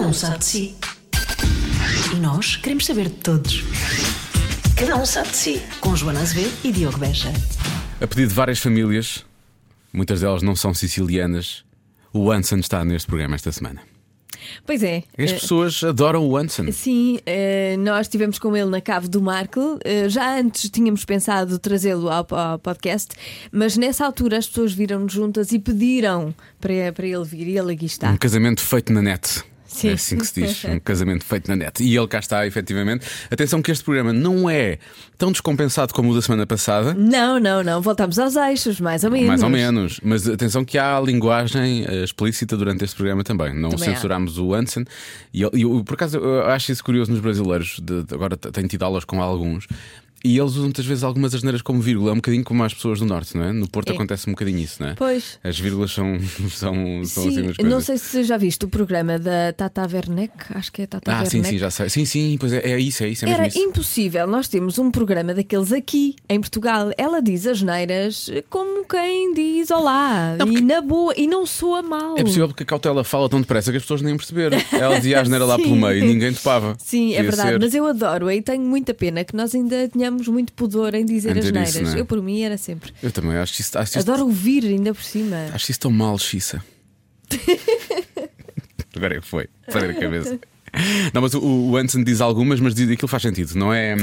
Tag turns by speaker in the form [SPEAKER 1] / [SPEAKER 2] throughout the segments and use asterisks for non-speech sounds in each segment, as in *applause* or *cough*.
[SPEAKER 1] um sabe de si. E nós queremos saber de todos. Cada um sabe de si. Com Joana Azevedo e Diogo Beja.
[SPEAKER 2] A pedido de várias famílias, muitas delas não são sicilianas, o Anson está neste programa esta semana.
[SPEAKER 3] Pois é.
[SPEAKER 2] As
[SPEAKER 3] eh,
[SPEAKER 2] pessoas adoram o Anson.
[SPEAKER 3] Sim, eh, nós estivemos com ele na cave do Markle. Eh, Já antes tínhamos pensado trazê-lo ao, ao podcast, mas nessa altura as pessoas viram-nos juntas e pediram para, para ele vir. E ele aqui está.
[SPEAKER 2] Um casamento feito na net.
[SPEAKER 3] Sim.
[SPEAKER 2] É assim que se diz, um casamento feito na net. E ele cá está, efetivamente. Atenção que este programa não é tão descompensado como o da semana passada,
[SPEAKER 3] Não, não, não. Voltamos aos eixos, mais ou menos.
[SPEAKER 2] mais ou menos. Mas atenção que há linguagem eh, explícita durante este programa também. Não
[SPEAKER 3] Também há.
[SPEAKER 2] censurámos o Anson. E, ele- e eu, por acaso eu acho isso curioso nos brasileiros. de- de- agora t- tenho tido aulas com alguns. E eles usam muitas vezes algumas asneiras como vírgula, é um bocadinho como as pessoas do norte, não é? No Porto
[SPEAKER 3] É.
[SPEAKER 2] acontece um bocadinho isso, não é?
[SPEAKER 3] Pois.
[SPEAKER 2] As vírgulas são, *laughs* são, são assim
[SPEAKER 3] Sim,
[SPEAKER 2] umas coisas.
[SPEAKER 3] não sei se já viste o programa da Tata Werneck, acho que é Tata
[SPEAKER 2] Ah,
[SPEAKER 3] Werneck.
[SPEAKER 2] sim, sim, já sei. Sim, sim, pois é, é isso, é isso, é mesmo
[SPEAKER 3] Era
[SPEAKER 2] isso.
[SPEAKER 3] impossível nós temos um programa daqueles aqui em Portugal. Ela diz as neiras como quem diz olá
[SPEAKER 2] Não, porque-
[SPEAKER 3] e na boa e não soa mal.
[SPEAKER 2] É possível porque a cautela fala tão depressa que as pessoas nem perceberam.
[SPEAKER 3] *laughs*
[SPEAKER 2] Ela dizia a asneira lá pelo
[SPEAKER 3] Sim.
[SPEAKER 2] meio e ninguém topava.
[SPEAKER 3] Sim, é
[SPEAKER 2] Devia
[SPEAKER 3] verdade,
[SPEAKER 2] ser.
[SPEAKER 3] mas eu adoro e tenho muita pena que nós ainda tenhamos muito pudor em dizer
[SPEAKER 2] Em
[SPEAKER 3] as
[SPEAKER 2] dizer
[SPEAKER 3] neiras.
[SPEAKER 2] isso, não é?
[SPEAKER 3] Eu por mim era sempre.
[SPEAKER 2] Eu também acho isso, acho isso,
[SPEAKER 3] Adoro ouvir ainda por cima.
[SPEAKER 2] acho isso tão mal, Xissa. *laughs* Agora é que foi, para a cabeça. Não, mas o, o Anson diz algumas, mas diz, aquilo faz sentido. Não é,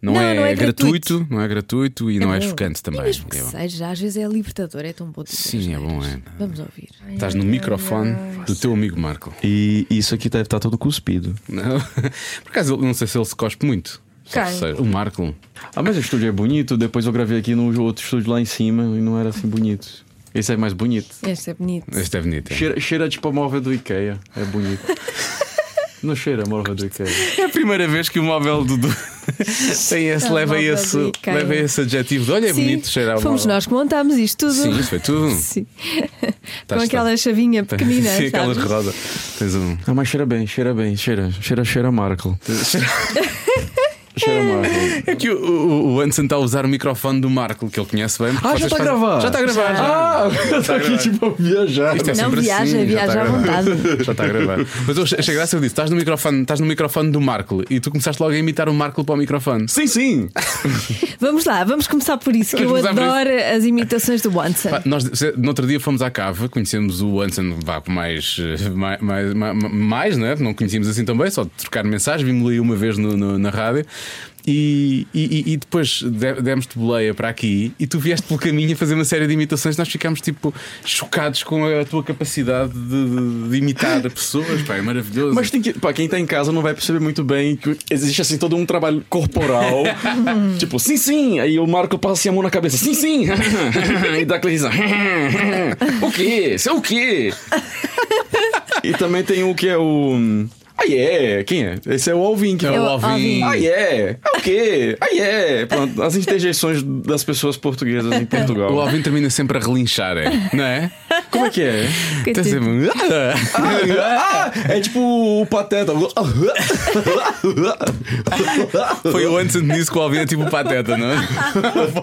[SPEAKER 2] não
[SPEAKER 3] Não,
[SPEAKER 2] é,
[SPEAKER 3] não é
[SPEAKER 2] gratuito, não é gratuito e não é
[SPEAKER 3] bom.
[SPEAKER 2] chocante também.
[SPEAKER 3] E mesmo que
[SPEAKER 2] É bom.
[SPEAKER 3] seja, às vezes é libertador, é tão bom. dizer
[SPEAKER 2] Sim,
[SPEAKER 3] as
[SPEAKER 2] é bom,
[SPEAKER 3] neiras.
[SPEAKER 2] é.
[SPEAKER 3] Vamos ouvir.
[SPEAKER 2] Estás no microfone do teu amigo Marco. *laughs*
[SPEAKER 4] E isso aqui deve estar todo cuspido.
[SPEAKER 2] Não. Por acaso, eu não sei se ele se cospe muito. Só
[SPEAKER 3] Quem?
[SPEAKER 2] se seja- O Marco.
[SPEAKER 4] Ah, mas o estúdio é bonito. Depois eu gravei aqui no outro estúdio lá em cima e não era assim bonito. Esse é mais bonito.
[SPEAKER 3] Este é bonito.
[SPEAKER 2] Este é bonito. é.
[SPEAKER 4] Cheira, cheira tipo a móvel do IKEA. É *laughs* bonito. não cheira a móvel do IKEA.
[SPEAKER 2] É a primeira vez que o móvel do
[SPEAKER 3] *laughs*
[SPEAKER 2] Dudu tem esse,
[SPEAKER 3] É um
[SPEAKER 2] leva,
[SPEAKER 3] móvel
[SPEAKER 2] esse,
[SPEAKER 3] do Ikea.
[SPEAKER 2] leva esse adjetivo de olha, é
[SPEAKER 3] Sim,
[SPEAKER 2] bonito cheirar o
[SPEAKER 3] Fomos
[SPEAKER 2] móvel.
[SPEAKER 3] nós que montámos isto tudo.
[SPEAKER 2] Sim, isso foi tudo.
[SPEAKER 3] *laughs* Sim.
[SPEAKER 2] Tá,
[SPEAKER 3] Com
[SPEAKER 2] está. *laughs*
[SPEAKER 3] aquela chavinha pequenina.
[SPEAKER 2] Sim, aquelas
[SPEAKER 3] sabes?
[SPEAKER 2] rodas. Tens um.
[SPEAKER 4] Ah, mas cheira bem, cheira bem. Cheira, cheira, cheira Marco. cheira Marco.
[SPEAKER 2] É que o, o, o Anderson está a usar o microfone do Marco, que ele conhece bem. porque
[SPEAKER 4] Ah, já
[SPEAKER 2] vocês
[SPEAKER 4] está a
[SPEAKER 2] fazem-
[SPEAKER 4] gravar.
[SPEAKER 2] Já está a gravar. já.
[SPEAKER 4] *laughs* Ah, eu tô aqui tipo a viajar.
[SPEAKER 2] Isto é
[SPEAKER 3] Não,
[SPEAKER 2] sempre
[SPEAKER 3] viaja,
[SPEAKER 2] assim, já
[SPEAKER 3] viaja
[SPEAKER 2] está a
[SPEAKER 3] à
[SPEAKER 2] gravar.
[SPEAKER 3] vontade.
[SPEAKER 2] Já está a gravar. Mas eu achei graça eu disse: estás no, microfone, estás no microfone do Marco e tu começaste logo a imitar o Marco para o microfone.
[SPEAKER 4] Sim, sim.
[SPEAKER 3] Vamos lá, vamos começar por isso, que
[SPEAKER 2] Vamos
[SPEAKER 3] eu
[SPEAKER 2] começar por
[SPEAKER 3] adoro as imitações do Watson.
[SPEAKER 2] Pá, Nós, se- no outro dia fomos à cave, conhecemos o Anson vá, com mais, eh, mais, mais, ma- ma- mais, né? não conhecíamos assim também, só de trocar mensagem, vimos ali uma vez no- no- na rádio. E, e- e- e depois de- demos-te boleia para aqui e tu vieste pelo caminho a fazer uma série de imitações. Nós ficámos tipo chocados com a tua capacidade de, de- de imitar pessoas, pá, é maravilhoso.
[SPEAKER 4] Mas
[SPEAKER 3] tipo,
[SPEAKER 4] tem que. Pra quem tá em casa não vai perceber muito bem que existe assim todo um trabalho
[SPEAKER 2] *laughs*
[SPEAKER 4] corporal. tipo, sim, sim. Aí o Marco passa assim a mão na cabeça. Sim, sim. *laughs* e dá aquela risada. *laughs* o quê? Isso é
[SPEAKER 2] *laughs*
[SPEAKER 4] o quê? e também tem o que é o. Ah, é? Quem é? Esse é o Alvin que
[SPEAKER 2] é o
[SPEAKER 3] Eu-
[SPEAKER 2] Alvin.
[SPEAKER 3] Alvin.
[SPEAKER 4] Ah, é? É o quê? Ah, é? Pronto, as interjeições das pessoas portuguesas em *laughs*
[SPEAKER 2] O
[SPEAKER 4] Portugal.
[SPEAKER 2] Alvin termina sempre a relinchar, é? não é? assim,
[SPEAKER 4] Como é que *laughs* é?
[SPEAKER 3] *laughs* Que
[SPEAKER 2] Tá
[SPEAKER 3] tipo-
[SPEAKER 2] sempre-
[SPEAKER 4] Ah, é tipo o *laughs* Pateta.
[SPEAKER 2] *laughs* Foi o Anson que disse que o Alvin é tipo o pateta,
[SPEAKER 4] *laughs*
[SPEAKER 2] não é?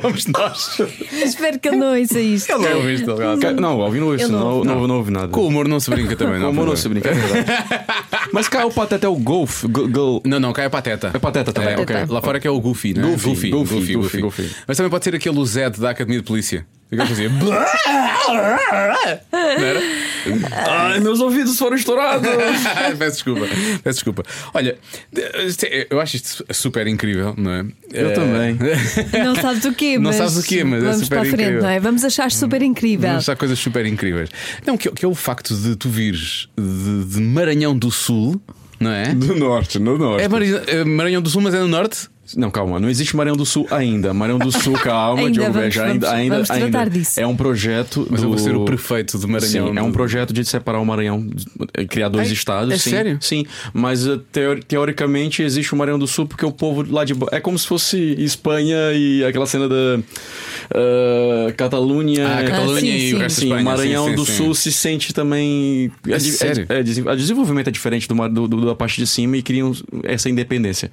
[SPEAKER 2] Vamos nós.
[SPEAKER 3] Espero que ele não ouça isto.
[SPEAKER 2] Ele é não ouviu isto, ele
[SPEAKER 4] Ca- É. Não, Alvin não ouviu,
[SPEAKER 3] Eu não
[SPEAKER 4] não, não, não ouvi nada.
[SPEAKER 2] Com o humor não se brinca também, não. há
[SPEAKER 4] Como não
[SPEAKER 2] problema.
[SPEAKER 4] se brinca, é verdade.
[SPEAKER 2] *laughs*
[SPEAKER 4] Mas caiu o pateta é o golf. go- go-
[SPEAKER 2] Não, não, cá é pateta.
[SPEAKER 4] É pateta também,
[SPEAKER 2] É,
[SPEAKER 4] ok.
[SPEAKER 2] Lá fora que é o Goofy, não é?
[SPEAKER 4] Goofy, Goofy, Goofy, Goofy.
[SPEAKER 2] Mas também pode ser aquele o Zed da Academia de Polícia. é Eu gosto
[SPEAKER 4] *laughs*
[SPEAKER 2] de dizer, "Blá!"
[SPEAKER 4] Ai, meus ouvidos
[SPEAKER 2] *laughs*
[SPEAKER 4] foram estourados.
[SPEAKER 2] peço desculpa, peço desculpa. Olha, isto é- eu acho isto super incrível, não é?
[SPEAKER 4] Eu
[SPEAKER 2] Eh, *laughs*
[SPEAKER 4] também.
[SPEAKER 3] Não sabes o quê,
[SPEAKER 2] Não
[SPEAKER 3] mas.
[SPEAKER 2] sabes o quê, mas é
[SPEAKER 3] vamos
[SPEAKER 2] super
[SPEAKER 3] para a frente,
[SPEAKER 2] incrível. Hum.
[SPEAKER 3] não é? Vamos achar super incrível.
[SPEAKER 2] Mas há coisas super incríveis. Não, que, que é o facto de tu vires de, de Maranhão do Sul, não é?
[SPEAKER 4] Do norte, no norte.
[SPEAKER 2] É Maranhão, é Maranhão do Sul, mas é no norte?
[SPEAKER 4] Não, calma, não existe Maranhão do Sul ainda. Maranhão do Sul, calma,
[SPEAKER 3] Ainda
[SPEAKER 4] Diogo
[SPEAKER 3] vamos-
[SPEAKER 4] Veja,
[SPEAKER 3] vamos-
[SPEAKER 4] ainda, ainda,
[SPEAKER 3] vamos
[SPEAKER 4] ainda.
[SPEAKER 3] tratar disso.
[SPEAKER 4] É um projeto.
[SPEAKER 2] Mas
[SPEAKER 4] do...
[SPEAKER 2] eu vou ser o prefeito de Maranhão.
[SPEAKER 4] Sim, é um
[SPEAKER 2] do-
[SPEAKER 4] projeto de separar o Maranhão, eh, criar dois
[SPEAKER 2] Ai,
[SPEAKER 4] estados.
[SPEAKER 2] é
[SPEAKER 4] sim,
[SPEAKER 2] sério?
[SPEAKER 4] Sim, mas eh, teori- teoricamente existe o Maranhão do Sul porque o povo lá de. ba- É como se fosse Espanha e aquela cena da. eh, Catalunha.
[SPEAKER 2] Ah, Catalunha
[SPEAKER 3] Ah, sim,
[SPEAKER 2] e
[SPEAKER 3] sim.
[SPEAKER 2] o resto
[SPEAKER 4] Sim,
[SPEAKER 2] da
[SPEAKER 4] o
[SPEAKER 2] Espanha.
[SPEAKER 4] Maranhão
[SPEAKER 2] sim, sim,
[SPEAKER 4] do
[SPEAKER 2] sim.
[SPEAKER 4] Sul se sente também. É, di-
[SPEAKER 2] sério?
[SPEAKER 4] é- é desen- a desenvolvimento é diferente do, mar- do- do- da parte de cima e criam essa independência.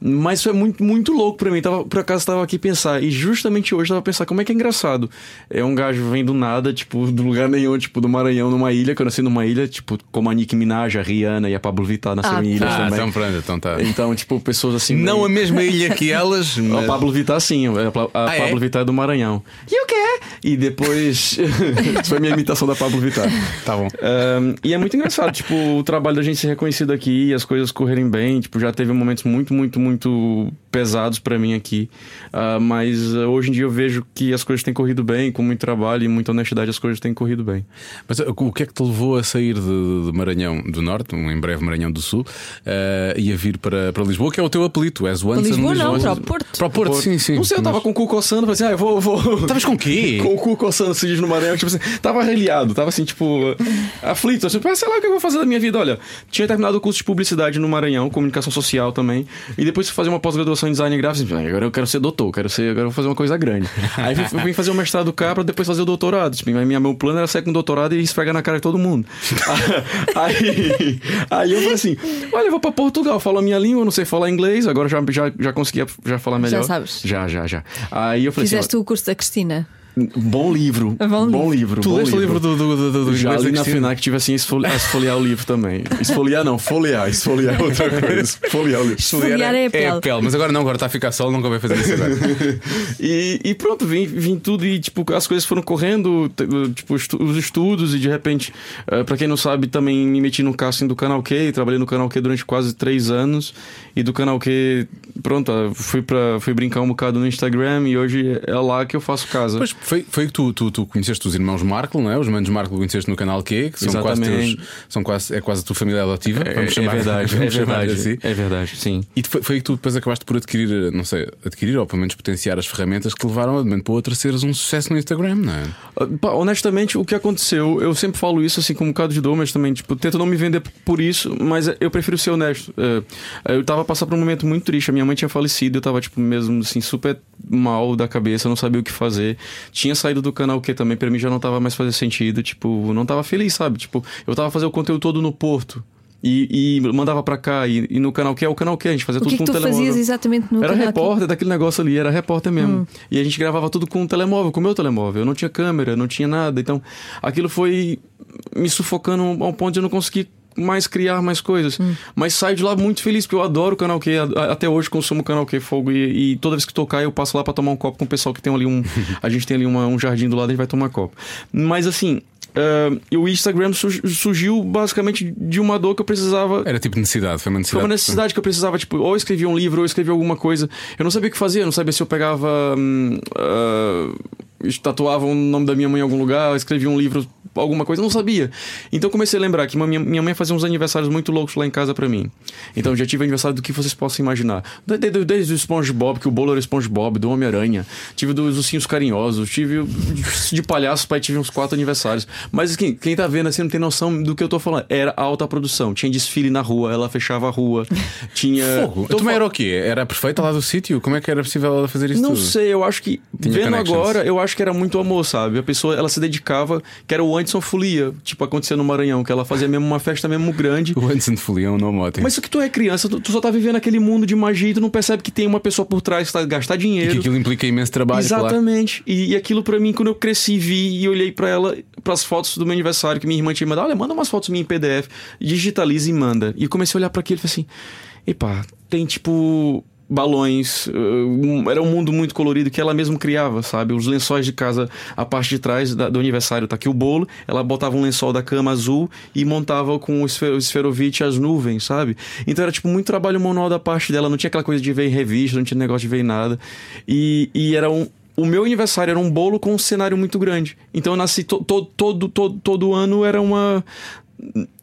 [SPEAKER 4] Mas isso é muito, muito louco pra mim. Tava, por acaso tava aqui pensar. E justamente hoje tava a pensar como é que é engraçado. É um gajo vem do nada, tipo, do lugar nenhum, tipo, do Maranhão, numa ilha, que eu nasci numa ilha, tipo, como a Nicki Minaj, a Rihanna e a Pablo Vittar nasceram
[SPEAKER 3] Ah,
[SPEAKER 4] em ilhas
[SPEAKER 2] Ah,
[SPEAKER 4] também.
[SPEAKER 2] então pronto, então tá.
[SPEAKER 4] Então, tipo, pessoas assim.
[SPEAKER 2] Não a
[SPEAKER 4] meio-
[SPEAKER 2] mesma ilha que elas,
[SPEAKER 4] *laughs* a
[SPEAKER 2] mas...
[SPEAKER 4] Pablo Vittar, sim. A, Pla- a
[SPEAKER 2] Ah, é?
[SPEAKER 4] Pablo Vittar é do Maranhão. E o quê? E depois. *laughs* Isso foi minha imitação da Pablo Vittar.
[SPEAKER 2] Tá bom.
[SPEAKER 4] Ahn, e é muito engraçado, tipo, o trabalho da gente ser reconhecido aqui e as coisas correrem bem. Tipo, já teve momentos muito, muito, muito pesados pra mim aqui. Ah, mas ah, hoje em dia eu vejo que as coisas têm corrido bem, com muito trabalho e muita honestidade as coisas têm corrido bem.
[SPEAKER 2] Mas o o que é que te levou a sair de, de Maranhão do Norte, um em breve Maranhão do Sul, eh, e a vir para, para Lisboa, que é o teu apelido? Tu és o Anson
[SPEAKER 3] Lisboa não,
[SPEAKER 2] Lisboa.
[SPEAKER 3] para o Porto.
[SPEAKER 2] Para o Porto, sim, sim.
[SPEAKER 4] Não sei, eu tava
[SPEAKER 2] Mas- Tá
[SPEAKER 4] com o cu coçando, falei assim, ah, eu vou. vou...
[SPEAKER 2] Estavas com o quê?
[SPEAKER 4] *laughs* Com o cu coçando, se diz no Maranhão, tipo assim, tava arreliado, tava assim, tipo, aflito, assim, "Ah, sei lá o que eu vou fazer da minha vida. Olha, tinha terminado o curso de publicidade no Maranhão, comunicação social também, e depois fui fazer uma pós-graduação em design gráfico, assim, "Ah, agora eu quero ser doutor, quero ser, agora eu vou fazer uma coisa grande. Aí vim, vim fazer o mestrado cá pra depois fazer o doutorado. Tipo, mas minha, meu plano era sair com doutorado e esfregar na cara de todo mundo. aí, aí eu falei assim: olha, eu vou pra Portugal, falo a minha língua, não sei falar inglês, agora já, já, já conseguia já falar melhor.
[SPEAKER 3] sabes.
[SPEAKER 4] Já, já, já. Aí eu falei assim:
[SPEAKER 2] é.
[SPEAKER 3] Fizeste o curso da Cristina.
[SPEAKER 4] Bom livro.
[SPEAKER 3] É Bom livro.
[SPEAKER 4] Bom, livro.
[SPEAKER 2] Tu
[SPEAKER 4] bom
[SPEAKER 2] leste o livro do, do, do, do, do
[SPEAKER 4] Já
[SPEAKER 2] inglês da
[SPEAKER 4] ali na
[SPEAKER 2] Cristina?
[SPEAKER 4] FNAC tive assim a esfoli- a esfoliar o livro também. Esfoliar não, folhear. Esfoliar é outra coisa. Esfoliar o livro.
[SPEAKER 3] Folhear é a
[SPEAKER 2] É
[SPEAKER 3] pele.
[SPEAKER 2] a pele, mas agora não, agora está a ficar sol, nunca vai fazer isso agora.
[SPEAKER 4] *laughs* E, e pronto, vim, vim tudo e tipo, as coisas foram correndo, t- tipo, estu- os estudos e de repente, eh, pra quem não sabe, também me meti no casting do Canal Q, trabalhei no Canal Q durante quase três anos e do Canal Q, pronto, eh, fui, pra, fui brincar um bocado no Instagram e hoje é lá que eu faço casa.
[SPEAKER 2] Pois foi, foi que tu, tu, tu conheceste os irmãos Markle, não é? Os irmãos Markle conheceste no canal Q, que são quase,
[SPEAKER 4] Exatamente.
[SPEAKER 2] teus, são quase é quase a tua família adotiva.
[SPEAKER 4] É-
[SPEAKER 2] vamos
[SPEAKER 4] é
[SPEAKER 2] chamar,
[SPEAKER 4] verdade,
[SPEAKER 2] *laughs*
[SPEAKER 4] é
[SPEAKER 2] vamos chamar
[SPEAKER 4] verdade,
[SPEAKER 2] assim.
[SPEAKER 4] é verdade, sim.
[SPEAKER 2] E foi, foi aí que tu depois acabaste por adquirir, não sei, adquirir ou pelo menos potenciar as ferramentas que te levaram de um momento para o outro a seres um sucesso no Instagram, não é?
[SPEAKER 4] Ah, Pá, honestamente, o que aconteceu, eu sempre falo isso assim com um bocado de dor, mas também, tipo, tento não me vender por isso, mas eu prefiro ser honesto. É, eu tava passando por um momento muito triste, a minha mãe tinha falecido, eu tava, tipo, mesmo assim, super mal da cabeça, não sabia o que fazer. Tinha saído do canal que também, pra mim já não tava mais fazendo sentido, tipo, não tava feliz, sabe? Tipo, eu tava fazendo o conteúdo todo no Porto. E, e mandava pra cá, e, e no canal que é o canal que a gente fazia
[SPEAKER 3] O que
[SPEAKER 4] tudo
[SPEAKER 3] é que tu
[SPEAKER 4] com telemóvel.
[SPEAKER 3] fazias exatamente no canal
[SPEAKER 4] Era
[SPEAKER 3] Q?
[SPEAKER 4] repórter repórter daquele negócio ali, era repórter mesmo. E a gente gravava tudo com o telemóvel, com o meu telemóvel. Eu não tinha câmera, não tinha nada. Então, aquilo foi me sufocando a um ponto de eu não conseguir mais criar mais coisas. Mas saio de lá muito feliz, porque eu adoro o canal Q. A- a- Até hoje consumo o canal Q Fogo. E, e toda vez que tocar, eu passo lá pra tomar um copo com o pessoal que tem ali um. a gente tem ali uma- um jardim do lado, a gente vai tomar copo. Mas assim. ah, e o Instagram surg- surgiu basicamente de uma dor que eu precisava
[SPEAKER 2] Era tipo necessidade, foi uma necessidade.
[SPEAKER 4] foi uma necessidade que eu precisava, tipo, ou eu escrevia um livro, ou eu escrevia alguma coisa. Eu não sabia o que fazer, eu não sabia se eu pegava. Hum, ah, tatuava o nome da minha mãe em algum lugar, eu escrevia um livro, alguma coisa, eu não sabia. Então eu comecei a lembrar que minha, minha mãe fazia uns aniversários muito loucos lá em casa pra mim. Então já tive aniversário do que vocês possam imaginar. De- de- de- Desde o SpongeBob, que o bolo era SpongeBob, do Homem-Aranha, tive dos ursinhos carinhosos, tive o- de palhaço, pai, tive uns quatro aniversários. Mas quem, quem tá vendo assim não tem noção do que eu tô falando. Era alta produção, tinha desfile na rua, ela fechava a rua, tinha.
[SPEAKER 2] *laughs* Fogo.
[SPEAKER 4] Tô
[SPEAKER 2] Tu
[SPEAKER 4] fal-
[SPEAKER 2] era o quê? Era a prefeita lá do sítio? Como é que era possível ela fazer isso
[SPEAKER 4] não
[SPEAKER 2] tudo?
[SPEAKER 4] sei, eu acho que.
[SPEAKER 2] Tinha
[SPEAKER 4] vendo
[SPEAKER 2] connections.
[SPEAKER 4] agora, eu acho que era muito amor, sabe? A pessoa, ela se dedicava, que era o Anderson Folia, tipo, acontecia no Maranhão, que ela fazia mesmo uma festa mesmo grande.
[SPEAKER 2] O Anderson de Folia é um nome ótimo.
[SPEAKER 4] Mas isso que tu é criança, tu, tu só tá vivendo aquele mundo de magia e tu não percebe que tem uma pessoa por trás que tá gastar
[SPEAKER 2] E
[SPEAKER 4] dinheiro.
[SPEAKER 2] que aquilo implica imenso trabalho, claro.
[SPEAKER 4] Exatamente. E, e aquilo pra mim, quando eu cresci, vi e olhei pra ela, pras fotos do meu aniversário que minha irmã tinha mandado. Olha, manda umas fotos minhas em PDF, digitaliza e manda. E eu comecei a olhar pra aquilo e falei assim: epa, tem tipo. Balões, eh, um- era um mundo muito colorido que ela mesma criava, sabe? Os lençóis de casa, a parte de trás da- do aniversário, tá aqui o bolo, ela botava um lençol da cama azul e montava com o esfe- o esferovite as nuvens, sabe? Então era tipo muito trabalho manual da parte dela, não tinha aquela coisa de ver em revista, não tinha negócio de ver em nada. E, e era um. O meu aniversário era um bolo com um cenário muito grande. Então eu nasci to, to- todo, todo, todo ano era uma.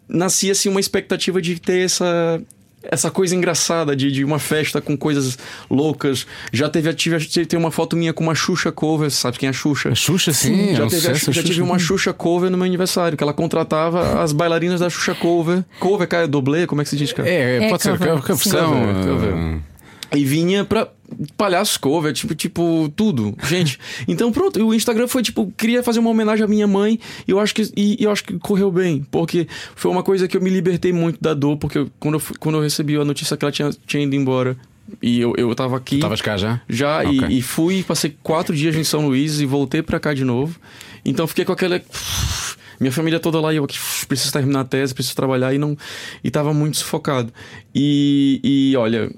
[SPEAKER 4] Nascia assim uma expectativa de ter essa. Essa coisa engraçada de, de uma festa com coisas loucas. Já teve, tive, tem uma foto minha com uma Xuxa cover, sabe quem é a Xuxa?
[SPEAKER 2] A Xuxa, sim,
[SPEAKER 4] já,
[SPEAKER 2] é um
[SPEAKER 4] teve,
[SPEAKER 2] sucesso, a
[SPEAKER 4] já
[SPEAKER 2] Xuxa.
[SPEAKER 4] tive uma Xuxa cover no meu aniversário, que ela contratava as bailarinas da Xuxa cover. Cover, cara, é dublê? Como é que se diz, cara?
[SPEAKER 2] É,
[SPEAKER 3] É
[SPEAKER 2] pode ser, que
[SPEAKER 3] cover,
[SPEAKER 2] é a
[SPEAKER 3] sim.
[SPEAKER 2] versão.
[SPEAKER 4] Cover, cover.
[SPEAKER 2] ah,
[SPEAKER 4] E vinha pra palhaços cover, tipo, tipo, tudo, gente. Então pronto, e o Instagram foi tipo, queria fazer uma homenagem à minha mãe, e eu acho que, e, e eu acho que correu bem, porque foi uma coisa que eu me libertei muito da dor, porque eu- quando, eu, fui- quando eu recebi a notícia que ela tinha, tinha ido embora. E eu, eu tava aqui.
[SPEAKER 2] Estavas cá já?
[SPEAKER 4] Já,
[SPEAKER 2] Ok.
[SPEAKER 4] e, e fui, passei quatro dias em São Luís e voltei pra cá de novo. Então fiquei com aquela. Minha família toda lá e eu aqui, preciso terminar a tese, preciso trabalhar e não. E tava muito sufocado. E, e olha,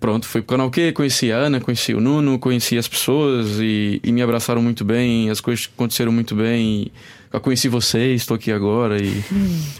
[SPEAKER 4] pronto, fui pro canal Q, conheci a Ana, conheci o Nuno, conheci as pessoas e, e me abraçaram muito bem, as coisas aconteceram muito bem. Eu conheci vocês, estou aqui agora e,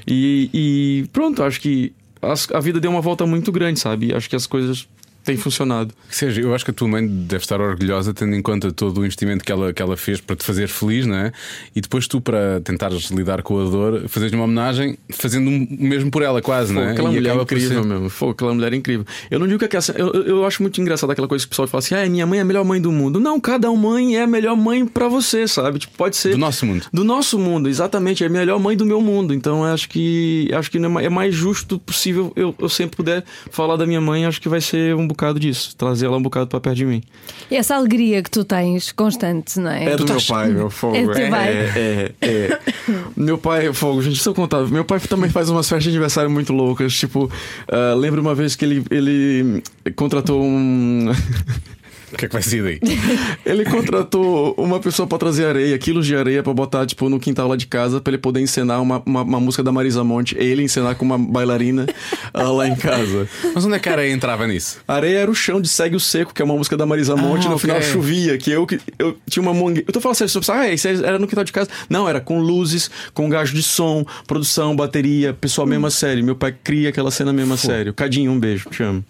[SPEAKER 4] e, e pronto, acho que as- a vida deu uma volta muito grande, sabe? Acho que as coisas têm funcionado.
[SPEAKER 2] Que seja, eu acho que a tua mãe deve estar orgulhosa tendo em conta todo o investimento que ela, que ela fez para te fazer feliz, não é? E depois tu, para tentares lidar com a dor, fazes-lhe uma homenagem fazendo um- o mesmo por ela, quase,
[SPEAKER 4] Pô,
[SPEAKER 2] não é?
[SPEAKER 4] aquela
[SPEAKER 2] E
[SPEAKER 4] mulher
[SPEAKER 2] acaba por
[SPEAKER 4] incrível,
[SPEAKER 2] ser-
[SPEAKER 4] meu. Pô, aquela mulher é incrível. Eu não digo que aquela. Eu, eu- eu acho muito engraçado aquela coisa que o pessoal fala assim: ah, minha mãe é a melhor mãe do mundo. Não, cada mãe é a melhor mãe pra você, sabe? Tipo, pode ser.
[SPEAKER 2] Do nosso mundo.
[SPEAKER 4] Do nosso mundo, exatamente. É a melhor mãe do meu mundo. Então eu acho que. Acho que não é ma- é mais justo possível eu, eu sempre puder falar da minha mãe. Acho que vai ser um bocado disso. Trazer ela um bocado pra perto de mim.
[SPEAKER 3] E essa alegria que tu tens constante, não é?
[SPEAKER 4] do meu pai, meu fogo.
[SPEAKER 3] *laughs* É do teu pai.
[SPEAKER 4] é, é. Meu pai, fogo, gente, se eu contar. Meu pai também faz umas festas de aniversário muito loucas. Tipo, ah, lembro uma vez que ele, ele contratou um. *laughs*
[SPEAKER 2] O que é que vai sair daí?
[SPEAKER 4] ele contratou uma pessoa pra trazer areia, quilos de areia, pra botar, tipo, no quintal lá de casa, pra ele poder encenar uma, uma, uma música da Marisa Monte. Ele encenar com uma bailarina ah, lá em casa.
[SPEAKER 2] Mas onde é que a areia entrava nisso?
[SPEAKER 4] Areia era o chão de Segue o Seco, que é uma música da Marisa Monte.
[SPEAKER 2] Ah,
[SPEAKER 4] no
[SPEAKER 2] ok.
[SPEAKER 4] final chovia, que eu, que eu tinha uma mangueira. Eu tô falando sério, você pensa, ah, isso era no quintal de casa. Não, era com luzes, com gajo de som, produção, bateria, pessoal, mesmo a série. Meu pai cria aquela cena mesmo a sério. Cadinho, um beijo,
[SPEAKER 2] *laughs*
[SPEAKER 4] te amo.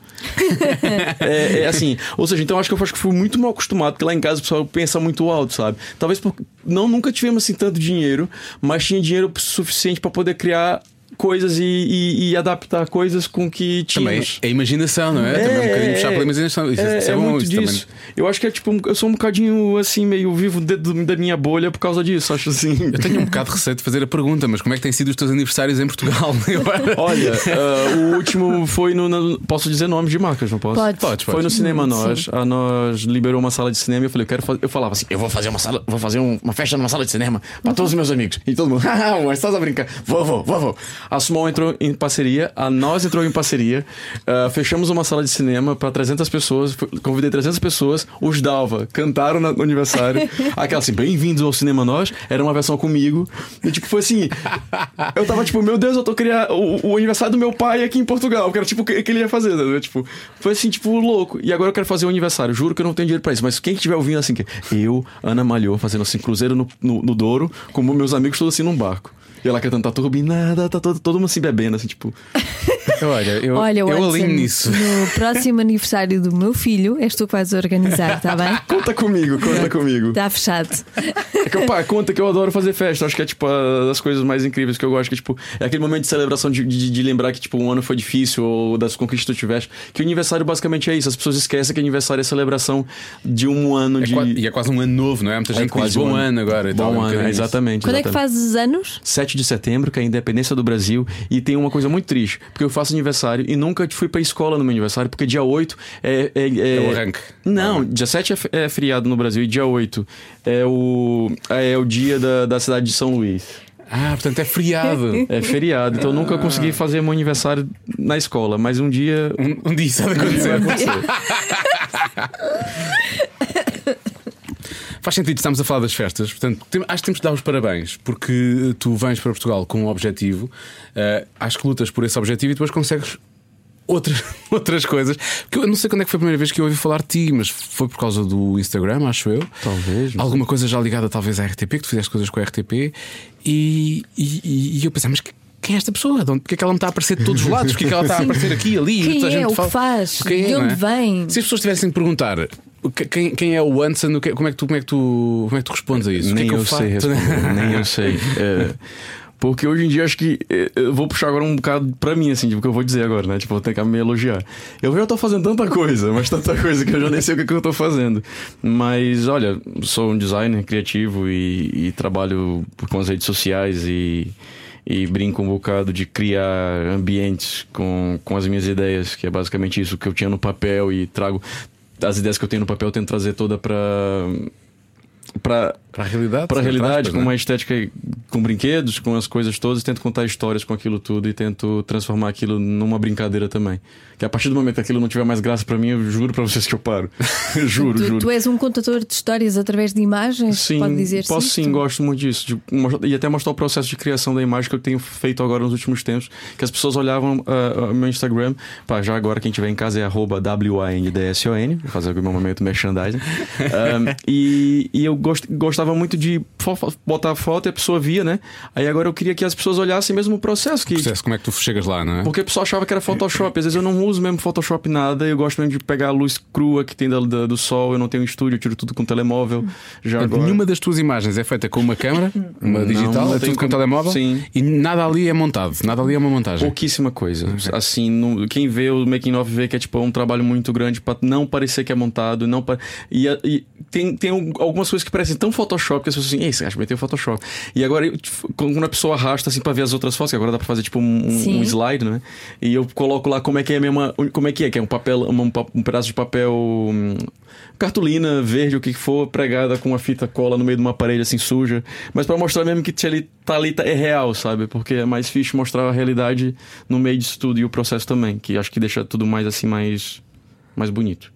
[SPEAKER 4] é, é assim, ou seja, então acho que eu acho que fui muito mal acostumado, porque lá em casa o pessoal pensa muito alto, sabe? Talvez porque não nunca tivemos assim tanto dinheiro, mas tinha dinheiro suficiente pra poder criar coisas e, e- e adaptar coisas com que
[SPEAKER 2] Também
[SPEAKER 4] tínhamos.
[SPEAKER 2] é imaginação, não é? Também um bocadinho puxar pela imaginação. Isso
[SPEAKER 4] É,
[SPEAKER 2] isso
[SPEAKER 4] é
[SPEAKER 2] bom,
[SPEAKER 4] muito
[SPEAKER 2] isso
[SPEAKER 4] disso.
[SPEAKER 2] também.
[SPEAKER 4] Eu acho que é tipo, um- eu sou um bocadinho assim, meio vivo dentro do- da minha bolha por causa disso, acho assim.
[SPEAKER 2] Eu tenho um bocado de receio de fazer a pergunta, mas como é que têm sido os teus aniversários em Portugal? *laughs*
[SPEAKER 4] Olha, ah, o último foi no. na- posso dizer nomes de marcas, não posso?
[SPEAKER 3] Pode.
[SPEAKER 2] Podes,
[SPEAKER 4] Foi no
[SPEAKER 2] podes.
[SPEAKER 4] Cinema
[SPEAKER 3] Sim.
[SPEAKER 4] Nós. A Nós liberou uma sala de cinema e eu falei, eu quero fazer. Eu falava assim, eu vou fazer uma sala, vou fazer um- uma festa numa sala de cinema pra
[SPEAKER 3] Uhum.
[SPEAKER 4] todos os meus amigos. E todo mundo, *laughs* haha, mas estás a brincar. Vou, vou, vou, vou. A Sumol entrou em parceria, a Nós entrou em parceria. ah, fechamos uma sala de cinema pra 300 pessoas. Fui- Convidei 300 pessoas. Os Dalva cantaram na-
[SPEAKER 3] *laughs*
[SPEAKER 4] no aniversário. Aquela assim, bem-vindos ao Cinema Nós. Era uma versão comigo. E tipo, foi assim. Eu tava tipo, meu Deus, eu tô criando o, o aniversário do meu pai aqui em Portugal. Que era tipo o que, que ele ia fazer, né? Tipo, foi assim, tipo, louco. E agora eu quero fazer o aniversário. Juro que eu não tenho dinheiro pra isso. Mas quem estiver ouvindo assim, que eu, Ana Malhou, fazendo assim, cruzeiro no, no, no Douro, com meus amigos todos assim num barco. E ela cantando, tá turbinada, tá todo, todo mundo assim bebendo, assim, tipo.
[SPEAKER 2] Olha, eu,
[SPEAKER 3] Olha,
[SPEAKER 2] eu
[SPEAKER 3] Watson,
[SPEAKER 2] alinho nisso.
[SPEAKER 3] No
[SPEAKER 2] *laughs*
[SPEAKER 3] próximo aniversário do meu filho, és tu que vais organizar, está bem?
[SPEAKER 4] Conta comigo, conta comigo.
[SPEAKER 3] Está fechado.
[SPEAKER 4] É que, pá, conta que eu adoro fazer festa. Acho que é, tipo, a- das coisas mais incríveis que eu gosto. Que, tipo, é aquele momento de celebração de, de, de lembrar que, tipo, um ano foi difícil ou das conquistas que tu tiveste. Que o aniversário basicamente é isso. As pessoas esquecem que aniversário é celebração de um ano
[SPEAKER 2] É
[SPEAKER 4] de.
[SPEAKER 2] quase- e é quase um ano novo, não é? Há Muita gente que diz
[SPEAKER 4] quase um
[SPEAKER 2] bom ano, agora. e tal,
[SPEAKER 4] Bom
[SPEAKER 2] um
[SPEAKER 4] ano,
[SPEAKER 2] bocadinho
[SPEAKER 4] é,
[SPEAKER 2] isso.
[SPEAKER 4] exatamente.
[SPEAKER 3] Quando é que
[SPEAKER 4] exatamente.
[SPEAKER 3] fazes anos?
[SPEAKER 4] 7 de setembro, que é a independência do Brasil, e tem uma coisa muito triste, porque eu faço aniversário e nunca fui pra escola no meu aniversário, porque dia 8 é. É, é-
[SPEAKER 2] É o arranque.
[SPEAKER 4] Não, dia 7 é, f- é feriado no Brasil e dia 8 é o, é o dia da, da cidade de São Luís.
[SPEAKER 2] Ah, portanto é friado.
[SPEAKER 4] É feriado, então eu nunca
[SPEAKER 2] Ah.
[SPEAKER 4] consegui fazer meu aniversário na escola, mas um dia.
[SPEAKER 2] Um, um dia isso há de acontecer. *laughs* Faz sentido, estamos a falar das festas, portanto, tem- acho que temos de dar os parabéns, porque tu vens para Portugal com um objetivo, eh, acho que lutas por esse objetivo e depois consegues outras, *laughs* outras coisas. Porque eu não sei quando é que foi a primeira vez que eu ouvi falar de ti, mas foi por causa do Instagram, acho eu.
[SPEAKER 4] Talvez, não
[SPEAKER 2] Alguma coisa já ligada, talvez, à RTP, que tu fizeste coisas com a RTP, e, e- e- e eu pensava, mas que- Quem é esta pessoa? De onde- Porquê é que ela me está a aparecer de todos os lados? Porquê é que ela está a aparecer aqui, ali?
[SPEAKER 3] Quem
[SPEAKER 2] Toda a
[SPEAKER 3] é?
[SPEAKER 2] gente
[SPEAKER 3] O que
[SPEAKER 2] fala-
[SPEAKER 3] faz?
[SPEAKER 2] Quem é,
[SPEAKER 3] De
[SPEAKER 2] não
[SPEAKER 3] onde
[SPEAKER 2] é?
[SPEAKER 3] vem?
[SPEAKER 2] Se as pessoas tivessem de perguntar o que- quem, quem é o Anson, o que- como, é que tu, como, é que tu, como é que tu respondes a isso? o que é
[SPEAKER 4] Nem
[SPEAKER 2] que
[SPEAKER 4] eu
[SPEAKER 2] faço?
[SPEAKER 4] sei responder, nem eu sei. É, porque hoje em dia acho que é, eu vou puxar agora um bocado pra mim, assim, tipo, o que eu vou dizer agora, né? Tipo, eu tenho que me elogiar. Eu já tô fazendo tanta coisa, mas tanta *laughs* coisa que eu já nem sei o que, que eu tô fazendo. Mas olha, sou um designer criativo e, e trabalho com as redes sociais e, e brinco um bocado de criar ambientes com, com as minhas ideias, que é basicamente isso que eu tinha no papel e trago. As ideias que eu tenho no papel eu tento trazer toda pra para
[SPEAKER 2] *laughs* Para a realidade.
[SPEAKER 4] para a
[SPEAKER 2] sim,
[SPEAKER 4] realidade, é
[SPEAKER 2] aspas,
[SPEAKER 4] com
[SPEAKER 2] né?
[SPEAKER 4] uma estética com brinquedos, com as coisas todas, tento contar histórias com aquilo tudo e tento transformar aquilo numa brincadeira também. Que a partir do momento que aquilo não tiver mais graça pra mim, eu juro pra vocês que eu paro. *laughs* juro,
[SPEAKER 3] Tu,
[SPEAKER 4] juro.
[SPEAKER 3] tu és um contador de histórias através de imagens?
[SPEAKER 4] Sim,
[SPEAKER 3] Pode dizer
[SPEAKER 4] posso sim, gosto muito disso. de mostrar- e até mostrar o processo de criação da imagem que eu tenho feito agora nos últimos tempos. Que as pessoas olhavam ah, ah, meu Instagram. Pá, já agora, quem tiver em casa é arroba WANDSON. Vou fazer aqui o meu momento merchandising. Ah, e, e eu gost- gostava muito de fo- fo- botar foto e a pessoa via, né? Aí agora eu queria que as pessoas olhassem mesmo o processo. Que,
[SPEAKER 2] Processo, como é que tu chegas lá, não é?
[SPEAKER 4] porque a pessoa achava que era Photoshop. Às vezes eu não uso mesmo Photoshop nada. Eu gosto mesmo de pegar a luz crua que tem da- da- do sol. Eu não tenho um estúdio, eu tiro tudo com telemóvel. Já
[SPEAKER 2] Portanto,
[SPEAKER 4] agora.
[SPEAKER 2] É Nenhuma das tuas imagens é feita com uma câmera, uma
[SPEAKER 4] Não,
[SPEAKER 2] digital,
[SPEAKER 4] não
[SPEAKER 2] é
[SPEAKER 4] tem
[SPEAKER 2] tudo com
[SPEAKER 4] como-
[SPEAKER 2] telemóvel
[SPEAKER 4] Sim.
[SPEAKER 2] e nada ali é montado, nada ali é uma montagem.
[SPEAKER 4] Pouquíssima coisa. Assim, não- quem vê o Making Off vê que é tipo um trabalho muito grande pra não parecer que é montado. Não pa- e, a- e tem, tem um- algumas coisas que parecem tão Photoshop que as pessoas assim, ei, você acha que meteu Photoshop. E agora, eu, tipo, quando a pessoa arrasta assim pra ver as outras fotos, que agora dá pra fazer tipo um, um-
[SPEAKER 3] Sim.
[SPEAKER 4] um slide, né? E eu coloco lá como é que é a mesma. Como é que é? Que é um papel, um, pa- um pedaço de papel. hum, Cartolina verde, o que for, pregada com uma fita cola no meio de uma parede assim suja. Mas pra mostrar mesmo que Tchelita Talita é real, sabe? Porque é mais fixe mostrar a realidade no meio disso tudo e o processo também, que acho que deixa tudo mais assim, mais, mais bonito.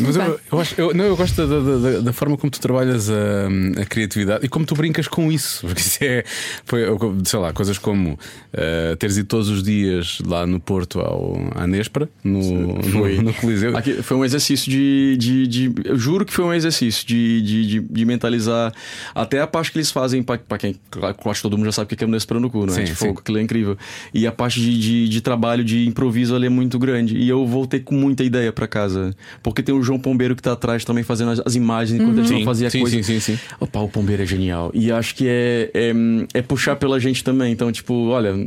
[SPEAKER 2] Mas
[SPEAKER 3] Muito
[SPEAKER 2] eu, eu, acho- eu- não, eu gosto da, da- da- da forma como tu trabalhas a, a criatividade e como tu brincas com isso. *laughs* Porque isso é, foi, eu- sei lá, coisas como eh, teres ido todos os dias lá no Porto ao, à Nespra, no, no, no Coliseu.
[SPEAKER 4] Aqui, foi um exercício de, de, de- Eu juro que foi um exercício de, de, de, de mentalizar até a parte que eles fazem pra, pra quem. Claro, que eu acho que todo mundo já sabe o que é um Nespera no cu, né?
[SPEAKER 2] Sim,
[SPEAKER 4] tipo,
[SPEAKER 2] sim.
[SPEAKER 4] aquilo é incrível. E a parte de, de, de trabalho, de improviso ali é muito grande. E eu voltei com muita ideia pra casa. Porque tem o João Pombeiro que tá atrás também fazendo as, as imagens enquanto eles
[SPEAKER 2] Sim,
[SPEAKER 4] vão fazer a
[SPEAKER 2] Uhum. sim,
[SPEAKER 4] coisa.
[SPEAKER 2] sim, sim, sim.
[SPEAKER 4] Opa, o Pombeiro é genial. E acho que é, é, é puxar pela gente também. Então, tipo, olha.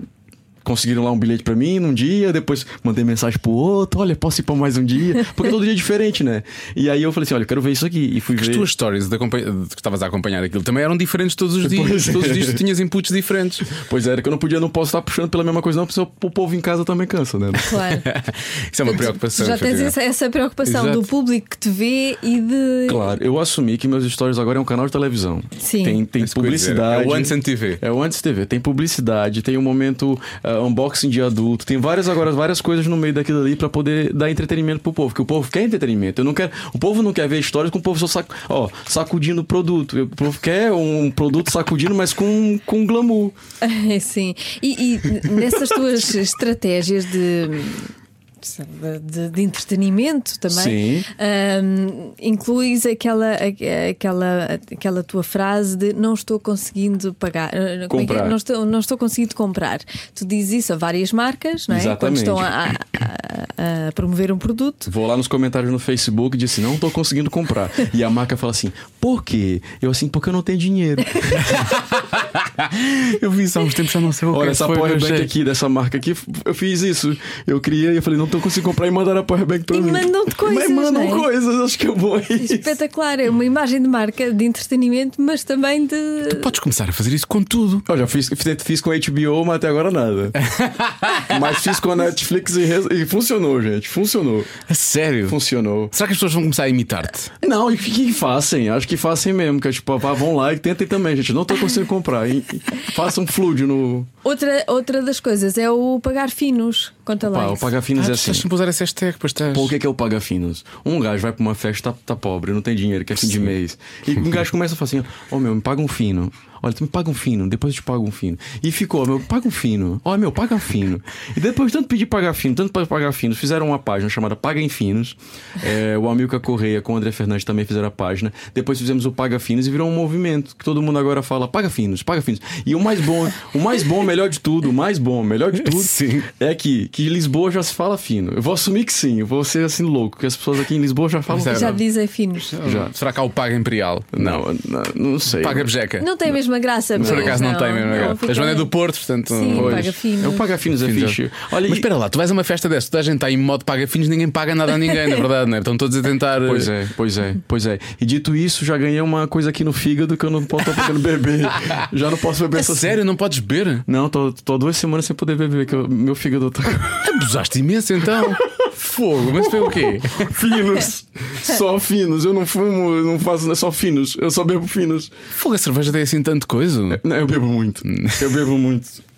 [SPEAKER 4] Conseguiram lá um bilhete pra mim num dia, depois mandei mensagem pro outro, olha, posso ir pra mais um dia, porque todo dia é diferente, né? E aí eu falei assim, olha, eu quero ver isso aqui. E fui
[SPEAKER 2] Porque as
[SPEAKER 4] ver.
[SPEAKER 2] tuas stories de acompanha- de que estavas a acompanhar aquilo também eram diferentes todos os dias.
[SPEAKER 4] Pois é.
[SPEAKER 2] Todos os dias tu tinhas inputs
[SPEAKER 4] *laughs*
[SPEAKER 2] diferentes.
[SPEAKER 4] Pois é, era que eu não podia, não posso estar puxando pela mesma coisa, não, porque o povo em casa também cansa, né?
[SPEAKER 3] Claro.
[SPEAKER 2] Isso é uma *laughs* preocupação.
[SPEAKER 3] Tu já tens
[SPEAKER 2] efetivamente.
[SPEAKER 3] essa, essa preocupação
[SPEAKER 2] Exato.
[SPEAKER 3] do público que te vê e de.
[SPEAKER 4] Claro, eu assumi que meus stories agora é um canal de televisão.
[SPEAKER 3] Sim.
[SPEAKER 4] Tem, tem
[SPEAKER 2] É isso que eu ia dizer.
[SPEAKER 4] publicidade.
[SPEAKER 2] É o Antes TV.
[SPEAKER 4] É o Antes TV, tem publicidade, tem o momento ah, unboxing de adulto, tem várias agora várias coisas no meio daquilo ali pra poder dar entretenimento pro povo, que o povo quer entretenimento. Eu não quero, o povo não quer ver histórias com o povo só sac, ó, sacudindo o produto. O povo quer um produto sacudindo, mas com, com glamour.
[SPEAKER 3] *laughs* Sim. E, e nessas
[SPEAKER 4] *laughs*
[SPEAKER 3] tuas estratégias de. de- De, de entretenimento também
[SPEAKER 4] Sim.
[SPEAKER 3] ahm, incluis aquela, a- aquela, aquela tua frase de não estou conseguindo pagar, eh, como é que é?
[SPEAKER 4] Comprar.
[SPEAKER 3] Não, estou, não estou conseguindo comprar. Tu dizes isso a várias marcas, não é? Quando
[SPEAKER 4] Exatamente.
[SPEAKER 3] estão a, a- a- a promover um produto,
[SPEAKER 4] Vou lá nos comentários no Facebook e disse, não tô conseguindo comprar. E a marca fala assim, por quê? Eu assim, porque eu não tenho dinheiro.
[SPEAKER 2] *laughs* Eu vi isso há uns tempos, já não sei o que
[SPEAKER 4] Olha,
[SPEAKER 2] é que
[SPEAKER 4] essa
[SPEAKER 2] foi, mas
[SPEAKER 4] powerbank
[SPEAKER 2] sei.
[SPEAKER 4] aqui dessa marca aqui, eu fiz isso. Eu criei, eu falei, não tô conseguindo comprar e mandaram a powerbank pra
[SPEAKER 3] E
[SPEAKER 4] mim.
[SPEAKER 3] mandam-te coisas,
[SPEAKER 4] Mas mandam
[SPEAKER 3] né?
[SPEAKER 4] coisas, acho que é bom *laughs* isso.
[SPEAKER 3] espetacular, é uma imagem de marca de entretenimento, mas também de
[SPEAKER 2] Podes começar a fazer isso com tudo.
[SPEAKER 4] Eu já fiz, fiz, fiz com HBO, mas até
[SPEAKER 2] *laughs*
[SPEAKER 4] agora nada. mas fiz com a Netflix e, res- e funcionou, gente. Funcionou.
[SPEAKER 2] A sério.
[SPEAKER 4] Funcionou.
[SPEAKER 2] Será que as pessoas vão começar a imitar-te? Ah,
[SPEAKER 4] Não, e que, que façam, acho que façam mesmo. Que é tipo, ah, vão lá e tentem também, gente. Não tô conseguindo comprar. E, e façam fluid no.
[SPEAKER 3] Outra, outra das coisas é o pagar finos. Conta
[SPEAKER 4] Pá,
[SPEAKER 3] lá.
[SPEAKER 4] o
[SPEAKER 3] isso.
[SPEAKER 4] pagar finos é
[SPEAKER 2] tu
[SPEAKER 4] assim.
[SPEAKER 2] estás sempre a usar essa hashtag, pois estás.
[SPEAKER 4] Pô, o que é, que é o paga finos? Um gajo vai pra uma festa, tá, tá pobre, não tem dinheiro, quer fim de mês. E um gajo começa a falar assim: ó meu, me paga um fino. Olha, tu me paga um fino, depois eu te pago um fino. E ficou, ó meu, paga um fino. Ó, meu, paga um fino. E depois de tanto pedir pagar fino, tanto para pagar finos, fizeram uma página chamada Paga em Finos. É, o Amilca Correia com o André Fernandes também fizeram a página. Depois fizemos o Paga Finos e virou um movimento que todo mundo agora fala: Paga Finos, Paga Finos. E o mais bom, o mais bom, o melhor de tudo, o mais bom, o melhor de tudo,
[SPEAKER 2] Sim.
[SPEAKER 4] é que, que Lisboa já se fala fino. Eu vou assumir que sim, eu vou ser assim louco, que as pessoas aqui em Lisboa já falam
[SPEAKER 2] Mas é-
[SPEAKER 4] fino.
[SPEAKER 3] Já dizem finos.
[SPEAKER 4] é Já.
[SPEAKER 2] Será que há o Paga Imperial?
[SPEAKER 4] Não, não, não sei.
[SPEAKER 2] Paga Bejeca?
[SPEAKER 3] Não tem a mesma graça.
[SPEAKER 2] Por
[SPEAKER 3] mas
[SPEAKER 2] acaso não, tem mesmo. agora.
[SPEAKER 3] fica-
[SPEAKER 2] a Joana é do Porto, portanto.
[SPEAKER 3] Sim,
[SPEAKER 2] pois.
[SPEAKER 3] paga finos.
[SPEAKER 4] É o paga finos é
[SPEAKER 2] Finos,
[SPEAKER 4] fixe.
[SPEAKER 2] é.
[SPEAKER 4] Olha,
[SPEAKER 2] Mas
[SPEAKER 4] e-
[SPEAKER 2] espera lá, tu vais a uma festa dessa, toda a gente está em modo paga finos, ninguém paga nada a ninguém, na verdade, não é? Estão todos a tentar.
[SPEAKER 4] Pois é, pois é, pois é. E dito isso, já ganhei uma coisa aqui no fígado que eu não posso estar podendo *laughs* beber. Já não posso beber assim.
[SPEAKER 2] É
[SPEAKER 4] essa
[SPEAKER 2] sério, não podes beber?
[SPEAKER 4] *laughs* Não, tô, tô há duas semanas sem poder beber, que eu- meu fígado tá.
[SPEAKER 2] Abusaste imenso então. *laughs* Fogo, mas foi o quê?
[SPEAKER 4] Finos. Só finos. Eu não fumo, eu não faço, é só finos. Eu só bebo finos.
[SPEAKER 2] Fogo, a cerveja tem assim tanto coisa?
[SPEAKER 4] Não, eu bebo muito. Eu bebo muito.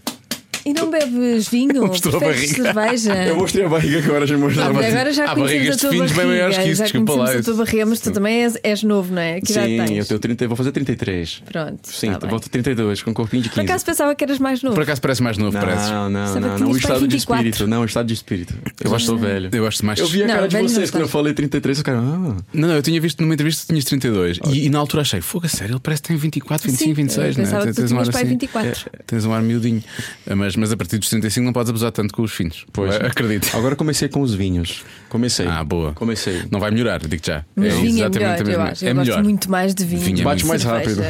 [SPEAKER 3] E não bebes
[SPEAKER 2] *laughs*
[SPEAKER 3] vinho?
[SPEAKER 2] Mostrou a
[SPEAKER 3] Preferes cerveja?
[SPEAKER 4] Eu mostrei a barriga agora, já mostrei
[SPEAKER 3] Ah,
[SPEAKER 4] a
[SPEAKER 3] mas
[SPEAKER 4] barriga.
[SPEAKER 3] agora já
[SPEAKER 2] Há
[SPEAKER 3] conhecemos
[SPEAKER 2] barrigas
[SPEAKER 3] a
[SPEAKER 2] de
[SPEAKER 3] tua
[SPEAKER 2] vinhos bem
[SPEAKER 3] barriga.
[SPEAKER 2] maiores que isso,
[SPEAKER 3] já
[SPEAKER 2] desculpa lá
[SPEAKER 3] conhecemos a
[SPEAKER 2] isso.
[SPEAKER 3] tua barriga, mas tu também és, és novo, não é? Que idade
[SPEAKER 4] Sim,
[SPEAKER 3] tens?
[SPEAKER 4] eu tenho 30, vou fazer 33.
[SPEAKER 3] Pronto.
[SPEAKER 4] Sim,
[SPEAKER 3] tá bem.
[SPEAKER 4] volto 32, com um corpinho de 15.
[SPEAKER 3] Por acaso pensava que eras mais novo.
[SPEAKER 2] Por acaso parece mais novo, parece.
[SPEAKER 4] não, não,
[SPEAKER 3] Sabe
[SPEAKER 4] não,
[SPEAKER 3] que
[SPEAKER 4] não.
[SPEAKER 3] tinhas
[SPEAKER 4] O
[SPEAKER 3] para
[SPEAKER 4] estado de
[SPEAKER 3] 24.
[SPEAKER 4] espírito. Não, o estado de espírito. Eu já estou velho.
[SPEAKER 2] Eu acho mais.
[SPEAKER 4] Eu vi a
[SPEAKER 3] Não,
[SPEAKER 4] cara de
[SPEAKER 3] velho não tá.
[SPEAKER 4] vocês quando eu
[SPEAKER 3] estás.
[SPEAKER 4] falei 33, eu cara. Ah,
[SPEAKER 2] Não, não, eu tinha visto numa entrevista que tinhas 32. E, e na altura achei, fogo, a sério, ele parece que tem 24, 25,
[SPEAKER 3] Sim,
[SPEAKER 2] 26,
[SPEAKER 3] eu
[SPEAKER 2] não é?
[SPEAKER 3] pensava que tu
[SPEAKER 2] Tens um
[SPEAKER 3] tinhas
[SPEAKER 2] ar
[SPEAKER 3] pai 24.
[SPEAKER 2] Tens um ar miudinho. Mas, mas a partir dos 35 não podes abusar tanto com os filhos.
[SPEAKER 4] Pois.
[SPEAKER 2] Ah, Acredito.
[SPEAKER 4] Agora comecei com os vinhos. Comecei.
[SPEAKER 2] Ah, boa.
[SPEAKER 4] Comecei.
[SPEAKER 2] Não vai melhorar, digo já.
[SPEAKER 3] Mas vinho é
[SPEAKER 2] exatamente
[SPEAKER 3] melhor,
[SPEAKER 2] a
[SPEAKER 3] eu
[SPEAKER 2] mesma-
[SPEAKER 3] acho.
[SPEAKER 2] É
[SPEAKER 3] eu
[SPEAKER 2] melhor.
[SPEAKER 3] gosto muito mais de vinho.
[SPEAKER 2] Vinho é
[SPEAKER 3] do
[SPEAKER 2] Bate
[SPEAKER 3] que
[SPEAKER 4] mais
[SPEAKER 3] cerveja.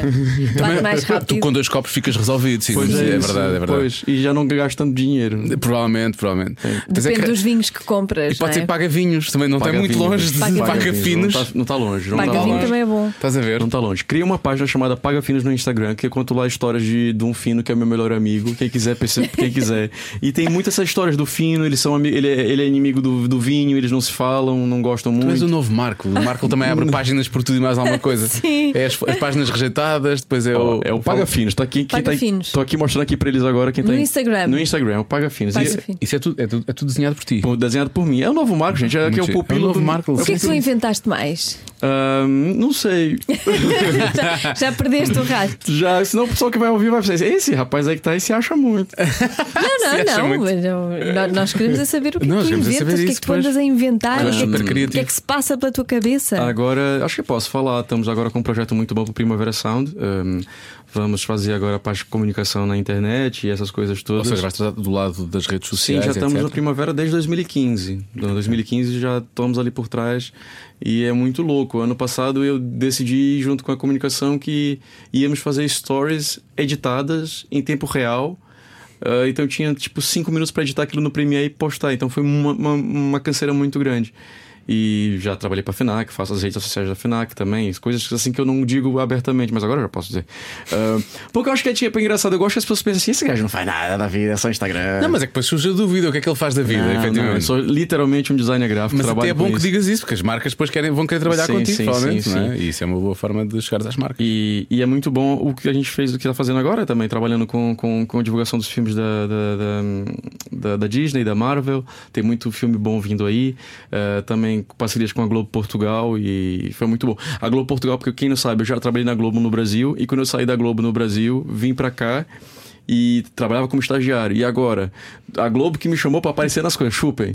[SPEAKER 2] *laughs*
[SPEAKER 3] Bate mais rápido.
[SPEAKER 2] é Tu com dois copos ficas resolvido, sim.
[SPEAKER 4] Pois
[SPEAKER 2] sim, é,
[SPEAKER 4] isso.
[SPEAKER 2] verdade, é verdade.
[SPEAKER 4] Pois, e já não gasto tanto dinheiro.
[SPEAKER 2] Provavelmente, provavelmente. Mas é
[SPEAKER 3] Depende
[SPEAKER 2] que-
[SPEAKER 3] dos vinhos que compras.
[SPEAKER 2] E pode
[SPEAKER 3] não
[SPEAKER 2] ser
[SPEAKER 3] é?
[SPEAKER 2] paga vinhos também, não está
[SPEAKER 4] Paga
[SPEAKER 2] Tá muito
[SPEAKER 4] vinhos.
[SPEAKER 2] longe de
[SPEAKER 3] Paga
[SPEAKER 2] paga,
[SPEAKER 4] vinhos,
[SPEAKER 2] finos.
[SPEAKER 4] Não tá, não tá longe. Não
[SPEAKER 3] Paga
[SPEAKER 4] tá
[SPEAKER 3] vinho
[SPEAKER 4] longe.
[SPEAKER 3] também é bom.
[SPEAKER 2] Estás a ver?
[SPEAKER 4] Não tá longe. Cria uma página chamada Paga Finos no Instagram, que eu conto lá histórias de, de um fino que é meu melhor amigo. Quem quiser, percebe, quem quiser. E tem muitas essas histórias do fino, eles são ami- ele, é, ele é inimigo do, do vinho, eles não se falam, não gostam muito.
[SPEAKER 2] Tu és o novo Marco. O Marco também
[SPEAKER 3] *laughs*
[SPEAKER 2] abre páginas por tudo e mais alguma coisa.
[SPEAKER 3] Sim.
[SPEAKER 2] É as, as páginas rejeitadas, depois é
[SPEAKER 4] Ó,
[SPEAKER 2] o.
[SPEAKER 4] É o Paga Finos, tá aqui, quem
[SPEAKER 3] Paga
[SPEAKER 4] tá,
[SPEAKER 3] Finos.
[SPEAKER 4] Tô aqui mostrando aqui pra eles agora quem tá
[SPEAKER 3] No
[SPEAKER 4] em-
[SPEAKER 3] Instagram.
[SPEAKER 4] No Instagram, é o Paga Finos.
[SPEAKER 3] Paga
[SPEAKER 4] Isso-
[SPEAKER 3] Finos.
[SPEAKER 2] Isso é tudo, é, tudo, é tudo desenhado por ti.
[SPEAKER 4] Pô, Desenhado por mim. É o novo Marco, gente. É, que é o
[SPEAKER 2] Mentira.
[SPEAKER 4] pupilo
[SPEAKER 2] É o novo
[SPEAKER 4] do-
[SPEAKER 2] Marco.
[SPEAKER 4] é
[SPEAKER 3] O que é que tu
[SPEAKER 4] pupilo-
[SPEAKER 2] *laughs*
[SPEAKER 3] inventaste mais?
[SPEAKER 4] Ah, não sei.
[SPEAKER 3] Já, já perdeste o rato.
[SPEAKER 4] Já, senão o pessoal que vai ouvir vai pensar: esse rapaz aí que tá aí se acha muito.
[SPEAKER 3] Não, não,
[SPEAKER 2] Se acha
[SPEAKER 3] não.
[SPEAKER 2] muito.
[SPEAKER 3] mas eu- nó- Nós queremos é saber o que
[SPEAKER 2] Nós
[SPEAKER 3] é que tu
[SPEAKER 2] queremos é
[SPEAKER 3] inventas,
[SPEAKER 2] saber
[SPEAKER 3] o que é que
[SPEAKER 2] isso,
[SPEAKER 3] tu
[SPEAKER 2] pois.
[SPEAKER 3] andas a inventar,
[SPEAKER 2] Olha,
[SPEAKER 3] o que, é
[SPEAKER 2] super
[SPEAKER 3] que,
[SPEAKER 2] criativo.
[SPEAKER 3] o que é que se passa pela tua cabeça.
[SPEAKER 4] Agora, acho que posso falar. Estamos agora com um projeto muito bom pro Primavera Sound. Ahm, vamos fazer agora a parte de comunicação na internet e essas coisas
[SPEAKER 2] Ou
[SPEAKER 4] todas.
[SPEAKER 2] seja, vais estar do lado das redes
[SPEAKER 4] Sim,
[SPEAKER 2] sociais.
[SPEAKER 4] já estamos
[SPEAKER 2] etc.
[SPEAKER 4] na Primavera desde 2015. Em 2015 já estamos ali por trás e é muito louco. Ano passado eu decidi, junto com a comunicação, que íamos fazer stories editadas em tempo real. Ah, então eu tinha tipo cinco minutos para editar aquilo no Premiere e postar. Então foi uma, uma, uma canseira muito grande. E já trabalhei para a FINAC, faço as redes sociais da FINAC também, as coisas assim que eu não digo abertamente, mas agora eu já posso dizer. Ah, porque eu acho que é tipo engraçado, eu gosto que as pessoas pensem assim: esse gajo não faz nada da vida, é só Instagram.
[SPEAKER 2] Não, mas é que depois surge a dúvida: o que é que ele faz da vida,
[SPEAKER 4] Não,
[SPEAKER 2] efetivamente.
[SPEAKER 4] não, eu sou literalmente um designer gráfico.
[SPEAKER 2] Mas
[SPEAKER 4] trabalho
[SPEAKER 2] até é bom
[SPEAKER 4] com
[SPEAKER 2] que
[SPEAKER 4] isso.
[SPEAKER 2] digas isso, porque as marcas depois querem, vão querer trabalhar
[SPEAKER 4] Sim,
[SPEAKER 2] contigo,
[SPEAKER 4] sim,
[SPEAKER 2] provavelmente.
[SPEAKER 4] sim,
[SPEAKER 2] não é? E isso é uma boa forma de chegares às marcas.
[SPEAKER 4] E, e é muito bom o que a gente fez, o que está fazendo agora também, trabalhando com, com, com a divulgação dos filmes da, da, da, da- da Disney, da Marvel. Tem muito filme bom vindo aí. Eh, também com parcerias com a Globo Portugal e foi muito bom. A Globo Portugal, porque quem não sabe, eu já trabalhei na Globo no Brasil e quando eu saí da Globo no Brasil, vim pra cá. E trabalhava como estagiário. E agora? A Globo que me chamou pra aparecer nas coisas. Chupem.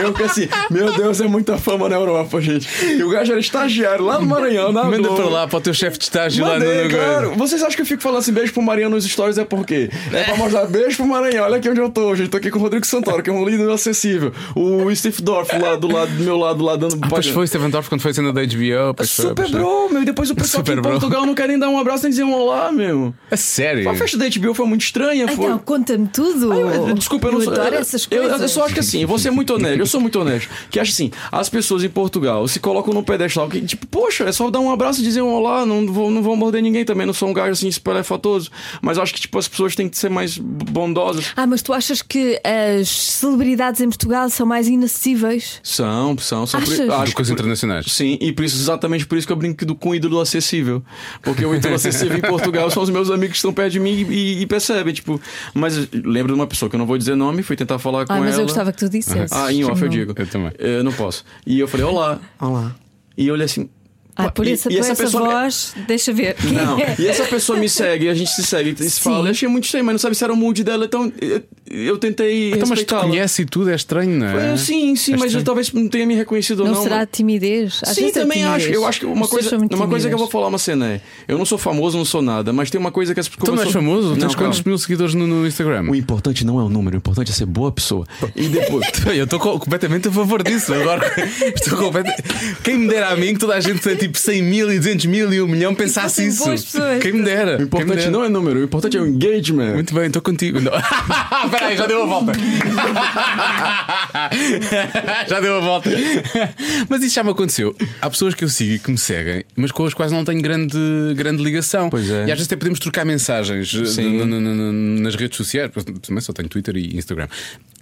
[SPEAKER 4] Eu fiquei assim, meu Deus, é muita fama na Europa, gente. E o gajo era estagiário lá no Maranhão, na
[SPEAKER 2] Manda
[SPEAKER 4] Globo.
[SPEAKER 2] para lá, para o teu chefe de estágio lá
[SPEAKER 4] tá Mandei,
[SPEAKER 2] no.
[SPEAKER 4] claro. Vocês acham que eu fico falando assim, beijo pro Maranhão nos stories é por quê? É pra mostrar beijo pro Maranhão. Olha aqui onde eu tô, gente. Tô aqui com o Rodrigo Santoro, que é um líder acessível. O Steve Dorff lá do lado do meu lado, lá dando
[SPEAKER 2] Ah, pois foi, Steven Dorff, quando foi sendo da HBO. Pois foi,
[SPEAKER 4] Super
[SPEAKER 2] pois foi.
[SPEAKER 4] bro, meu. E depois o pessoal aqui
[SPEAKER 2] Super
[SPEAKER 4] em
[SPEAKER 2] bro.
[SPEAKER 4] Portugal não quer nem dar um abraço nem dizer um olá, meu.
[SPEAKER 2] A sério.
[SPEAKER 4] A festa da HBO foi muito estranha,
[SPEAKER 3] Ah,
[SPEAKER 4] foi.
[SPEAKER 3] Então, conta-me tudo.
[SPEAKER 4] Eu- eu- É, Desculpa, eu não sou.
[SPEAKER 3] adoro essas
[SPEAKER 4] eu-
[SPEAKER 3] coisas.
[SPEAKER 4] Eu, só acho que assim, eu vou ser muito honesto, eu sou muito honesto. Que acho assim, as pessoas em Portugal se colocam num pedestal que, tipo, poxa, é só dar um abraço e dizer um olá, não vou, não vou morder ninguém também, não sou um gajo assim espalhafatoso. Mas acho que, tipo, as pessoas têm que ser mais bondosas.
[SPEAKER 3] Ah, mas tu achas que as celebridades em Portugal são mais inacessíveis?
[SPEAKER 4] São, são, são.
[SPEAKER 3] Achas?
[SPEAKER 4] acho
[SPEAKER 2] As
[SPEAKER 4] que
[SPEAKER 2] coisas
[SPEAKER 4] por-
[SPEAKER 2] internacionais.
[SPEAKER 4] Sim, e por isso, exatamente por isso que eu brinco do, com o ídolo acessível. Porque o ídolo acessível em Portugal são os meus amigos que estão perto de mim e, e percebem, tipo. Mas lembro de uma pessoa que eu não vou dizer nome, fui tentar falar com
[SPEAKER 3] Ah, mas
[SPEAKER 4] ela.
[SPEAKER 3] eu gostava que tu dissesse.
[SPEAKER 4] Ah, em off eu digo.
[SPEAKER 2] Eu também.
[SPEAKER 4] Eu não posso. E eu falei, olá. Olá. E eu olhei assim.
[SPEAKER 3] Ah,
[SPEAKER 4] pá,
[SPEAKER 3] por
[SPEAKER 4] e-
[SPEAKER 3] isso a
[SPEAKER 4] e
[SPEAKER 3] tua essa,
[SPEAKER 4] pessoa-
[SPEAKER 3] voz, deixa ver. é?
[SPEAKER 4] Não, e essa pessoa me segue, a gente se segue e se fala. Eu achei muito estranho, mas não sabe se era o mood dela, então eu, eu tentei.
[SPEAKER 2] Então, mas tu
[SPEAKER 4] respeitá-la.
[SPEAKER 2] conheces e tudo, é estranho, não é?
[SPEAKER 4] Eu, sim, sim, mas eu
[SPEAKER 2] estranho.
[SPEAKER 4] talvez não tenha me reconhecido ou
[SPEAKER 3] Não,
[SPEAKER 4] não.
[SPEAKER 3] será
[SPEAKER 4] mas-
[SPEAKER 3] timidez? Às
[SPEAKER 4] Sim,
[SPEAKER 3] vezes é
[SPEAKER 4] também
[SPEAKER 3] timidez.
[SPEAKER 4] acho. Eu acho que uma
[SPEAKER 3] As pessoas
[SPEAKER 4] coisa,
[SPEAKER 3] são muito
[SPEAKER 4] uma coisa que eu
[SPEAKER 3] tímidas.
[SPEAKER 4] vou falar uma cena é: eu não sou famoso, não sou nada, mas tem uma coisa que as pessoas.
[SPEAKER 2] Tu Então não és famoso? Tens quantos mil seguidores no, no Instagram?
[SPEAKER 4] O importante não é o número, o importante é ser boa pessoa. E depois.
[SPEAKER 2] *laughs* Eu estou co- completamente a favor disso. Agora *laughs* estou completamente. Quem me dera a mim que toda a gente tem tipo 100 mil e 200 mil e um milhão pensasse
[SPEAKER 3] fossem
[SPEAKER 2] isso.
[SPEAKER 3] boas pessoas.
[SPEAKER 2] Quem me dera.
[SPEAKER 4] O importante não é número, o importante é o engagement.
[SPEAKER 2] Muito bem, estou contigo.
[SPEAKER 4] *laughs*
[SPEAKER 2] Não. Espera aí, já deu a *laughs* volta. já deu a volta. Mas isso já me aconteceu. Há pessoas que eu sigo e que me seguem, mas com as quais não tenho grande, grande ligação.
[SPEAKER 4] Pois é.
[SPEAKER 2] E às vezes até podemos trocar mensagens eh,
[SPEAKER 4] Sim.
[SPEAKER 2] n- n- n- nas redes sociais, porque também só tenho Twitter e Instagram.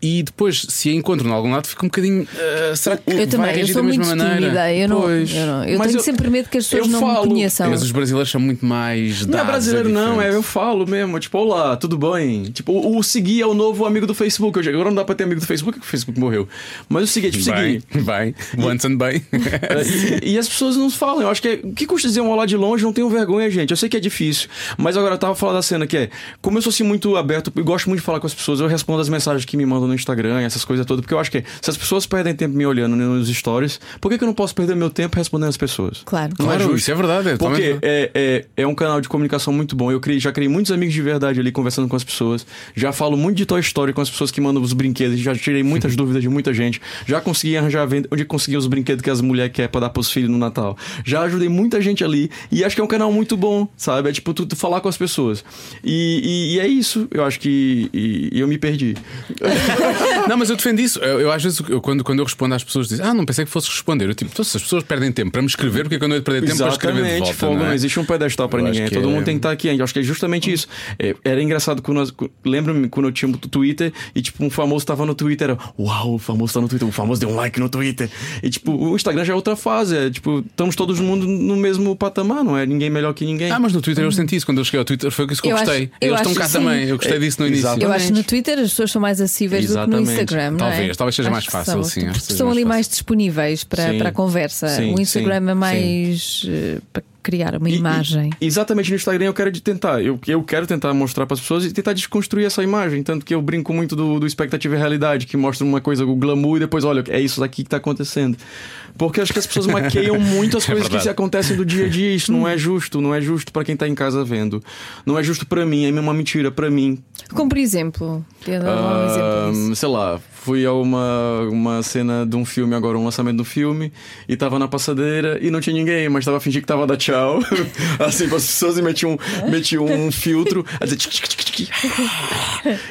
[SPEAKER 2] e depois, se a encontro em algum lado, fico um bocadinho. ah, será que
[SPEAKER 5] Eu
[SPEAKER 2] vai
[SPEAKER 5] também, eu
[SPEAKER 2] reagir
[SPEAKER 5] sou
[SPEAKER 2] da
[SPEAKER 5] muito
[SPEAKER 2] mesma maneira?
[SPEAKER 5] tímida. Eu, não,
[SPEAKER 2] Pois.
[SPEAKER 5] eu, não- eu
[SPEAKER 4] Mas
[SPEAKER 5] tenho
[SPEAKER 4] eu-
[SPEAKER 5] sempre medo que as pessoas
[SPEAKER 4] eu
[SPEAKER 5] não
[SPEAKER 4] falo.
[SPEAKER 5] me conheçam.
[SPEAKER 2] Mas os brasileiros são muito mais.
[SPEAKER 4] Não é
[SPEAKER 2] dados a
[SPEAKER 4] brasileiro, não, é
[SPEAKER 2] diferentes.
[SPEAKER 4] eu falo mesmo. Tipo, olá, tudo bem? Tipo, o, o seguir é o novo amigo do Facebook. Hoje, agora não dá pra ter amigo do Facebook, porque o Facebook morreu. Mas o seguinte, tipo,
[SPEAKER 2] Bem,
[SPEAKER 4] seguir.
[SPEAKER 2] bem, once and bem.
[SPEAKER 4] É, e, e as pessoas não falam. Eu acho que é, o que custa dizer um olá de longe, não tenho vergonha, gente. Eu sei que é difícil. Mas agora eu tava falando da cena que é. Como eu sou assim muito aberto e gosto muito de falar com as pessoas, eu respondo as mensagens que me mandam no Instagram, essas coisas todas, porque eu acho que é, se as pessoas perdem tempo me olhando nos stories, por que, que eu não posso perder meu tempo respondendo as pessoas?
[SPEAKER 5] Claro.
[SPEAKER 4] Não
[SPEAKER 2] Claro,
[SPEAKER 4] justo.
[SPEAKER 2] isso é verdade, é totalmente
[SPEAKER 4] Porque
[SPEAKER 2] verdade.
[SPEAKER 4] é, é, é um canal de comunicação muito bom. Eu criei, já criei muitos amigos de verdade ali conversando com as pessoas. Já falo muito de Toy Story com as pessoas que mandam os brinquedos. Já tirei muitas dúvidas de muita gente. Já consegui arranjar venda, onde conseguir os brinquedos que as mulheres querem pra dar pros filhos no Natal. Já ajudei muita gente ali. E acho que é um canal muito bom, sabe? É tipo, tu, tu falar com as pessoas. E, e- e é isso. Eu acho que e- e eu me perdi.
[SPEAKER 2] Não, mas eu defendo isso. Eu, eu às vezes, eu- quando, quando eu respondo às pessoas, dizem, ah, não pensei que fosse responder. Eu tipo, "Então, se as pessoas perdem tempo para me escrever, porque quando eu perder tempo para escrever de volta?
[SPEAKER 4] fogo,
[SPEAKER 2] não
[SPEAKER 4] não,
[SPEAKER 2] é?
[SPEAKER 4] existe um pedestal pra
[SPEAKER 2] Eu acho
[SPEAKER 4] ninguém.
[SPEAKER 2] que
[SPEAKER 4] Todo
[SPEAKER 2] é-
[SPEAKER 4] mundo tem que estar aqui. Eu acho que é justamente isso. É, era engraçado quando nós. cu- Lembro-me quando eu tinha o Twitter e, tipo, um famoso tava no Twitter. Era, Uau, o famoso tá no Twitter, o famoso deu um like no Twitter. E, tipo, o Instagram já é outra fase. É, tipo, estamos todos mundo no mesmo patamar, não é? Ninguém melhor que ninguém.
[SPEAKER 2] Ah, mas no Twitter eu senti isso. Quando eu cheguei ao Twitter foi isso que eu,
[SPEAKER 5] Eu acho-
[SPEAKER 2] gostei.
[SPEAKER 5] eu
[SPEAKER 2] Eles estão
[SPEAKER 5] acho
[SPEAKER 2] cá
[SPEAKER 5] que sim.
[SPEAKER 2] também. Eu gostei disso no
[SPEAKER 4] É,
[SPEAKER 2] início.
[SPEAKER 4] exato.
[SPEAKER 5] Eu acho que no Twitter as pessoas são mais acessíveis do que
[SPEAKER 4] Exatamente.
[SPEAKER 5] no Instagram, não é?
[SPEAKER 2] Talvez, talvez seja
[SPEAKER 5] Acho
[SPEAKER 2] mais
[SPEAKER 5] que
[SPEAKER 2] fácil,
[SPEAKER 5] são,
[SPEAKER 2] sim,
[SPEAKER 5] porque
[SPEAKER 2] acho que seja
[SPEAKER 5] estão
[SPEAKER 2] mais
[SPEAKER 5] ali
[SPEAKER 2] fácil.
[SPEAKER 5] mais disponíveis para,
[SPEAKER 4] Sim.
[SPEAKER 5] para a conversa.
[SPEAKER 4] Sim,
[SPEAKER 5] o Instagram
[SPEAKER 4] sim,
[SPEAKER 5] é mais eh, para criar uma
[SPEAKER 4] E- e-
[SPEAKER 5] imagem.
[SPEAKER 4] exatamente no Instagram eu quero de tentar. Eu, eu quero tentar mostrar para as pessoas e tentar desconstruir essa imagem. Tanto que eu brinco muito do, do expectativa e realidade, que mostra uma coisa, o glamour, e depois, olha, é isso daqui que tá acontecendo. Porque acho que as
[SPEAKER 2] *laughs*
[SPEAKER 4] pessoas maqueiam muito as
[SPEAKER 2] É
[SPEAKER 4] coisas que
[SPEAKER 2] verdade. Hum.
[SPEAKER 4] se acontecem do dia a dia. Isso não é justo, não é justo para quem tá em casa vendo. Não é justo para mim, é uma mentira para mim.
[SPEAKER 5] Como por exemplo, eu dou um
[SPEAKER 2] Ah,
[SPEAKER 3] é
[SPEAKER 5] exemplo disso.
[SPEAKER 4] Ahn, Ah, sei lá, fui a uma, uma cena de um filme agora, um lançamento do filme, e tava na passadeira e não tinha ninguém, mas tava fingindo que tava a dar tchau. *laughs* assim, para as pessoas e meti um, meti um filtro, a dizer tchic, tchic, tchic, tchic.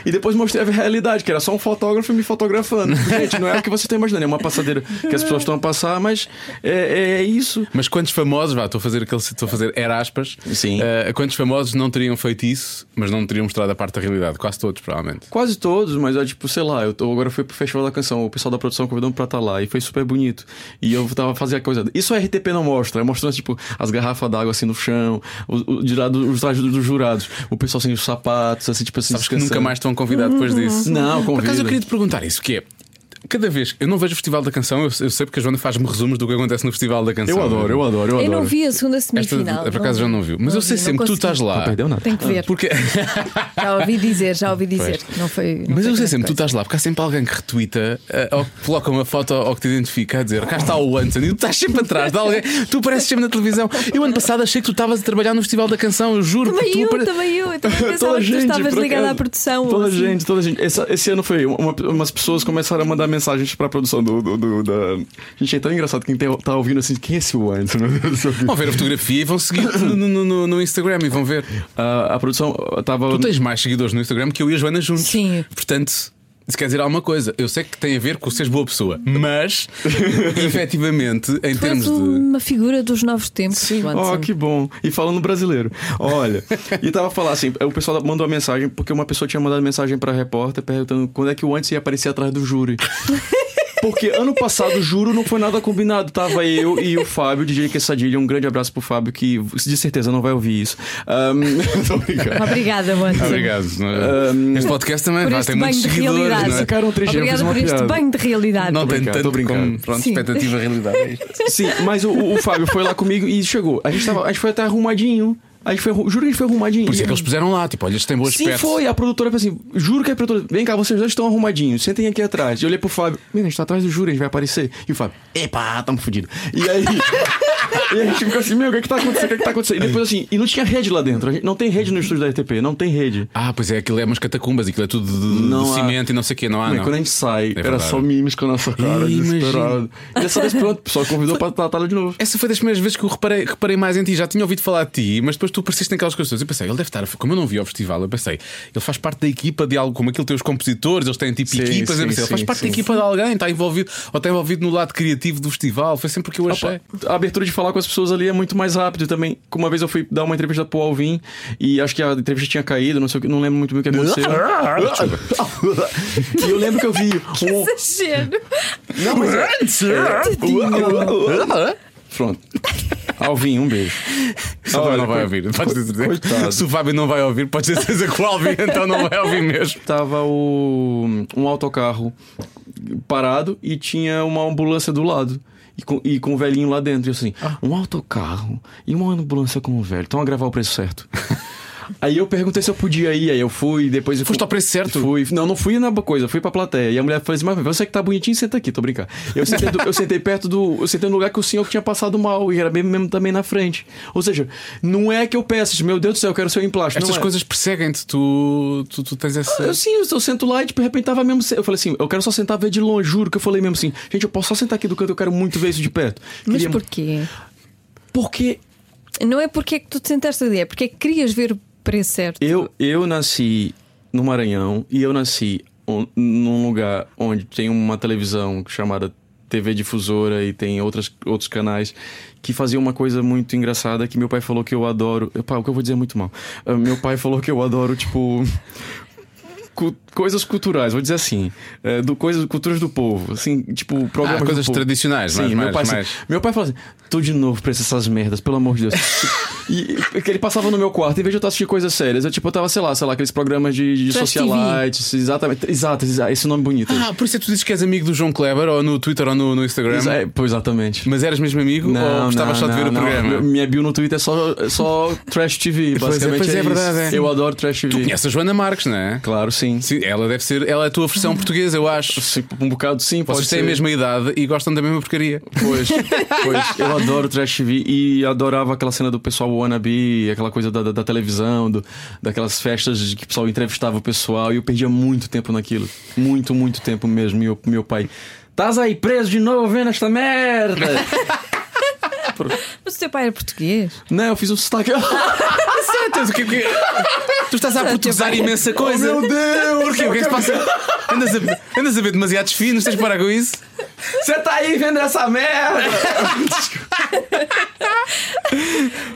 [SPEAKER 4] E depois mostrei a realidade, que era só um fotógrafo me fotografando. Gente, não é o que você tá imaginando, é uma passadeira que as pessoas estão a passar, mas é, é isso.
[SPEAKER 2] Mas quantos famosos, vá, estou a fazer aquele estou a fazer era aspas.
[SPEAKER 4] Sim.
[SPEAKER 2] Eh, quantos famosos não teriam feito isso, mas não teriam mostrado a parte da realidade? Quase todos, provavelmente.
[SPEAKER 4] Quase todos, mas é tipo, sei lá, eu tô- agora fui pro Festival da Canção, o pessoal da produção convidou pra estar lá e foi super bonito. E eu tava fazendo a coisa. Isso a RTP não mostra, mostrando tipo as garrafas d'água assim no chão, o, o, de lado, os trajes dos jurados, o pessoal sem os sapatos, assim, tipo assim,
[SPEAKER 2] Sabes que
[SPEAKER 4] descansando.
[SPEAKER 2] nunca mais estão convidados depois
[SPEAKER 5] Uhum.
[SPEAKER 2] disso.
[SPEAKER 4] Não,
[SPEAKER 2] Por acaso
[SPEAKER 4] convida.
[SPEAKER 2] eu queria te perguntar isso, que é. Cada vez, eu não vejo o Festival da Canção, eu, eu sei porque a Joana faz-me resumos do que acontece no Festival da Canção. é?
[SPEAKER 4] Eu adoro, eu adoro, eu adoro.
[SPEAKER 5] Eu não vi a segunda
[SPEAKER 2] Esta,
[SPEAKER 5] semifinal.
[SPEAKER 2] por acaso, já não viu. Mas eu sei
[SPEAKER 5] vi,
[SPEAKER 2] sempre que tu
[SPEAKER 5] consegui.
[SPEAKER 2] estás lá.
[SPEAKER 4] Não Ah, perdeu nada.
[SPEAKER 5] Tenho que ver.
[SPEAKER 2] Porque. *laughs*
[SPEAKER 5] Já ouvi dizer, já ouvi dizer. Não foi, não foi
[SPEAKER 2] Mas eu sei
[SPEAKER 5] grande
[SPEAKER 2] sempre, tu
[SPEAKER 5] coisa.
[SPEAKER 2] estás lá, porque há sempre alguém que retuita eh, ou que coloca uma foto ou que te identifica a dizer cá está o Anthony, e tu estás sempre atrás de alguém, tu apareces sempre na televisão. Eu ano passado achei que tu estavas a trabalhar no Festival da Canção, eu juro. porque
[SPEAKER 5] Também
[SPEAKER 2] tu
[SPEAKER 5] eu,
[SPEAKER 2] apare-
[SPEAKER 5] também eu. Eu
[SPEAKER 2] *laughs*
[SPEAKER 4] *laughs*
[SPEAKER 5] também pensava que tu estavas
[SPEAKER 4] por
[SPEAKER 5] ligada
[SPEAKER 4] acaso.
[SPEAKER 5] à produção.
[SPEAKER 4] Toda
[SPEAKER 5] ou assim.
[SPEAKER 4] gente, toda gente. Essa- esse ano foi. uma- umas pessoas começaram a mandar mensagens pra produção do. do, do- da... Gente, é tão engraçado quem tem- tá ouvindo assim. Quem é esse *laughs* Wands?
[SPEAKER 2] Vão ver a fotografia e vão seguir no, no- no- no Instagram e vão ver.
[SPEAKER 4] a, a produção tava.
[SPEAKER 2] Tu tens mais seguidores no Instagram que eu e a Joana juntos.
[SPEAKER 5] Sim.
[SPEAKER 2] Portanto, isso quer dizer alguma coisa. Eu sei que tem a ver com seres boa pessoa, *laughs* mas efetivamente, em
[SPEAKER 5] Tu és um-
[SPEAKER 2] termos de.
[SPEAKER 5] uma figura dos novos tempos. Sim,
[SPEAKER 3] né?
[SPEAKER 4] Oh, que bom. E falando brasileiro. Olha, e tava falando assim, o pessoal mandou uma mensagem, porque uma pessoa tinha mandado mensagem pra repórter perguntando quando é que o antes ia aparecer atrás do júri. Porque ano passado, juro, não foi nada combinado. Tava eu e o Fábio, DJ Quesadilha. Um grande abraço pro Fábio, que de certeza não vai ouvir isso. Ahm, *laughs* tô brincando.
[SPEAKER 5] Obrigada, Wanda.
[SPEAKER 2] Obrigado. é? este podcast também
[SPEAKER 5] Por
[SPEAKER 2] vá,
[SPEAKER 5] este
[SPEAKER 2] tem muitos
[SPEAKER 5] banho de
[SPEAKER 2] seguidores.
[SPEAKER 5] realidade.
[SPEAKER 2] não é?
[SPEAKER 4] Sacaram três, eu fiz
[SPEAKER 5] Obrigada
[SPEAKER 4] uma
[SPEAKER 5] por este
[SPEAKER 4] piada.
[SPEAKER 5] banho de realidade. *laughs*
[SPEAKER 2] Não tem
[SPEAKER 4] brincando,
[SPEAKER 2] tanto
[SPEAKER 4] tô brincando.
[SPEAKER 2] como, pronto,
[SPEAKER 5] Sim.
[SPEAKER 2] expectativa realidade. é isto.
[SPEAKER 4] Sim, mas o, o Fábio foi lá comigo e chegou. A gente, tava, a gente foi até arrumadinho. A gente foi, arru- juro que a gente foi arrumadinho.
[SPEAKER 2] Por isso é
[SPEAKER 4] E-
[SPEAKER 2] que eles puseram lá, tipo, olha, eles têm boas
[SPEAKER 4] Sim, foi. A produtora falou assim: juro que a produtora. Vem cá, vocês dois estão arrumadinhos, sentem aqui atrás. Eu olhei pro Fábio: Menina, a gente tá atrás do júri, a gente vai aparecer. E o Fábio: Epa, tamo fudido. E aí. *laughs* e a gente ficou assim: Meu, o que é que tá acontecendo? O que é que tá acontecendo? E depois assim: E não tinha rede lá dentro. A gente, não tem rede no estúdio da RTP, não tem rede.
[SPEAKER 2] Ah, pois é, aquilo é umas catacumbas, aquilo é tudo de, de
[SPEAKER 4] Não há-
[SPEAKER 2] cimento e não sei o quê, não é há.
[SPEAKER 4] Mãe,
[SPEAKER 2] Ah, Não.
[SPEAKER 4] Quando a gente sai, era
[SPEAKER 2] verdade.
[SPEAKER 4] só memes com a nossa cara,
[SPEAKER 2] Ih,
[SPEAKER 4] desesperado. E dessa vez, pronto, o pessoal convidou pra Natália de novo.
[SPEAKER 2] Essa foi das primeiras vezes que eu reparei, reparei mais em ti. Já tinha ouvido falar de ti, mas depois tu apareceste naquelas coisas. todas. Eu pensei, ele deve estar. Como eu não vi ao festival, eu pensei, ele faz parte da equipa de algo, como aquilo tem os compositores, eles têm tipo
[SPEAKER 4] Sim,
[SPEAKER 2] equipas. eu
[SPEAKER 4] sim,
[SPEAKER 2] pensei, ele faz
[SPEAKER 4] sim,
[SPEAKER 2] parte
[SPEAKER 4] sim.
[SPEAKER 2] da equipa de alguém, está envolvido, ou está envolvido no lado criativo do festival. Foi sempre o que eu achei.
[SPEAKER 4] Opa, a abertura de falar com as pessoas ali é muito mais rápido também. Como Uma vez eu fui dar uma entrevista pro Alvin e acho que a entrevista tinha caído, não sei o que, não lembro muito bem o que aconteceu. *laughs* e eu lembro que eu vi um.
[SPEAKER 5] é
[SPEAKER 3] Exagero.
[SPEAKER 4] Não, mas é- Pronto. Alvin, um beijo.
[SPEAKER 2] Se ele
[SPEAKER 4] Olha,
[SPEAKER 2] não vai
[SPEAKER 4] coi-
[SPEAKER 2] ouvir, podes ter certeza.
[SPEAKER 4] coitado.
[SPEAKER 2] Se o Fábio não vai ouvir, podes ter certeza que o
[SPEAKER 4] *laughs*
[SPEAKER 2] Alvin então não vai ouvir mesmo.
[SPEAKER 4] Tava o, um autocarro parado e tinha uma ambulância do lado. E com, e com o velhinho lá dentro. E eu assim,
[SPEAKER 2] Ah.
[SPEAKER 4] um autocarro e uma ambulância com o velho. Estão a gravar o preço certo. *laughs* aí eu perguntei se eu podia ir. Aí eu fui, depois eu
[SPEAKER 2] Foste
[SPEAKER 4] fu-
[SPEAKER 2] ao preço certo?
[SPEAKER 4] Fui. Não, não fui na coisa, fui pra plateia. E a mulher falou assim: Mas você que tá bonitinho, senta aqui, tô brincando. Eu sentei, do- eu sentei perto do. Eu sentei no lugar que o senhor tinha passado mal e era bem mesmo também na frente. Ou seja, não é que eu peço, meu Deus do céu, eu quero seu emplasto.
[SPEAKER 2] Estas
[SPEAKER 4] não é. Ah,
[SPEAKER 2] coisas perseguem-te, tu, tu, tu tens essa.
[SPEAKER 4] Eu sim, eu sento lá e tipo, de repente tava mesmo. Eu falei assim, eu quero só sentar ver de longe, juro que eu falei mesmo assim, gente, eu posso só sentar aqui do canto, eu quero muito ver isso de perto.
[SPEAKER 5] Mas
[SPEAKER 4] Queria-
[SPEAKER 5] porquê?
[SPEAKER 4] Porque
[SPEAKER 5] Não é porque é que tu te sentaste ali, é porque é que querias ver o preço certo.
[SPEAKER 4] eu, eu nasci no Maranhão e eu nasci on- num lugar onde tem uma televisão chamada TV Difusora e tem outras, outros canais que faziam uma coisa muito engraçada que meu pai falou que eu adoro. Epá, o que eu vou dizer é muito mal. Ah, meu pai falou que eu adoro, tipo. cu- coisas culturais, vou dizer assim, eh, do coisas culturas do povo, assim, tipo, programas do
[SPEAKER 2] Ah, coisas
[SPEAKER 4] povo.
[SPEAKER 2] tradicionais,
[SPEAKER 4] Sim,
[SPEAKER 2] mais-
[SPEAKER 4] meu
[SPEAKER 2] mais-
[SPEAKER 4] pai,
[SPEAKER 2] mais.
[SPEAKER 4] meu pai falou assim: tô de novo pra essas merdas, pelo amor
[SPEAKER 2] *laughs*
[SPEAKER 4] de Deus. e e- que ele passava no meu quarto, em vez de eu estar assistindo coisas sérias, eu tipo, eu tava, sei lá, sei lá, aqueles programas de, de
[SPEAKER 5] Trash
[SPEAKER 4] socialites, exatamente, exato, exa- esse nome bonito.
[SPEAKER 2] Ah, por isso é que tu dizes que és amigo do João Kleber, ou no Twitter ou no, no Instagram.
[SPEAKER 4] Exa- é, pois exatamente.
[SPEAKER 2] Mas eras mesmo amigo ou gostavas só de ver
[SPEAKER 4] não,
[SPEAKER 2] o programa?
[SPEAKER 4] não. Minha bio no Twitter é só, é só Trash TV,
[SPEAKER 2] Pois é,
[SPEAKER 4] basicamente.
[SPEAKER 2] pois é,
[SPEAKER 4] é isso.
[SPEAKER 2] verdade, é.
[SPEAKER 4] Eu adoro Trash TV.
[SPEAKER 2] Conhece a Joana Marques, não é?
[SPEAKER 4] Claro, sim.
[SPEAKER 2] Sim, ela deve ser. Ela é a tua versão portuguesa, eu acho.
[SPEAKER 4] Sim, Um bocado sim, pode
[SPEAKER 2] Vocês
[SPEAKER 4] ser.
[SPEAKER 2] têm a mesma idade e gostam da mesma porcaria. *laughs*
[SPEAKER 4] Pois, pois. Eu adoro Trash TV e adorava aquela cena do pessoal wannabe, aquela coisa da, da, da televisão, do- daquelas festas de que o pessoal entrevistava o pessoal e eu perdia muito tempo naquilo. Muito, muito tempo mesmo. Meu, meu pai, tás aí preso de novo vendo
[SPEAKER 2] *laughs*
[SPEAKER 4] esta merda.
[SPEAKER 5] Mas o teu pai era português.
[SPEAKER 4] Não, eu fiz um sotaque.
[SPEAKER 2] Certo, Então, o que, é? o que- *laughs* Tu estás a portuguesar imensa coisa.
[SPEAKER 4] meu
[SPEAKER 2] Deus! Porquê? O que é que se passa? Andas a, andas a ver demasiados finos, tens de parar com isso?
[SPEAKER 4] Você tá aí vendo essa merda?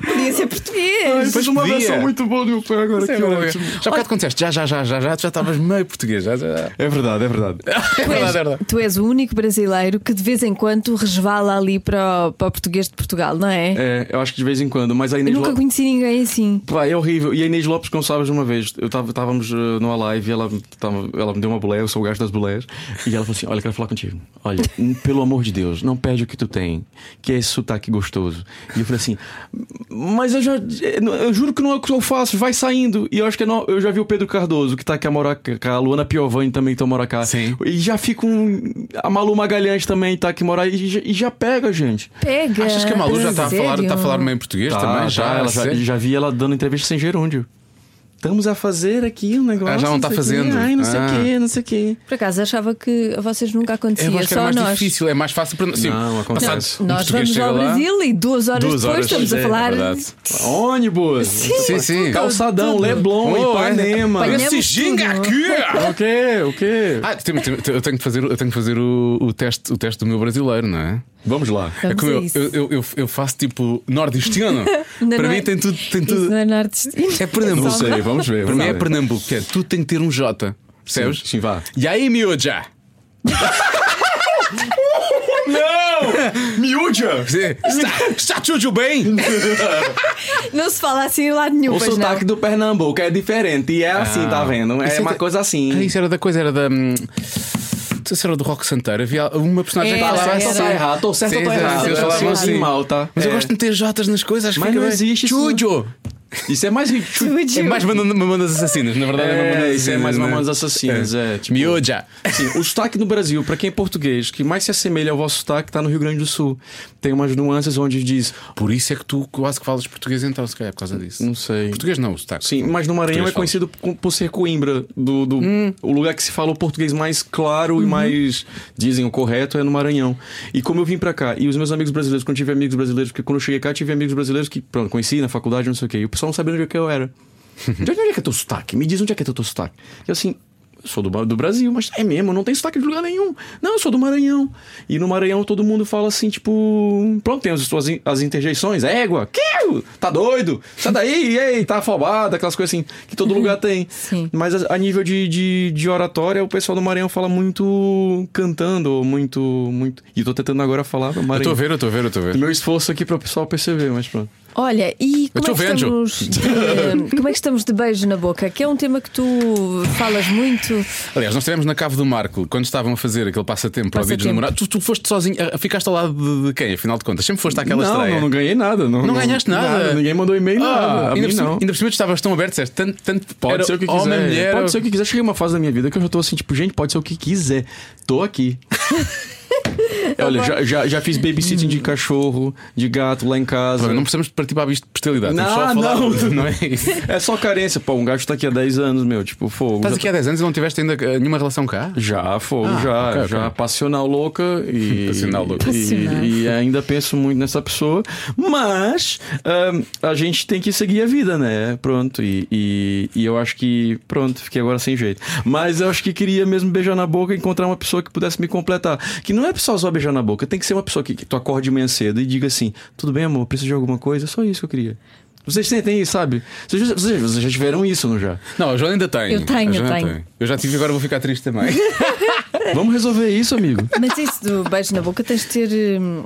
[SPEAKER 5] Podia ser
[SPEAKER 2] É
[SPEAKER 5] português.
[SPEAKER 4] Fiz uma
[SPEAKER 2] podia.
[SPEAKER 4] versão muito boa do meu pai agora.
[SPEAKER 2] Já
[SPEAKER 4] que ótimo.
[SPEAKER 2] há bocado aconteceste, já, já, já, já, já, tu já estavas meio português. Já, já.
[SPEAKER 4] É verdade, é verdade.
[SPEAKER 2] É
[SPEAKER 5] Tu és,
[SPEAKER 2] verdade, é verdade.
[SPEAKER 5] tu és o único brasileiro que de vez em quando resvala ali para o, para o português de Portugal, não é?
[SPEAKER 4] É, eu acho que de vez em quando, mas a
[SPEAKER 5] Eu
[SPEAKER 4] Inês
[SPEAKER 5] nunca
[SPEAKER 4] Lo-
[SPEAKER 5] conheci ninguém assim.
[SPEAKER 4] Pá, é horrível. E a Inês Lopes Gonçalves, uma vez, eu tava, estávamos numa live e ela, tava, ela me deu uma boleia, eu sou o gajo das boleias, e ela falou assim: Olha, eu quero falar contigo. Olha, n- pelo amor de Deus, não perde o que tu tem, que é esse sotaque gostoso. E eu falei assim: Mas eu já. Eu juro que não é o que eu faço, vai saindo. E eu acho que é no- eu já vi o Pedro Cardoso, que tá aqui a morar cá, a Luana Piovani também tá a morar cá.
[SPEAKER 2] Sim.
[SPEAKER 4] E já fica um. A Malu Magalhães também tá aqui a morar, e já, e já pega, gente.
[SPEAKER 5] Pega!
[SPEAKER 2] Achas que a Malu já está a falar,
[SPEAKER 5] Sério?
[SPEAKER 2] está a falar meio português também?
[SPEAKER 4] Tá,
[SPEAKER 2] Já,
[SPEAKER 4] tá, ela já,
[SPEAKER 2] sério?
[SPEAKER 4] já vi ela dando entrevista sem gerúndio. Estamos a fazer aqui um negócio.
[SPEAKER 2] Ah, já não tá
[SPEAKER 4] sei o quê.
[SPEAKER 2] fazendo.
[SPEAKER 4] Ai, não sei o
[SPEAKER 2] Ah.
[SPEAKER 4] quê, não sei o quê.
[SPEAKER 5] Por acaso achava que a vocês nunca
[SPEAKER 2] Eu
[SPEAKER 5] acontecia,
[SPEAKER 2] acho É, que
[SPEAKER 5] só
[SPEAKER 2] era
[SPEAKER 5] a
[SPEAKER 2] mais
[SPEAKER 5] nós.
[SPEAKER 2] difícil, é mais fácil para nós. Sim,
[SPEAKER 4] Não, acontece.
[SPEAKER 2] passado, um
[SPEAKER 5] Nós
[SPEAKER 2] português
[SPEAKER 5] vamos
[SPEAKER 2] chega
[SPEAKER 5] ao
[SPEAKER 2] lá-
[SPEAKER 5] Brasil e duas horas
[SPEAKER 2] Duas
[SPEAKER 5] depois
[SPEAKER 2] horas,
[SPEAKER 5] estamos a
[SPEAKER 2] é,
[SPEAKER 5] falar.
[SPEAKER 2] verdade.
[SPEAKER 4] Ônibus.
[SPEAKER 2] Sim, sim.
[SPEAKER 4] Calçadão, Leblon,
[SPEAKER 2] Oh,
[SPEAKER 4] Ipanema.
[SPEAKER 5] é.
[SPEAKER 2] Esse
[SPEAKER 5] Apanhamos
[SPEAKER 2] ginga
[SPEAKER 5] tudo.
[SPEAKER 2] aqui!
[SPEAKER 4] é O quê? O quê?
[SPEAKER 2] Ah, tem- tem- eu tenho que fazer, eu tenho que fazer o, o teste, o teste do meu brasileiro, não é?
[SPEAKER 4] Vamos lá.
[SPEAKER 2] é
[SPEAKER 5] Vamos
[SPEAKER 2] como
[SPEAKER 5] a
[SPEAKER 2] eu,
[SPEAKER 5] isso.
[SPEAKER 2] eu, eu- eu- eu faço tipo nordestino.
[SPEAKER 5] Ainda
[SPEAKER 2] Para
[SPEAKER 5] *laughs* não
[SPEAKER 2] mim
[SPEAKER 5] é-
[SPEAKER 2] tem tudo. Tem
[SPEAKER 5] Isso
[SPEAKER 2] tudo
[SPEAKER 5] não é nordestino.
[SPEAKER 2] é Pernambuco.
[SPEAKER 4] Não sei, vamos ver,
[SPEAKER 2] Para
[SPEAKER 4] vamos
[SPEAKER 2] mim é
[SPEAKER 4] ver.
[SPEAKER 2] Pernambuco, que é tudo tem que ter um J. Percebes?
[SPEAKER 4] Sim, sim, vá.
[SPEAKER 2] E
[SPEAKER 5] *laughs*
[SPEAKER 2] aí, miúda?
[SPEAKER 4] Miúdia!
[SPEAKER 2] Está, está
[SPEAKER 5] *laughs*
[SPEAKER 2] tudo bem?
[SPEAKER 5] Não se fala assim em lado nenhum,
[SPEAKER 4] O
[SPEAKER 5] pois não.
[SPEAKER 4] sotaque do Pernambuco é diferente e é assim, tá vendo? É
[SPEAKER 2] Isso
[SPEAKER 4] uma
[SPEAKER 2] da-
[SPEAKER 4] coisa
[SPEAKER 2] Ah,
[SPEAKER 4] assim.
[SPEAKER 2] Isso era da coisa, era da. hum, Não sei se era do Rock Santeiro. Havia uma personagem que
[SPEAKER 5] Era,
[SPEAKER 2] falava
[SPEAKER 5] era.
[SPEAKER 2] assim.
[SPEAKER 5] Tá
[SPEAKER 4] errado, tô certo ou
[SPEAKER 2] Sim,
[SPEAKER 4] tô
[SPEAKER 2] sim, sim,
[SPEAKER 4] errado? Eu
[SPEAKER 2] Eles
[SPEAKER 4] sou
[SPEAKER 2] falavam
[SPEAKER 4] assim,
[SPEAKER 2] assim
[SPEAKER 4] mal, tá?
[SPEAKER 2] Mas eu
[SPEAKER 4] É.
[SPEAKER 2] gosto de meter Jotas nas coisas, acho
[SPEAKER 4] Mas
[SPEAKER 2] que
[SPEAKER 4] não
[SPEAKER 2] bem.
[SPEAKER 4] existe isso, não.
[SPEAKER 2] Chujo!
[SPEAKER 4] Isso
[SPEAKER 2] *laughs*
[SPEAKER 4] é mais ridículo.
[SPEAKER 2] É mais mamando- mamandas assassinas, na verdade.
[SPEAKER 4] É,
[SPEAKER 2] mamandas
[SPEAKER 4] isso é mais
[SPEAKER 2] né?
[SPEAKER 4] mamandas assassinas, é, tipo-
[SPEAKER 2] Miúda!
[SPEAKER 4] Sim, o sotaque no Brasil, pra quem é português, que mais se assemelha ao vosso sotaque, tá no Rio Grande do Sul. tem umas nuances onde diz.
[SPEAKER 2] Por isso é que tu quase que falas português então, se calhar, por causa disso.
[SPEAKER 4] Não sei.
[SPEAKER 2] Português não, o sotaque.
[SPEAKER 4] Sim, mas no Maranhão
[SPEAKER 2] Português
[SPEAKER 4] é conhecido com- por ser Coimbra, do, do- o lugar que se fala o português mais claro e mais dizem o correto é no Maranhão. E como eu vim pra cá e os meus amigos brasileiros, quando eu tive amigos brasileiros, porque quando eu cheguei cá tive amigos brasileiros que pronto, conheci na faculdade, não sei o quê, e o pessoal não sabia onde é que eu era. De onde é que é teu sotaque? Me diz onde é que é teu teu sotaque. E eu assim, eu sou do, Ba- do Brasil, mas é mesmo, não tem sotaque de lugar nenhum. Não, eu sou do Maranhão. E no Maranhão todo mundo fala assim, tipo. Pronto, tem as suas in- as interjeições, égua, que? Tá doido? Sai daí, *laughs* ei, tá afobado, aquelas coisas assim que todo lugar tem.
[SPEAKER 5] Sim.
[SPEAKER 4] Mas a, a nível de, de, de oratória, o pessoal do Maranhão fala muito cantando, ou muito. muito... E eu tô tentando agora falar do
[SPEAKER 2] Eu estou
[SPEAKER 4] Maranhão.
[SPEAKER 2] a ver, eu estou a ver, eu estou a ver.
[SPEAKER 4] Meu esforço aqui para o pessoal perceber, mas pronto.
[SPEAKER 5] Olha, e como
[SPEAKER 2] tô
[SPEAKER 5] é, que
[SPEAKER 2] vendo.
[SPEAKER 5] estamos
[SPEAKER 2] *laughs*
[SPEAKER 5] de, como é que estamos de beijo na boca? Que é um tema que tu falas muito.
[SPEAKER 2] Aliás, nós estivemos na Cave do Marco quando estavam a fazer aquele passatempo para o Dia dos
[SPEAKER 5] Passatempo.
[SPEAKER 2] Namorados. Tu, tu foste sozinho, ah, ficaste ao lado de, de quem, afinal de contas? Sempre foste àquela
[SPEAKER 4] não,
[SPEAKER 2] estreia.
[SPEAKER 4] não, não ganhei nada. Não,
[SPEAKER 2] Não ganhaste nada.
[SPEAKER 4] Ninguém mandou e-mail, nada.
[SPEAKER 2] Ah,
[SPEAKER 4] A
[SPEAKER 2] ainda,
[SPEAKER 4] mim
[SPEAKER 2] por cima,
[SPEAKER 4] não.
[SPEAKER 2] ainda por cima tu estavas tão aberto, disseste tanto, tanto
[SPEAKER 4] Pode
[SPEAKER 2] era
[SPEAKER 4] ser o que
[SPEAKER 2] homem,
[SPEAKER 4] quiser.
[SPEAKER 2] mulher,
[SPEAKER 4] Pode ser o que quiser. Cheguei a uma fase da minha vida que eu já tô assim, tipo, gente, pode ser o que quiser. Tô aqui. *laughs* Olha, já, já, já fiz babysitting de cachorro, de gato lá em casa.
[SPEAKER 2] Não precisamos de partir para a bestialidade.
[SPEAKER 4] Não,
[SPEAKER 2] Temos só a falar,
[SPEAKER 4] não.
[SPEAKER 2] não é isso.
[SPEAKER 4] É só carência. Pô, um gajo tá aqui há 10 anos, meu. Tipo, fogo.
[SPEAKER 2] Estás
[SPEAKER 4] já
[SPEAKER 2] aqui há 10 anos e não tiveste ainda eh, nenhuma relação cá?
[SPEAKER 4] Já, fogo,
[SPEAKER 2] Ah,
[SPEAKER 4] já,
[SPEAKER 2] ok, ok.
[SPEAKER 4] já passional louca e,
[SPEAKER 2] *laughs* Passional louca.
[SPEAKER 4] e-
[SPEAKER 5] Passional.
[SPEAKER 4] e ainda penso muito nessa pessoa, mas ahm, a gente tem que seguir a vida, né? Pronto, e, e, e eu acho que pronto, fiquei agora sem jeito. Mas eu acho que queria mesmo beijar na boca e encontrar uma pessoa que pudesse me completar. Que não é só só beijar na boca, tem que ser uma pessoa que, que tu acorde de manhã cedo e diga assim: tudo bem, amor, preciso de alguma coisa, é só isso que eu queria. Vocês sentem isso, sabe? Vocês, vocês, vocês já tiveram isso, não já?
[SPEAKER 2] Não, a Joana ainda tem.
[SPEAKER 5] Eu tenho,
[SPEAKER 2] A Joana
[SPEAKER 5] tenho.
[SPEAKER 2] tem. Eu já tive e agora vou ficar triste
[SPEAKER 5] *laughs*
[SPEAKER 2] também.
[SPEAKER 4] Vamos resolver isso, amigo.
[SPEAKER 5] Mas isso do beijo na boca tens de ter hum,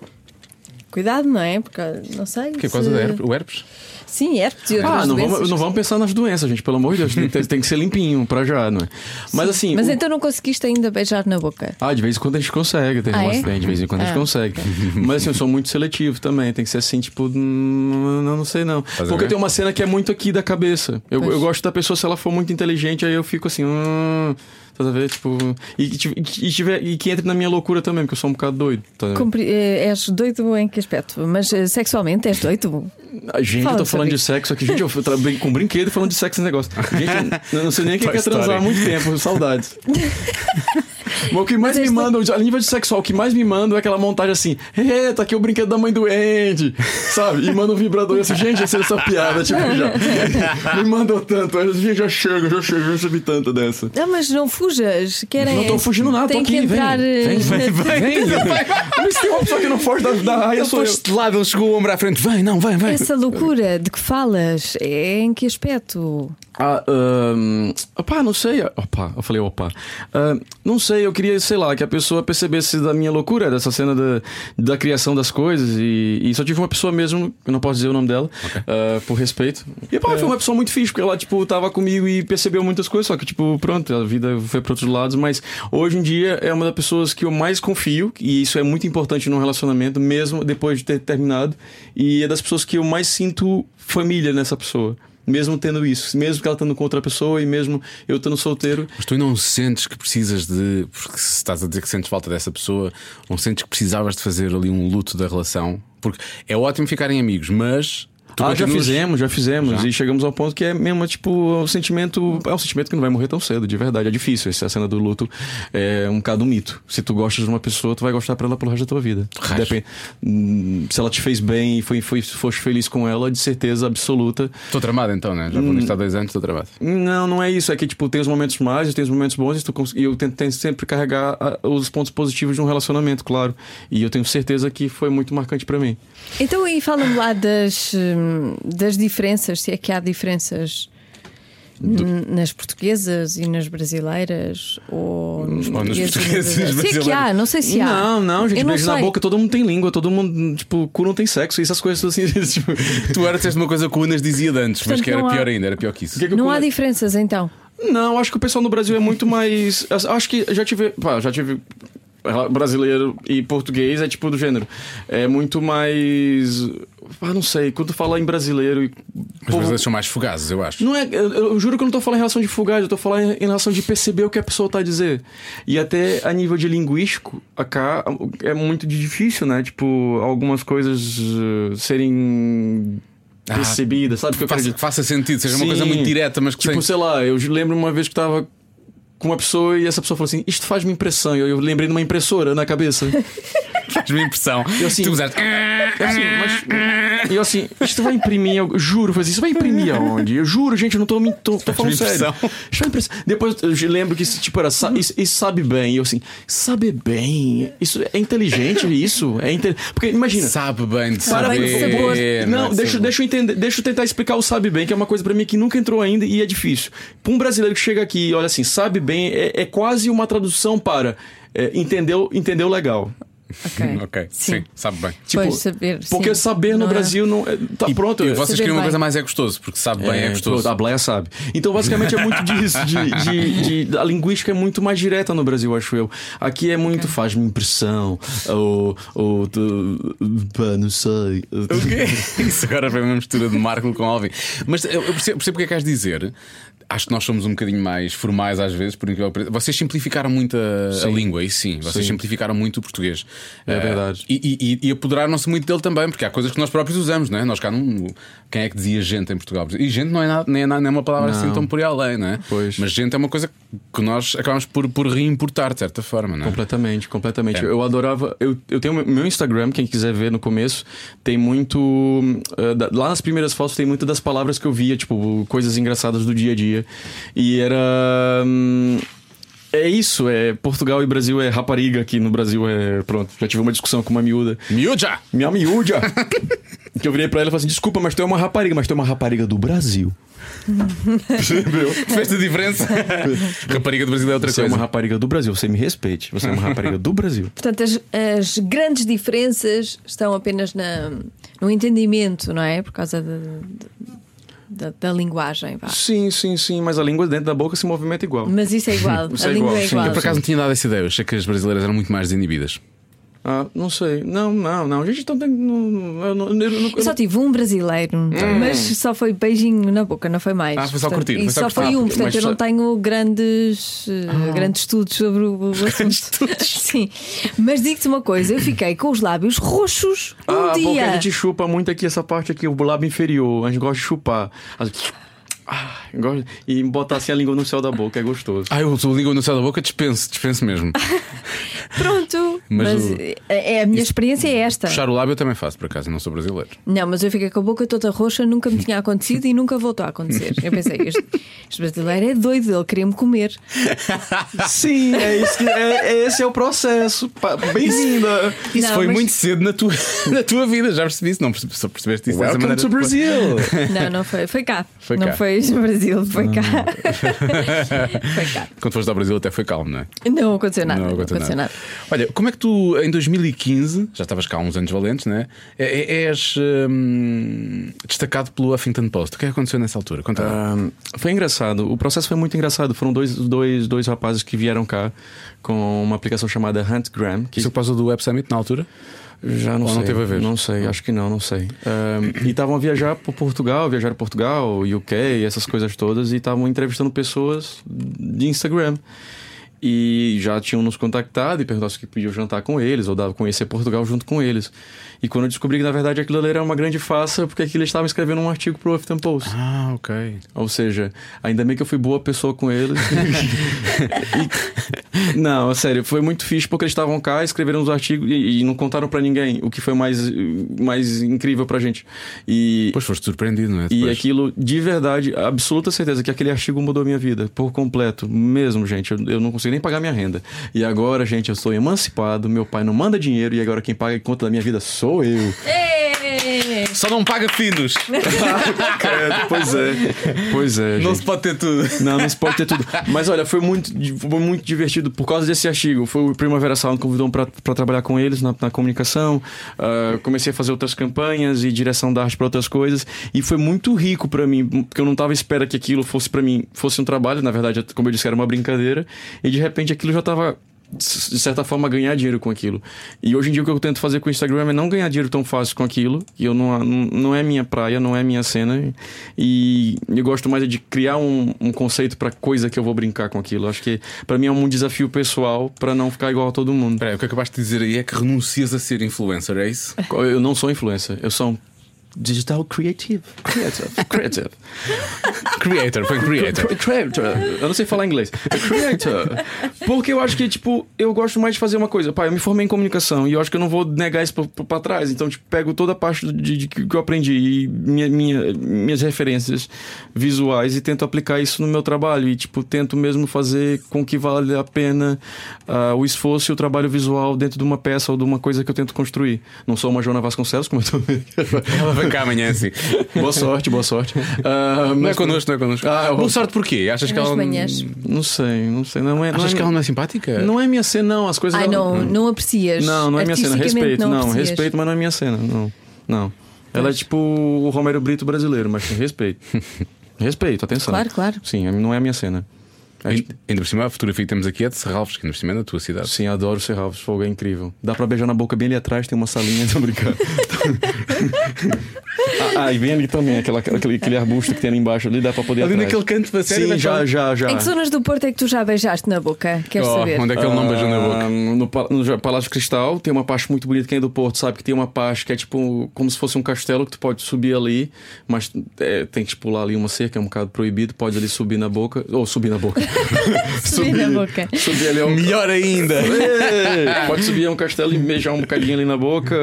[SPEAKER 5] cuidado, não é? Porque não sei.
[SPEAKER 2] Que
[SPEAKER 5] se-
[SPEAKER 2] é por causa da herpes, o herpes?
[SPEAKER 5] Sim, herpes e outras
[SPEAKER 4] Ah, não vamos,
[SPEAKER 5] doenças.
[SPEAKER 4] não vamos pensar nas doenças, gente, pelo amor de Deus. Tem, que- tem que ser limpinho pra já, não é? Mas assim.
[SPEAKER 5] Mas
[SPEAKER 4] o-
[SPEAKER 5] então não conseguiste ainda beijar na boca.
[SPEAKER 4] Ah, de vez em quando a gente consegue. Tem
[SPEAKER 5] Ah, é?
[SPEAKER 4] tem, de vez em quando a gente
[SPEAKER 5] Ah.
[SPEAKER 4] consegue. Mas assim, eu sou muito seletivo também. Tem que ser assim, tipo, hum, não, não sei não. Porque
[SPEAKER 2] bem?
[SPEAKER 4] tem uma cena que é muito aqui da cabeça. Eu, eu gosto da pessoa, se ela for muito inteligente, aí eu fico assim, hum. Tá a ver? Tipo. E, que tive- e, tiver, e que entre na minha loucura também, porque eu sou um bocado doido. Tá a ver?
[SPEAKER 5] Compre- eh, és doido em que aspecto? Mas eh, sexualmente és doido?
[SPEAKER 4] Ah, Gente,
[SPEAKER 5] Fala
[SPEAKER 4] eu tô
[SPEAKER 5] sobre
[SPEAKER 4] falando de
[SPEAKER 5] isso.
[SPEAKER 4] sexo aqui. Gente, eu tra- brin- com brinquedo falando de sexo esse negócio. Gente, eu não sei nem quem
[SPEAKER 2] Toy
[SPEAKER 4] quer é transar
[SPEAKER 2] Story.
[SPEAKER 4] há muito tempo,
[SPEAKER 5] *laughs*
[SPEAKER 4] saudades. Mas o que mais me mandam, a nível de sexual, o que mais me mandam é aquela montagem assim: "Eh, tá aqui o brinquedo da mãe doente, sabe? E manda um vibrador assim, gente, essa é essa piada,
[SPEAKER 5] *laughs*
[SPEAKER 4] tipo, já. Me mandou tanto, eu, gente, já chega, já chega, já recebi tanta dessa.
[SPEAKER 5] Ah, mas não fujas. Querem,
[SPEAKER 4] Não tô fugindo nada,
[SPEAKER 5] Tem
[SPEAKER 4] tô
[SPEAKER 5] que
[SPEAKER 4] aqui, vem.
[SPEAKER 5] entrar. eh, *laughs*
[SPEAKER 4] Vem, vem, vem. vem. Mas tem uma pessoa que não foge da, da raia,
[SPEAKER 2] Ele
[SPEAKER 4] sou eu.
[SPEAKER 2] pôs-te de lado, ele chegou o ombro à frente. Vem, não, vem, vem.
[SPEAKER 5] Essa loucura de que falas é em que aspecto?
[SPEAKER 4] Ah, ahn, opá, não sei. Opá, eu falei opá. Ahn, não sei, eu queria, sei lá, que a pessoa percebesse da minha loucura, dessa cena da, da criação das coisas. E, e só tive uma pessoa mesmo, eu não posso dizer o nome dela, ah, por respeito. É. E pá, foi uma pessoa muito fixe, porque ela, tipo, tava comigo e percebeu muitas coisas, só que, tipo, pronto, a vida foi para outros lados. Mas hoje em dia é uma das pessoas que eu mais confio, e isso é muito importante num relacionamento, mesmo depois de ter terminado. E é das pessoas que eu mais sinto família nessa pessoa. Mesmo tendo isso, mesmo que ela estando com outra pessoa e mesmo eu estando solteiro.
[SPEAKER 2] Mas tu não sentes que precisas de. Porque se estás a dizer que sentes falta dessa pessoa, não sentes que precisavas de fazer ali um luto da relação? Porque é ótimo ficarem amigos, mas. Tu
[SPEAKER 4] ah, já
[SPEAKER 2] continuas-
[SPEAKER 4] fizemos, já fizemos.
[SPEAKER 2] Já?
[SPEAKER 4] E chegamos ao ponto que é mesmo, tipo, é um sentimento. É um sentimento que não vai morrer tão cedo, de verdade. É difícil. Essa cena do luto é um bocado um mito. Se tu gostas de uma pessoa, tu vai gostar pra ela pelo resto da tua vida.
[SPEAKER 2] Resto.
[SPEAKER 4] Depende. Hum, Se ela te fez bem e foi, foi, foste feliz com ela, de certeza absoluta.
[SPEAKER 2] Estou tramado então, né? Já vou nisto há dois anos, estou tramado.
[SPEAKER 4] Não, não é isso. É que, tipo, tem os momentos mais, tem os momentos bons, e tu cons- e eu tento, tento sempre carregar ah, os pontos positivos de um relacionamento, claro. E eu tenho certeza que foi muito marcante pra mim.
[SPEAKER 5] Então aí fala-me lá das, hum, das diferenças, se é que há diferenças n- nas portuguesas e nas brasileiras ou nos
[SPEAKER 2] Ou nos
[SPEAKER 5] portugueses e nas
[SPEAKER 2] portugueses e nos
[SPEAKER 5] brasileiras. Se é que há,
[SPEAKER 2] brasileiros.
[SPEAKER 5] não sei se há.
[SPEAKER 4] Não, não, gente,
[SPEAKER 5] Eu não
[SPEAKER 4] beijo na
[SPEAKER 5] sei.
[SPEAKER 4] boca, todo mundo tem língua, todo mundo, tipo, cu não tem sexo, e essas coisas assim, *laughs* tipo.
[SPEAKER 2] Tu agora disseste uma coisa que o Unas dizia de antes, mas
[SPEAKER 5] Portanto,
[SPEAKER 2] que era
[SPEAKER 5] não há-
[SPEAKER 2] pior ainda, era pior que é isso.
[SPEAKER 4] que que eu
[SPEAKER 5] Não há
[SPEAKER 4] come-
[SPEAKER 5] diferenças
[SPEAKER 4] *laughs*
[SPEAKER 5] então.
[SPEAKER 4] Não, acho que o pessoal no Brasil é muito mais. as- Acho que já tive. pá, já tive. Brasileiro e português é tipo do gênero. É muito mais. Ah, não sei, quando fala em brasileiro e.
[SPEAKER 2] Os
[SPEAKER 4] povo-
[SPEAKER 2] brasileiros são mais fugazes, eu acho.
[SPEAKER 4] Não é, eu, eu juro que eu não tô falando em relação de fugaz, eu tô falando em relação de perceber o que a pessoa tá a dizer. E até a nível de linguístico, acá é muito difícil, né? Tipo, algumas coisas eh, serem
[SPEAKER 2] Ah,
[SPEAKER 4] percebidas, sabe? o Que eu quero
[SPEAKER 2] Faça,
[SPEAKER 4] dizer?
[SPEAKER 2] faça sentido, seja uma coisa
[SPEAKER 4] Sim.
[SPEAKER 2] muito direta, mas que
[SPEAKER 4] Tipo,
[SPEAKER 2] sem...
[SPEAKER 4] sei lá, eu lembro uma vez que tava com uma pessoa e essa pessoa falou assim: Isto faz-me impressão. E eu, eu lembrei de uma impressora na cabeça.
[SPEAKER 2] faz-me impressão.
[SPEAKER 4] Eu, assim,
[SPEAKER 2] tu usaste.
[SPEAKER 4] Eu assim, mas. E eu assim, isto vai imprimir. Eu juro, eu falei assim, isso vai imprimir aonde? Eu juro, gente, eu não tô, me- tô, tô falando sério.
[SPEAKER 2] impressão.
[SPEAKER 4] Isso vai impressão. Depois eu já lembro que isso, tipo, era. sa- Isso, isso sabe bem. E eu assim, sabe bem? Isso é inteligente, isso? É inte... Porque imagina.
[SPEAKER 2] Sabe bem de
[SPEAKER 4] Para
[SPEAKER 2] saber. né?
[SPEAKER 3] bem de sabor.
[SPEAKER 4] Não,
[SPEAKER 2] de
[SPEAKER 4] deixa,
[SPEAKER 2] sabor.
[SPEAKER 4] deixa eu entender, deixa eu tentar explicar o sabe bem, que é uma coisa pra mim que nunca entrou ainda e é difícil. Pra um brasileiro que chega aqui e olha assim, sabe bem, é, é quase uma tradução para é, entendeu, entendeu legal.
[SPEAKER 5] Ok.
[SPEAKER 2] Ok, sim.
[SPEAKER 5] Sim.
[SPEAKER 2] sabe bem.
[SPEAKER 4] Tipo,
[SPEAKER 5] Pois, saber,
[SPEAKER 4] porque
[SPEAKER 5] sim.
[SPEAKER 4] saber no
[SPEAKER 5] Não é-
[SPEAKER 4] Brasil não é- tá pronto.
[SPEAKER 2] E vocês
[SPEAKER 5] Saber
[SPEAKER 2] queriam uma
[SPEAKER 5] bem.
[SPEAKER 2] coisa mais é gostoso, porque sabe bem, é gostoso.
[SPEAKER 4] pô, A Blaia tipo, sabe. Então, basicamente, é muito disso. De, de- de- a linguística é muito mais direta no Brasil, acho eu. Aqui é muito faz-me impressão. Ou. ou tu- pá, não sei.
[SPEAKER 2] O quê? *laughs* Isso agora foi uma mistura de Marco com Alvin. Mas eu eu percebo, percebo o que é que queres dizer. Acho que nós somos um bocadinho mais formais às vezes, por incrível que pareça. Vocês simplificaram muito a, a língua, e sim, vocês
[SPEAKER 4] Sim.
[SPEAKER 2] simplificaram muito o português.
[SPEAKER 4] É
[SPEAKER 2] Eh,
[SPEAKER 4] verdade.
[SPEAKER 2] E, e, e apoderaram-se muito dele também, porque há coisas que nós próprios usamos, não é? Nós cá não. Quem é que dizia gente em Portugal? E gente não é, nada, nem, é nada- nem é uma palavra assim tão por aí além, não é?
[SPEAKER 4] Pois.
[SPEAKER 2] Mas gente é uma coisa que nós acabamos por, por reimportar, de certa forma, não é?
[SPEAKER 4] Completamente,
[SPEAKER 2] É.
[SPEAKER 4] completamente. Eu adorava. Eu, eu tenho meu- meu Instagram, quem quiser ver no começo, tem muito. eh, da- lá nas primeiras fotos tem muito das palavras que eu via, tipo, coisas engraçadas do dia a dia. E era. hum, é isso, é Portugal e Brasil é rapariga aqui no Brasil é. Pronto, já tive uma discussão com uma miúda.
[SPEAKER 2] Miúda!
[SPEAKER 4] Minha miúda! que eu virei pra ela e falei assim: desculpa, mas tu é uma rapariga, mas tu é uma rapariga do Brasil. *laughs* Percebeu?
[SPEAKER 2] Fez a
[SPEAKER 4] *laughs*
[SPEAKER 2] diferença? Rapariga do Brasil é outra
[SPEAKER 4] Você é
[SPEAKER 2] coisa.
[SPEAKER 4] uma rapariga do Brasil, você me respeite. Você é uma rapariga *laughs* do Brasil.
[SPEAKER 3] Portanto, as, as grandes diferenças estão apenas na, no entendimento, não é? Por causa da, da, da linguagem. vá.
[SPEAKER 4] Sim, sim, sim, mas a língua dentro da boca se movimenta igual.
[SPEAKER 3] Mas isso é igual.
[SPEAKER 4] Isso
[SPEAKER 3] a
[SPEAKER 4] é
[SPEAKER 3] língua
[SPEAKER 4] igual,
[SPEAKER 3] é
[SPEAKER 4] sim.
[SPEAKER 3] igual.
[SPEAKER 4] Eu,
[SPEAKER 2] Por acaso não tinha dado essa ideia, eu achei que as brasileiras eram muito mais desinibidas.
[SPEAKER 4] Ah, não sei. Não, não, não. A gente tá tendo. não, Eu, não, eu, não, eu,
[SPEAKER 3] Eu só
[SPEAKER 4] não-
[SPEAKER 3] tive um brasileiro, mas só foi beijinho na boca, não foi mais.
[SPEAKER 2] Hum. Ah, foi só
[SPEAKER 3] Portanto,
[SPEAKER 2] curtir, foi
[SPEAKER 3] E
[SPEAKER 2] só
[SPEAKER 3] só
[SPEAKER 2] curtir.
[SPEAKER 3] foi
[SPEAKER 2] Ah,
[SPEAKER 3] um,
[SPEAKER 2] porque-
[SPEAKER 3] portanto
[SPEAKER 2] mas
[SPEAKER 3] eu não
[SPEAKER 2] só- Ah.
[SPEAKER 3] tenho grandes, eh, grandes estudos
[SPEAKER 2] *laughs*
[SPEAKER 3] sobre o, o assunto. *laughs* Sim, mas digo-te uma coisa: eu fiquei com os lábios roxos um
[SPEAKER 4] Ah, porque
[SPEAKER 2] é
[SPEAKER 3] dia.
[SPEAKER 4] a gente chupa muito aqui essa parte aqui, o lábio inferior. A gente gosta de chupar. As- Ah, gosta- E botar assim a língua no céu da boca, é gostoso.
[SPEAKER 2] Ah, eu sou língua no céu da boca, dispenso, dispenso
[SPEAKER 3] *laughs*
[SPEAKER 2] mesmo.
[SPEAKER 3] Tá. Pronto,
[SPEAKER 2] Mas
[SPEAKER 3] mas,
[SPEAKER 2] o-
[SPEAKER 3] eh, é, a minha experiência é esta.
[SPEAKER 2] Puxar o lábio eu também faço, por acaso, não sou brasileiro.
[SPEAKER 3] Não, mas eu fiquei com a boca toda roxa, nunca me tinha acontecido e nunca voltou a acontecer. Eu pensei, este, este brasileiro é doido, ele queria me comer.
[SPEAKER 4] Sim, é isso que- é- esse é o processo. Pa- Bem-vinda!
[SPEAKER 2] Isso
[SPEAKER 3] Não,
[SPEAKER 2] foi
[SPEAKER 3] mas-
[SPEAKER 2] muito cedo na tua, *laughs* na tua vida, já percebi isso, não percebi, só percebeste isso dessa maneira. depois.
[SPEAKER 3] Não, não foi. Foi cá.
[SPEAKER 2] Foi
[SPEAKER 3] não
[SPEAKER 2] cá.
[SPEAKER 3] foi no Brasil, foi cá. foi cá.
[SPEAKER 2] Quando foste ao Brasil até foi calmo, não é?
[SPEAKER 3] *laughs* Não aconteceu nada.
[SPEAKER 2] não aconteceu nada. Olha, como é que tu, em 2015, já estavas cá há uns anos valentes, não é? É- é- És hum, destacado pelo Huffington Post. O que é que aconteceu nessa altura? Conta lá.
[SPEAKER 4] Ah, foi engraçado. O processo foi muito engraçado. Foram dois, dois, dois rapazes que vieram cá com uma aplicação chamada Huntgram. Que
[SPEAKER 2] Isso é por causa do Web Summit na altura?
[SPEAKER 4] Já não
[SPEAKER 2] Ou não
[SPEAKER 4] sei.
[SPEAKER 2] teve a ver?
[SPEAKER 4] Não sei, acho que não, não sei. Ahm, e estavam a viajar por Portugal, viajaram por Portugal, UK, essas coisas todas, e estavam entrevistando pessoas de Instagram. E já tinham nos contactado e perguntaram se que podiam jantar com eles ou dava conhecer Portugal junto com eles. E quando eu descobri que na verdade aquilo ali era uma grande farsa, porque aquilo eles estavam escrevendo um artigo pro Huffington Post.
[SPEAKER 2] Ah, ok.
[SPEAKER 4] Ou seja, ainda bem que eu fui boa pessoa com eles. E- não, sério, foi muito fixe porque eles estavam cá, escreveram os artigos e, e não contaram pra ninguém, o que foi mais, mais incrível pra gente. E,
[SPEAKER 2] Depois foste surpreendido, não é?
[SPEAKER 4] e
[SPEAKER 2] Depois.
[SPEAKER 4] aquilo, de verdade, absoluta certeza que aquele artigo mudou minha vida por completo. Mesmo, gente, eu, eu não consigo nem pagar minha renda. E agora, gente, eu sou emancipado, meu pai não manda dinheiro e agora quem paga a conta da minha vida sou eu.
[SPEAKER 3] Ê!
[SPEAKER 2] Só não paga finos.
[SPEAKER 4] Credo, pois é, pois é.
[SPEAKER 2] Não
[SPEAKER 4] gente.
[SPEAKER 2] se pode ter tudo.
[SPEAKER 4] Não, não se pode ter tudo. Mas olha, foi muito, foi muito divertido por causa desse artigo. Foi o Primavera Sound convidou um pra, pra trabalhar com eles na, na comunicação. Ah, comecei a fazer outras campanhas e direção da arte pra outras coisas. E foi muito rico pra mim, porque eu não tava à espera que aquilo fosse pra mim, fosse um trabalho. Na verdade, como eu disse, era uma brincadeira. E de repente aquilo já tava de certa forma, ganhar dinheiro com aquilo. E hoje em dia o que eu tento fazer com o Instagram é não ganhar dinheiro tão fácil com aquilo. E eu não, não, não é minha praia, não é minha cena. E eu gosto mais é de criar um, um conceito para coisa que eu vou brincar com aquilo. Acho que para mim é um desafio pessoal para não ficar igual a todo mundo.
[SPEAKER 2] Espera aí, o que acabaste de dizer aí é que renuncias a ser influencer, é isso? *laughs*
[SPEAKER 4] Eu não sou influencer, eu sou um digital creative. Creative. Creative.
[SPEAKER 2] Creator, foi um creator.
[SPEAKER 4] Cre- Creator. Eu não sei falar inglês. Creator. Porque eu acho que, tipo, eu gosto mais de fazer uma coisa. Pai, eu me formei em comunicação e eu acho que eu não vou negar isso pra, pra- pra trás. Então, tipo, pego toda a parte de, de que eu aprendi e minha, minha- minhas referências visuais e tento aplicar isso no meu trabalho. E, tipo, tento mesmo fazer com que vale a pena ah, o esforço e o trabalho visual dentro de uma peça ou de uma coisa que eu tento construir. Não sou uma Joana Vasconcelos, como eu tô *laughs* vendo.
[SPEAKER 2] Ela vai cá amanhã assim.
[SPEAKER 4] Boa sorte, boa sorte. *laughs* Ah,
[SPEAKER 2] Não é
[SPEAKER 4] mas-
[SPEAKER 2] connosco, não é connosco.
[SPEAKER 4] Ah, eu-
[SPEAKER 2] Boa sorte porquê? Achas que
[SPEAKER 5] Nas
[SPEAKER 2] ela.
[SPEAKER 5] manhãs.
[SPEAKER 4] Não sei, não sei. Não é, não
[SPEAKER 2] Achas
[SPEAKER 4] é,
[SPEAKER 2] que ela não é simpática?
[SPEAKER 4] não é minha cena, não. As coisas.
[SPEAKER 5] Ai, não, não aprecias.
[SPEAKER 4] hum. Não, não é minha cena.
[SPEAKER 5] Artisticamente
[SPEAKER 4] Respeito, não.
[SPEAKER 5] aprecias.
[SPEAKER 4] respeito, mas não é minha cena. Não. Não. Ela é tipo o Romero Brito brasileiro, mas
[SPEAKER 5] *laughs*
[SPEAKER 4] com respeito. respeito, atenção.
[SPEAKER 5] Claro, claro.
[SPEAKER 4] Sim, não é minha cena. É tipo-
[SPEAKER 2] Ainda Ah, ainda por cima, a fotografia que temos aqui é de Serralves, que ainda por cima é da tua cidade.
[SPEAKER 4] Sim, adoro Serralves, fogo é incrível. Dá pra beijar na boca bem ali atrás, tem uma salinha, *laughs* tô brincando. ah, ah, e bem ali também, aquela, aquele, aquele arbusto que tem ali embaixo ali, dá pra poder.
[SPEAKER 2] Ali
[SPEAKER 4] atrás.
[SPEAKER 2] naquele canto da série,
[SPEAKER 4] Sim,
[SPEAKER 2] naquela-
[SPEAKER 4] já, já, já.
[SPEAKER 5] Em que zonas do Porto é que tu já beijaste na boca? Queres
[SPEAKER 2] Oh,
[SPEAKER 5] saber?
[SPEAKER 2] onde é que ele não beijou na boca?
[SPEAKER 4] Ah, No, pa- no Ja- Palácio Cristal tem uma parte muito bonita. Quem é do Porto sabe que tem uma parte que é tipo como se fosse um castelo que tu pode subir ali, mas é, tem que pular ali uma cerca, é um bocado proibido. Pode ali subir na boca, ou subir na boca,
[SPEAKER 5] Subir na boca.
[SPEAKER 4] subir ali é um.
[SPEAKER 2] Melhor ainda!
[SPEAKER 4] Ei! Pode subir a um castelo e beijar um bocadinho ali na boca.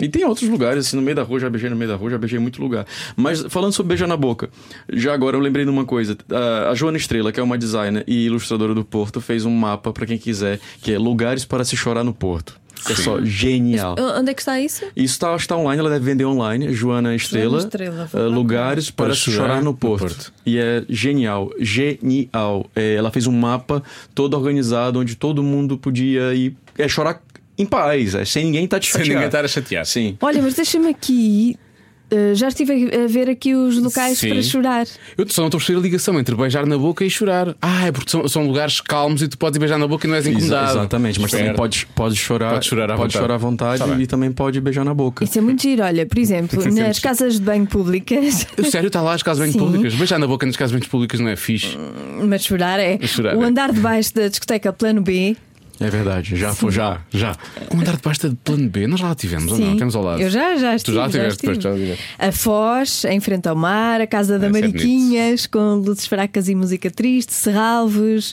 [SPEAKER 4] E tem outros lugares, assim, no meio da rua, já beijei no meio da rua, já beijei em muito lugar. Mas falando sobre beijar na boca, já agora eu lembrei de uma coisa. A- A Joana Estrela, que é uma designer e ilustradora do Porto, fez um mapa pra quem quiser, que é Lugares para se chorar no Porto. Que é
[SPEAKER 2] Sim.
[SPEAKER 4] só genial.
[SPEAKER 5] O- Onde é que está isso?
[SPEAKER 4] Isso está tá online, ela deve vender online, Joana Estrela.
[SPEAKER 5] Estrela,
[SPEAKER 4] eh,
[SPEAKER 5] vou
[SPEAKER 4] lugares para,
[SPEAKER 2] Para
[SPEAKER 4] se
[SPEAKER 2] chorar
[SPEAKER 4] chorar, no,
[SPEAKER 2] no
[SPEAKER 4] Porto.
[SPEAKER 2] Porto.
[SPEAKER 4] E é genial, genial. É, ela fez um mapa todo organizado onde todo mundo podia ir é, chorar em paz, é, sem ninguém estar te
[SPEAKER 2] Sem
[SPEAKER 4] chateado.
[SPEAKER 2] ninguém estar a chatear.
[SPEAKER 4] Sim.
[SPEAKER 5] Olha, mas deixa-me aqui. eh, já estive a ver aqui os locais
[SPEAKER 2] Sim.
[SPEAKER 5] para chorar.
[SPEAKER 2] Eu só não estou a perceber a ligação entre beijar na boca e chorar. Ah, é porque são, são lugares calmos e tu podes beijar na boca e não és
[SPEAKER 4] Exa-
[SPEAKER 2] incomodado.
[SPEAKER 4] exatamente, mas também
[SPEAKER 2] Esperto.
[SPEAKER 4] pode, pode chorar,
[SPEAKER 2] Pode chorar à
[SPEAKER 4] pode
[SPEAKER 2] vontade.
[SPEAKER 4] chorar à vontade
[SPEAKER 2] Tá bem.
[SPEAKER 4] e também pode beijar na boca.
[SPEAKER 5] Isso é muito giro. Olha, por exemplo,
[SPEAKER 2] Sim,
[SPEAKER 5] nas
[SPEAKER 2] sim.
[SPEAKER 5] casas de banho públicas, *laughs*
[SPEAKER 2] Sério, está lá as casas bem
[SPEAKER 5] Sim.
[SPEAKER 2] públicas. Beijar na boca nas casas bem públicas não é fixe.
[SPEAKER 5] mas chorar é.
[SPEAKER 2] Chorar
[SPEAKER 5] o
[SPEAKER 2] é.
[SPEAKER 5] andar de baixo da discoteca Plano B.
[SPEAKER 4] É verdade, já foi, já, já.
[SPEAKER 2] Com andar de pasta de plano B, nós já lá tivemos ou não?
[SPEAKER 5] Sim.
[SPEAKER 2] Temos ao lado.
[SPEAKER 5] Eu já, já
[SPEAKER 2] Tu
[SPEAKER 5] estive.
[SPEAKER 2] já tiveste,
[SPEAKER 5] estive.
[SPEAKER 2] pois, já tiveste.
[SPEAKER 5] A Foz, em frente ao mar, a Casa da
[SPEAKER 2] Ah, isso é bonito.
[SPEAKER 5] Mariquinhas, com luzes fracas e música triste, Serralves.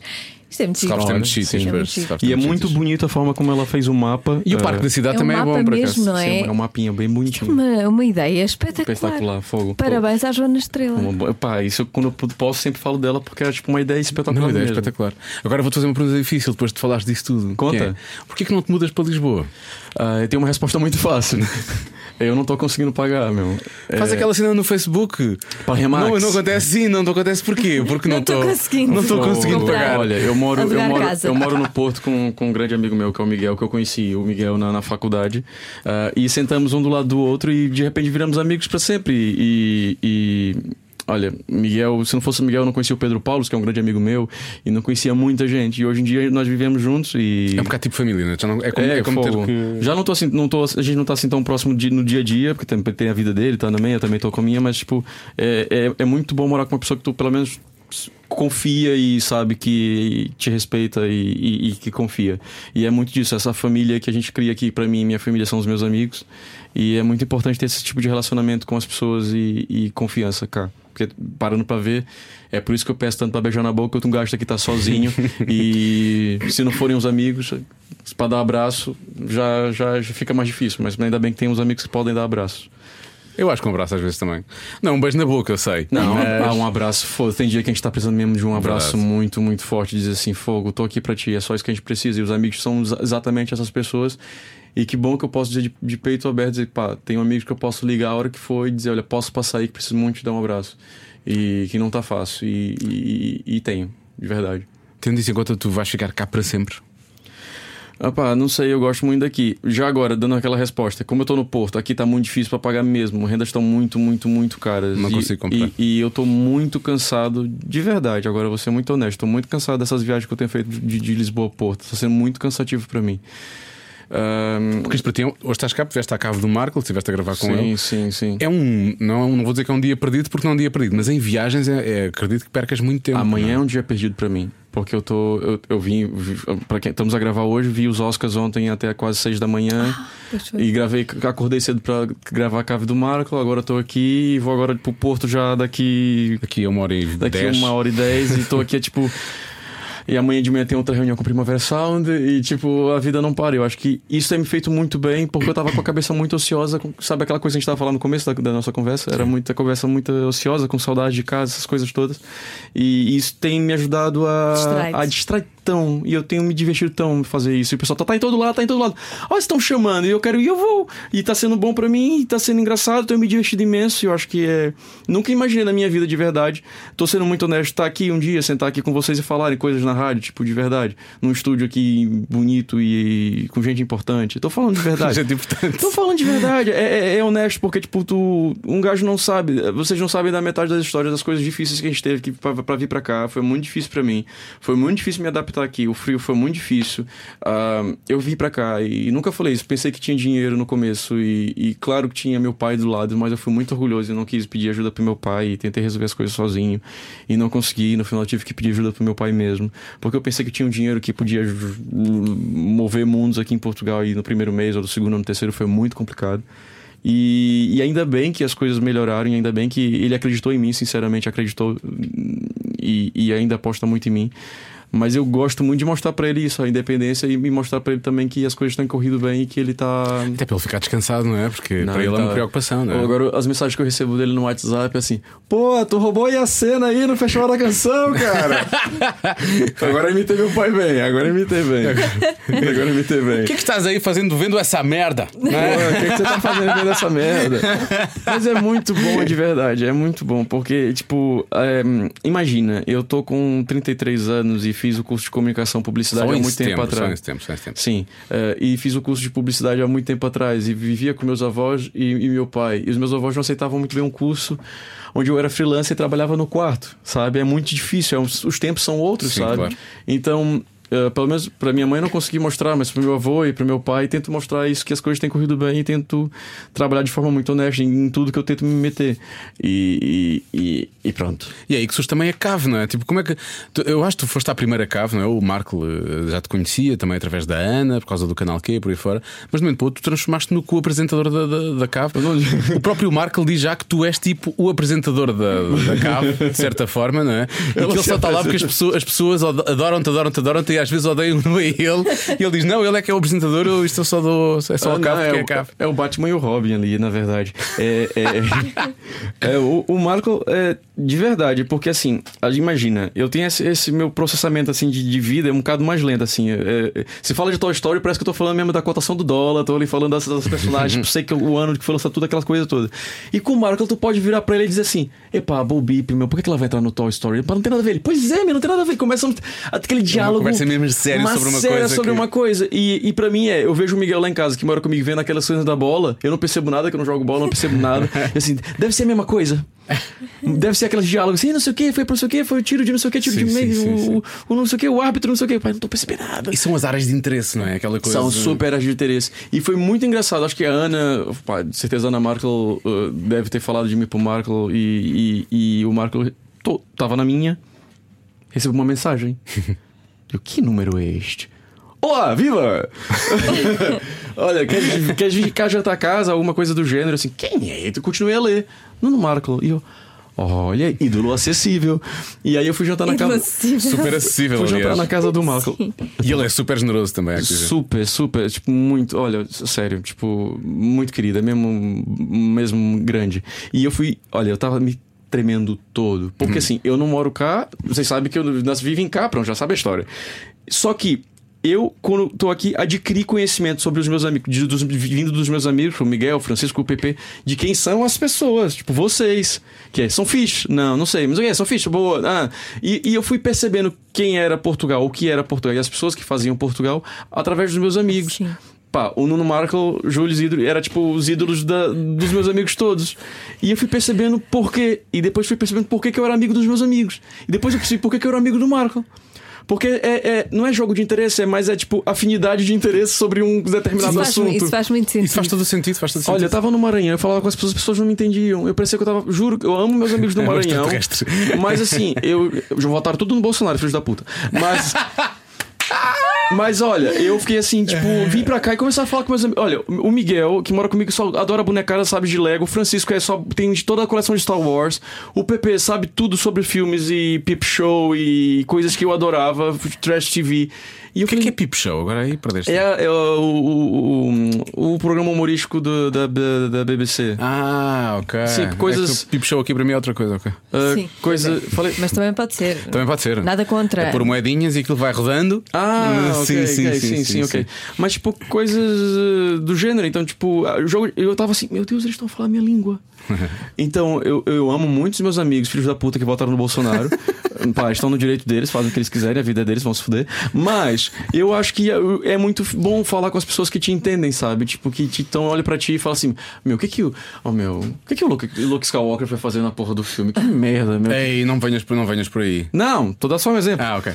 [SPEAKER 5] Isto é muito giro.
[SPEAKER 2] Serralves tem muitos
[SPEAKER 4] Sim.
[SPEAKER 2] sítios,
[SPEAKER 5] É
[SPEAKER 2] pois.
[SPEAKER 5] muito chique.
[SPEAKER 2] Serralves
[SPEAKER 4] E
[SPEAKER 2] tem
[SPEAKER 4] é
[SPEAKER 2] muitos
[SPEAKER 4] muito
[SPEAKER 2] sítios.
[SPEAKER 4] bonita a forma como ela fez o mapa. eh,
[SPEAKER 2] E o parque da cidade
[SPEAKER 5] É um
[SPEAKER 2] também é
[SPEAKER 5] mapa
[SPEAKER 2] bom para
[SPEAKER 5] mesmo, não
[SPEAKER 2] cá.
[SPEAKER 5] é?
[SPEAKER 4] é? é um mapinha bem bonitinho.
[SPEAKER 5] Uma, uma ideia espetacular.
[SPEAKER 4] Espetacular, fogo.
[SPEAKER 5] Parabéns à Joana Estrela.
[SPEAKER 4] Uma boa- Pá, isso eu, quando eu pude- posso sempre falo dela porque é tipo uma ideia espetacular.
[SPEAKER 2] Não, a ideia é
[SPEAKER 4] mesmo.
[SPEAKER 2] espetacular. Agora vou-te fazer uma pergunta difícil depois de falares disso tudo.
[SPEAKER 4] Conta.
[SPEAKER 2] Que é, Porquê que não te mudas para Lisboa?
[SPEAKER 4] Ah, eu tenho uma resposta muito fácil. né? eu não tô conseguindo pagar, meu. É,
[SPEAKER 2] Faz aquela cena no Facebook.
[SPEAKER 4] Pá, Remax.
[SPEAKER 2] Não, não acontece sim, não te acontece porquê? Porque não
[SPEAKER 5] Não tô
[SPEAKER 2] estou
[SPEAKER 5] conseguindo.
[SPEAKER 2] Não estou
[SPEAKER 5] Não,
[SPEAKER 2] conseguindo
[SPEAKER 5] comprar.
[SPEAKER 2] pagar.
[SPEAKER 4] Olha, eu moro, eu
[SPEAKER 5] Alugar
[SPEAKER 4] moro,
[SPEAKER 5] casa.
[SPEAKER 4] eu moro no Porto com, com um grande amigo meu, que é o Miguel, que eu conheci, o Miguel na, na faculdade. Ah, e sentamos um do lado do outro e de repente viramos amigos para sempre. E. e- Olha, Miguel, se não fosse o Miguel, eu não conhecia o Pedro Paulo, que é um grande amigo meu, e não conhecia muita gente. E hoje em dia nós vivemos juntos e.
[SPEAKER 2] É um bocado tipo família, né? Já não- é como,
[SPEAKER 4] É,
[SPEAKER 2] é como ter
[SPEAKER 4] fogo.
[SPEAKER 2] que.
[SPEAKER 4] Já não tô assim, não tô, a gente não tá assim tão próximo de- no dia a dia, porque tem, tem a vida dele, tá também, eu também tô com a minha, mas tipo, é, é, é muito bom morar com uma pessoa que tu pelo menos s- confia e sabe que te respeita e, e- e que confia. E é muito disso, essa família que a gente cria aqui, pra mim, minha família são os meus amigos, e é muito importante ter esse tipo de relacionamento com as pessoas e, e confiança, cara. Porque parando pra ver, é por isso que eu peço tanto pra beijar na boca, eu não gasto aqui tá sozinho. e se não forem os amigos, pra dar abraço, já, já, já fica mais difícil. Mas ainda bem que tem uns amigos que podem dar abraço.
[SPEAKER 2] Eu acho que um abraço às vezes também. Não, um beijo na boca, eu sei.
[SPEAKER 4] Não, ah, um abraço, foda. Tem dia que a gente tá precisando mesmo de um abraço
[SPEAKER 2] Verdade.
[SPEAKER 4] muito, muito forte. Dizer assim, fogo, tô aqui pra ti, é só isso que a gente precisa. E os amigos são exa- exatamente essas pessoas. E que bom que eu posso dizer de, de peito aberto, dizer, pá, tenho amigos que eu posso ligar a hora que for e dizer, olha, posso passar aí que preciso muito te dar um abraço. E que não tá fácil. E, e, e- e tenho, de verdade.
[SPEAKER 2] Tendo isso em conta, tu vais ficar cá para sempre.
[SPEAKER 4] Ah pá, não sei, eu gosto muito daqui. Já agora, dando aquela resposta, como eu tô no Porto, aqui tá muito difícil para pagar mesmo. Rendas estão muito, muito, muito caras.
[SPEAKER 2] Não
[SPEAKER 4] e,
[SPEAKER 2] consigo comprar.
[SPEAKER 4] E, e eu tô muito cansado, de verdade, agora eu vou ser muito honesto. Tô muito cansado dessas viagens que eu tenho feito de, de Lisboa a Porto. Tá sendo muito cansativo para mim. Ahn,
[SPEAKER 2] Porque isto para ti, é um- hoje estás cá, estiveste à cave do Marco, estiveste a gravar com
[SPEAKER 4] sim,
[SPEAKER 2] ele.
[SPEAKER 4] sim, sim.
[SPEAKER 2] É um. Não, não vou dizer que é um dia perdido, porque não é um dia perdido, mas em viagens é, é- acredito que percas muito tempo.
[SPEAKER 4] Amanhã é
[SPEAKER 2] não
[SPEAKER 4] um dia perdido pra mim. Porque eu tô. Eu, eu vim. vi- Pra quem estamos a gravar hoje, vi os Oscars ontem até quase seis da manhã. e gravei, acordei cedo pra gravar a Cave do Marco. Agora eu tô aqui e vou agora pro Porto já daqui.
[SPEAKER 2] é? Daqui a uma hora e
[SPEAKER 4] Daqui
[SPEAKER 2] dez.
[SPEAKER 4] uma hora e dez. e tô aqui, é, tipo. E amanhã de manhã tem outra reunião com o Primavera Sound e, tipo, a vida não para. Eu acho que isso tem me feito muito bem, porque eu tava com a cabeça muito ociosa. com- sabe aquela coisa que a gente tava falando no começo da, da nossa conversa? Era muita conversa muito ociosa, com saudade de casa, essas coisas todas. E isso tem me ajudado a,
[SPEAKER 3] Distrai-te.
[SPEAKER 4] a distrair tão. E eu tenho me divertido tão em fazer isso. E o pessoal tá, tá em todo lado, tá em todo lado. Ó, vocês estão chamando, e eu quero ir, eu vou. E tá sendo bom pra mim, e tá sendo engraçado, tenho me divertido imenso. E eu acho que é. Nunca imaginei na minha vida de verdade. Tô sendo muito honesto, estar aqui um dia, sentar aqui com vocês e falarem coisas na rádio, tipo, de verdade. Num estúdio aqui bonito e com gente importante. Tô falando de verdade.
[SPEAKER 2] *laughs* Gente importante.
[SPEAKER 4] Tô falando de verdade, é, é- é honesto, porque, tipo, tu. Um gajo não sabe. Vocês não sabem da metade das histórias, das coisas difíceis que a gente teve que, pra, pra vir pra cá. Foi muito difícil pra mim. Foi muito difícil me adaptar aqui. O frio foi muito difícil. Ah, eu vim pra cá e nunca falei isso. Pensei que tinha dinheiro no começo. E, e claro que tinha meu pai do lado, mas eu fui muito orgulhoso e não quis pedir ajuda pro meu pai. E tentei resolver as coisas sozinho. E não consegui. No final eu tive que pedir ajuda pro meu pai mesmo. Porque eu pensei que tinha um dinheiro que podia ju- mover mundos aqui em Portugal. E no primeiro mês, ou no segundo, ou no terceiro, foi muito complicado. E, e ainda bem que as coisas melhoraram, e ainda bem que ele acreditou em mim, sinceramente, acreditou hum, e, e ainda aposta muito em mim. Mas eu gosto muito de mostrar pra ele isso, a independência, e me mostrar pra ele também que as coisas estão corrido bem e que ele tá.
[SPEAKER 2] Até pelo ficar descansado, não é? Porque
[SPEAKER 4] Não,
[SPEAKER 2] para ele é uma
[SPEAKER 4] tá-
[SPEAKER 2] preocupação, não é?
[SPEAKER 4] Agora, as mensagens que eu recebo dele no WhatsApp é assim: Pô, tu roubou aí a cena aí no festival da canção,
[SPEAKER 2] *laughs*
[SPEAKER 4] cara. agora imitei meu pai bem, agora imitei bem. agora imitei bem.
[SPEAKER 2] O que é que estás aí fazendo vendo essa merda? Não é?
[SPEAKER 4] Pô, o que, que você tá fazendo vendo essa merda? Mas é muito bom de verdade, é muito bom, porque, tipo, é, imagina, eu tô com 33 anos e fiz o curso de comunicação e publicidade
[SPEAKER 2] Só
[SPEAKER 4] há
[SPEAKER 2] em
[SPEAKER 4] muito tempo
[SPEAKER 2] setembro,
[SPEAKER 4] atrás.
[SPEAKER 2] Só em setembro, só em setembro.
[SPEAKER 4] Sim, eh, e fiz o curso de publicidade há muito tempo atrás e vivia com meus avós e, e meu pai. E os meus avós não aceitavam muito bem um curso onde eu era freelancer e trabalhava no quarto, sabe? É muito difícil, é um- os tempos são outros,
[SPEAKER 2] Sim,
[SPEAKER 4] sabe?
[SPEAKER 2] claro.
[SPEAKER 4] Então, eh, pelo menos para minha mãe eu não consegui mostrar, mas para meu avô e para meu pai tento mostrar isso que as coisas têm corrido bem e tento trabalhar de forma muito honesta em, em tudo que eu tento me meter. E, e- e- e pronto.
[SPEAKER 2] E aí que surge também a cave, não é? Tipo, como é que. tu- eu acho que tu foste à primeira cave, não é? O Marco eh, já te conhecia também através da Ana, por causa do canal Q e por aí fora. Mas de um momento, pô, tu transformaste no co-apresentador da, da, da cave. O próprio Marco diz já que tu és tipo o apresentador da, da cave, de certa forma, não é? E que ele só está lá porque as pessoas, as pessoas od- adoram-te, adoram-te, adoram-te e às vezes odeiam-no a ele. E ele diz: Não, ele é que é o apresentador, eu, isto eu só dou. É só
[SPEAKER 4] Ah,
[SPEAKER 2] a cave
[SPEAKER 4] não,
[SPEAKER 2] porque é
[SPEAKER 4] é,
[SPEAKER 2] a cave.
[SPEAKER 4] o, é o Batman e o Robin ali, na verdade. É,
[SPEAKER 2] *laughs*
[SPEAKER 4] é- é, o, o Marco é de verdade, porque assim, a- imagina, eu tenho esse, esse meu processamento assim de, de vida é um bocado mais lento assim. é- é, se fala de Toy Story, parece que eu tô falando mesmo da cotação do dólar, tô ali falando das, das personagens,
[SPEAKER 2] Uhum.
[SPEAKER 4] tipo, *laughs* sei que o ano que foi lançado tudo aquelas coisas todas. E com o Marco tu pode virar pra ele e dizer assim: "Epa, Bobip, meu, por que que ela vai entrar no Toy Story? Pá, não tem nada a ver". Ele, pois é, meu, não tem nada a ver. Começa um- aquele diálogo
[SPEAKER 2] conversa mesmo séria
[SPEAKER 4] mas
[SPEAKER 2] sobre uma
[SPEAKER 4] séria
[SPEAKER 2] coisa
[SPEAKER 4] sobre
[SPEAKER 2] que-
[SPEAKER 4] uma coisa. E, e pra mim é, eu vejo o Miguel lá em casa que mora comigo vendo aquelas coisas da bola. Eu não percebo nada, que eu não jogo bola, não percebo nada.
[SPEAKER 2] *laughs* É.
[SPEAKER 4] E assim, deve ser a mesma coisa. Deve ser aqueles diálogos assim, não sei o que, foi pra não sei o que, foi o tiro de não sei o que, tiro
[SPEAKER 2] Sim,
[SPEAKER 4] de
[SPEAKER 2] sim,
[SPEAKER 4] meio,
[SPEAKER 2] sim,
[SPEAKER 4] o,
[SPEAKER 2] sim.
[SPEAKER 4] o não sei o que, o árbitro, não sei o que. Pai, não tô percebendo nada.
[SPEAKER 2] E são as áreas de interesse, não é? Aquela coisa.
[SPEAKER 4] São super áreas de interesse. E foi muito engraçado. Acho que a Ana, pá, de certeza a Ana Markle uh, deve ter falado de mim pro Markle e, e- e o Markle to- tava na minha. Recebo
[SPEAKER 2] *laughs*
[SPEAKER 4] uma mensagem. Eu, que número é este? Olá,
[SPEAKER 2] *laughs*
[SPEAKER 4] viva! *laughs* Olha, quer, quer ficar jantar a casa, alguma coisa do gênero, assim, quem é? Eu continuei a ler. Nuno Markle. E eu, olha, ídolo acessível. E aí eu fui
[SPEAKER 5] É
[SPEAKER 4] jantar na casa.
[SPEAKER 2] Super acessível,
[SPEAKER 4] Fui jantar
[SPEAKER 2] aliás.
[SPEAKER 4] na casa do Markle.
[SPEAKER 2] E ele é super generoso também, há que dizer.
[SPEAKER 4] Super, super, tipo, muito, olha, s- sério, tipo, muito querida, mesmo, mesmo grande. E eu fui, olha, eu tava me tremendo todo. Porque assim, eu não moro cá, vocês sabem que eu nós vivem cá, pronto, já sabe a história. Só que eu, quando estou aqui, adquiri conhecimento sobre os meus amigos, de- dos- vindo dos meus amigos, o Miguel, o Francisco, o Pepe, de quem são as pessoas, tipo, vocês, que é, são fish, não, não sei, mas o que é, são fish, boa, ah. e, e eu fui percebendo quem era Portugal, o que era Portugal, e as pessoas que faziam Portugal, através dos meus amigos.
[SPEAKER 5] Sim.
[SPEAKER 4] Pá, o Nuno Marco, Júlio Isidro, era tipo os ídolos da- dos meus amigos todos. E eu fui percebendo por quê. E depois fui percebendo por que, que eu era amigo dos meus amigos. E depois eu percebi por que, que eu era amigo do Marco. Porque é, é- não é jogo de interesse, é mais é tipo afinidade de interesse sobre um
[SPEAKER 5] Isso
[SPEAKER 4] determinado
[SPEAKER 5] faz,
[SPEAKER 4] assunto.
[SPEAKER 5] isso faz muito sentido.
[SPEAKER 2] Isso faz todo o sentido, faz todo o
[SPEAKER 4] Olha, tá- eu
[SPEAKER 2] sentido.
[SPEAKER 4] tava no Maranhão, eu falava com as pessoas, as pessoas não me entendiam. Eu pensei que eu tava. Juro, eu amo meus amigos
[SPEAKER 2] *laughs*
[SPEAKER 4] do
[SPEAKER 2] É um
[SPEAKER 4] Maranhão.
[SPEAKER 2] extraterrestre.
[SPEAKER 4] Mas assim, eu. Já votaram tudo no Bolsonaro, filhos da puta.
[SPEAKER 2] *laughs*
[SPEAKER 4] Mas. Mas olha, eu fiquei assim, tipo,
[SPEAKER 2] É.
[SPEAKER 4] vim pra cá e comecei a falar com meus amigos. Olha, o Miguel, que mora comigo, só adora bonecada, sabe de Lego. O Francisco é só tem de toda a coleção de Star Wars. O PP sabe tudo sobre filmes e peep show e coisas que eu adorava, trash TV. E eu
[SPEAKER 2] O que é que é Pip Show? Agora aí perdeste.
[SPEAKER 4] é, é o, o, o, o programa humorístico do- da, da, da BBC.
[SPEAKER 2] Ah, ok.
[SPEAKER 4] Sim,
[SPEAKER 2] É
[SPEAKER 4] coisas-
[SPEAKER 2] que o Pip Show aqui para mim é outra coisa, ok.
[SPEAKER 4] Ah,
[SPEAKER 5] sim.
[SPEAKER 4] coisa. Falei.
[SPEAKER 5] Mas também pode ser.
[SPEAKER 2] Também pode ser.
[SPEAKER 5] Nada contra.
[SPEAKER 2] É por moedinhas e aquilo vai rodando.
[SPEAKER 4] Ah,
[SPEAKER 2] Hum,
[SPEAKER 4] ok, ok, sim, sim, sim, ok. Mas, tipo, coisas ah, do gênero. Então, tipo, ah, o jogo, eu tava assim, meu Deus, eles estão falando a minha *laughs* língua. então, eu, eu amo muito os meus amigos, filhos da puta, que votaram no *laughs* Bolsonaro. Pá, estão no direito deles, fazem o que eles quiserem, a vida é deles, vão se fuder. Mas, eu acho que é, é muito bom falar com as pessoas que te entendem, sabe? Tipo, que te, então olha pra ti e fala assim: meu, o que que o. Oh, meu, o que que o Luke, Luke Skywalker foi fazer na porra do filme? Que merda, meu.
[SPEAKER 2] Ei, não venhas, por- não venhas por aí.
[SPEAKER 4] Não, tô dando só um exemplo.
[SPEAKER 2] Ah,
[SPEAKER 4] *laughs*
[SPEAKER 2] ok.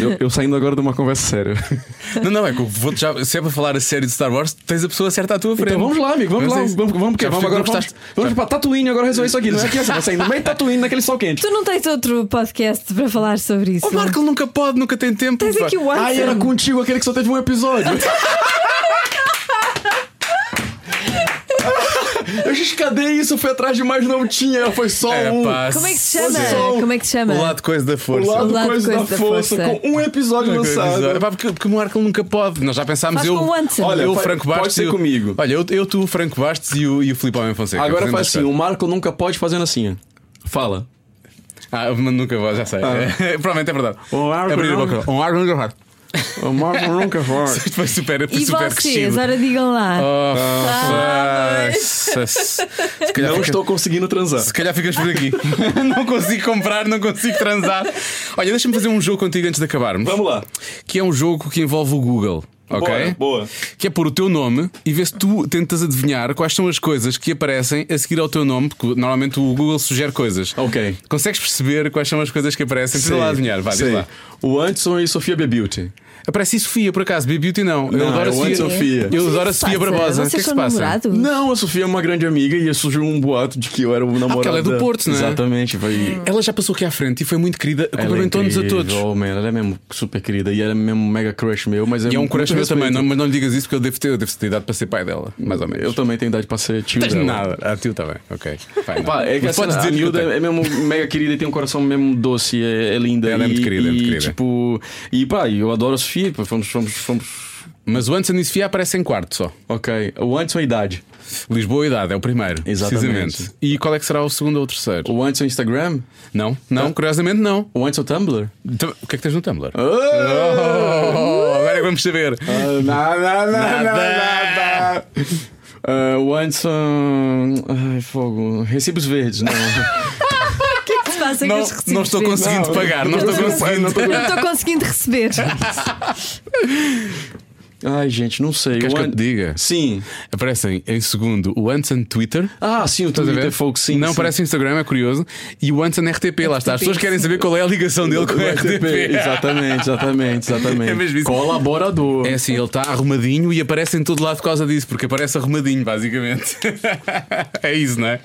[SPEAKER 4] Eu, eu saindo agora de uma conversa séria. *laughs*
[SPEAKER 2] Não, não, é que eu vou já, se é para falar a série de Star Wars, tens a pessoa certa à tua frente.
[SPEAKER 4] Então vamos lá, amigo, vamos,
[SPEAKER 2] Mas
[SPEAKER 4] lá.
[SPEAKER 2] é
[SPEAKER 4] Vamos,
[SPEAKER 2] isso.
[SPEAKER 4] vamos, vamos,
[SPEAKER 2] Já
[SPEAKER 4] vamos
[SPEAKER 2] percebi
[SPEAKER 4] agora.
[SPEAKER 2] que
[SPEAKER 4] Vamos,
[SPEAKER 2] gostaste.
[SPEAKER 4] vamos pra Tatooine agora resolver isso
[SPEAKER 2] *laughs*
[SPEAKER 4] aqui. Não é aqui assim, vai sair no meio de Tatooine naquele sol quente.
[SPEAKER 5] Tu não tens outro podcast para falar sobre isso?
[SPEAKER 2] O Marco nunca pode, nunca tem tempo.
[SPEAKER 5] Tens aqui o
[SPEAKER 4] Ai, era contigo aquele que só teve
[SPEAKER 2] *laughs*
[SPEAKER 4] um episódio. Eu disse, cadê isso? Eu fui atrás de mais, não tinha. Foi só
[SPEAKER 2] É,
[SPEAKER 4] um.
[SPEAKER 2] pá,
[SPEAKER 5] Como é que se
[SPEAKER 2] o
[SPEAKER 5] chama?
[SPEAKER 4] Só-
[SPEAKER 5] Como é que se chama?
[SPEAKER 2] O lado coisa da
[SPEAKER 4] O
[SPEAKER 2] força.
[SPEAKER 4] *laughs* lado,
[SPEAKER 5] Lado
[SPEAKER 4] coisa, da, força, com um episódio
[SPEAKER 2] Uma coisa
[SPEAKER 4] lançado.
[SPEAKER 2] bizarra. Pá, porque, porque o Marco nunca pode. Nós já pensámos.
[SPEAKER 5] Faz
[SPEAKER 2] eu,
[SPEAKER 5] com o Anson.
[SPEAKER 2] Olha,
[SPEAKER 4] é? Olha,
[SPEAKER 2] eu, o
[SPEAKER 4] fa-
[SPEAKER 2] Franco
[SPEAKER 4] pode
[SPEAKER 2] Bastos.
[SPEAKER 4] ser
[SPEAKER 2] e o-
[SPEAKER 4] comigo.
[SPEAKER 2] Olha, eu, eu, tu, o Franco Bastos e o, e o Filipe Almen Fonseca.
[SPEAKER 4] Agora
[SPEAKER 2] fazemos
[SPEAKER 4] faz
[SPEAKER 2] as
[SPEAKER 4] assim: o Marco nunca pode fazer assim. ó. Fala.
[SPEAKER 2] quatro. Ah, mas nunca vou, já sei. *laughs* Provavelmente é verdade.
[SPEAKER 4] O Um Marco
[SPEAKER 2] Abrir a
[SPEAKER 4] não-
[SPEAKER 2] boca. O Marco nunca faz.
[SPEAKER 4] O Marco nunca pode.
[SPEAKER 2] Isto *laughs* foi super, foi
[SPEAKER 5] E
[SPEAKER 2] super
[SPEAKER 5] vocês?
[SPEAKER 2] tipo, é crescido.
[SPEAKER 5] Ora, digam lá.
[SPEAKER 2] Oh, fuck. se, se- se calhar
[SPEAKER 4] *laughs* Não
[SPEAKER 2] fica-
[SPEAKER 4] estou conseguindo transar.
[SPEAKER 2] se calhar ficas por aqui. *laughs* não consigo comprar, não consigo transar. Olha, deixa-me fazer um jogo contigo antes de acabarmos.
[SPEAKER 4] Vamos lá.
[SPEAKER 2] Que é um jogo que envolve o Google. Ok?
[SPEAKER 4] Bora, boa.
[SPEAKER 2] Que é pôr o teu nome e ver se tu tentas adivinhar quais são as coisas que aparecem a seguir ao teu nome, porque normalmente o Google sugere coisas.
[SPEAKER 4] Ok.
[SPEAKER 2] Consegues perceber quais são as coisas que aparecem? Precisa lá adivinhar, vá, diz
[SPEAKER 4] Sei.
[SPEAKER 2] lá.
[SPEAKER 4] O Anderson e Sofia Bebilty.
[SPEAKER 2] Aparece e Sofia, por acaso, Be Beauty não. Eu
[SPEAKER 4] Não,
[SPEAKER 2] adoro a
[SPEAKER 4] é o
[SPEAKER 2] Sofia.
[SPEAKER 4] Anne Sofia.
[SPEAKER 2] Eu adoro a
[SPEAKER 5] Se
[SPEAKER 2] Sofia
[SPEAKER 5] passa,
[SPEAKER 2] Barbosa. O
[SPEAKER 5] Vocês
[SPEAKER 2] que é que se
[SPEAKER 5] são
[SPEAKER 2] passa?
[SPEAKER 5] namorados?
[SPEAKER 4] Não, a Sofia é uma grande amiga e surgiu um boato de que eu era o namorado.
[SPEAKER 2] ela é do
[SPEAKER 4] dela.
[SPEAKER 2] Porto, né?
[SPEAKER 4] Exatamente, foi.
[SPEAKER 2] Ela já passou aqui à frente e foi muito querida,
[SPEAKER 4] Ela é
[SPEAKER 2] cumprimentou-nos a
[SPEAKER 4] incrível,
[SPEAKER 2] todos.
[SPEAKER 4] Man, ela é mesmo super querida e ela é mesmo um mega crush meu,
[SPEAKER 2] E
[SPEAKER 4] mas
[SPEAKER 2] é um
[SPEAKER 4] muito
[SPEAKER 2] coração meu
[SPEAKER 4] respeito.
[SPEAKER 2] também, não- mas não lhe digas isso porque eu devo ter, eu devo ter idade para ser pai dela, mais ou menos.
[SPEAKER 4] Eu também tenho idade pra ser tio
[SPEAKER 2] Tens
[SPEAKER 4] dela.
[SPEAKER 2] nada. Ah, tio também, ok. Fine.
[SPEAKER 4] Pá, é que
[SPEAKER 2] Mas
[SPEAKER 4] assim, a
[SPEAKER 2] que eu
[SPEAKER 4] miúda
[SPEAKER 2] tenho.
[SPEAKER 4] é mesmo mega querida e tem um coração mesmo doce, é, é linda.
[SPEAKER 2] Ela é
[SPEAKER 4] e,
[SPEAKER 2] muito querida, é
[SPEAKER 4] e,
[SPEAKER 2] muito querida.
[SPEAKER 4] Tipo, e pá, eu adoro a Sofia, pá, fomos, fomos, fomos.
[SPEAKER 2] Mas o Anson e Sofia aparecem em quarto só.
[SPEAKER 4] Ok, o Anderson é idade.
[SPEAKER 2] Lisboa e idade, é o primeiro.
[SPEAKER 4] Exatamente.
[SPEAKER 2] Precisamente. E qual é que será o segundo ou o terceiro?
[SPEAKER 4] O Anderson é Instagram?
[SPEAKER 2] Não, não, curiosamente não.
[SPEAKER 4] O Anderson é Tumblr?
[SPEAKER 2] Então, o que é que tens no Tumblr?
[SPEAKER 4] Oh!
[SPEAKER 2] Oh, agora é que vamos saber.
[SPEAKER 4] Ah, Nada, nada, nada. Ah, O Anderson. Ai, fogo. Recibos verdes, né?
[SPEAKER 2] *laughs*
[SPEAKER 4] não.
[SPEAKER 5] O é que se passa com
[SPEAKER 2] Não,
[SPEAKER 5] os recibos
[SPEAKER 2] não estou
[SPEAKER 5] verdes?
[SPEAKER 2] conseguindo pagar, não estou
[SPEAKER 5] Eu não-
[SPEAKER 2] conseguindo.
[SPEAKER 5] Eu não estou conseguindo receber.
[SPEAKER 4] Ai, gente, não sei.
[SPEAKER 2] Queres
[SPEAKER 4] O
[SPEAKER 2] que eu
[SPEAKER 4] An-
[SPEAKER 2] te diga?
[SPEAKER 4] Sim.
[SPEAKER 2] Aparecem em segundo o Anson Twitter.
[SPEAKER 4] Ah, sim, o
[SPEAKER 2] Estás a
[SPEAKER 4] Twitter
[SPEAKER 2] ver?
[SPEAKER 4] Folk, sim.
[SPEAKER 2] Tá não
[SPEAKER 4] sim.
[SPEAKER 2] parece Instagram, é curioso. E o Anson RTP, lá está. As pessoas querem saber qual é a ligação
[SPEAKER 4] *laughs*
[SPEAKER 2] dele com o RTP.
[SPEAKER 4] Exatamente, exatamente,
[SPEAKER 2] *laughs*
[SPEAKER 4] exatamente.
[SPEAKER 2] É mesmo isso.
[SPEAKER 4] Colaborador.
[SPEAKER 2] É assim, ele está arrumadinho e aparece em todo lado por causa disso, porque aparece arrumadinho, basicamente. *laughs* é isso, não é?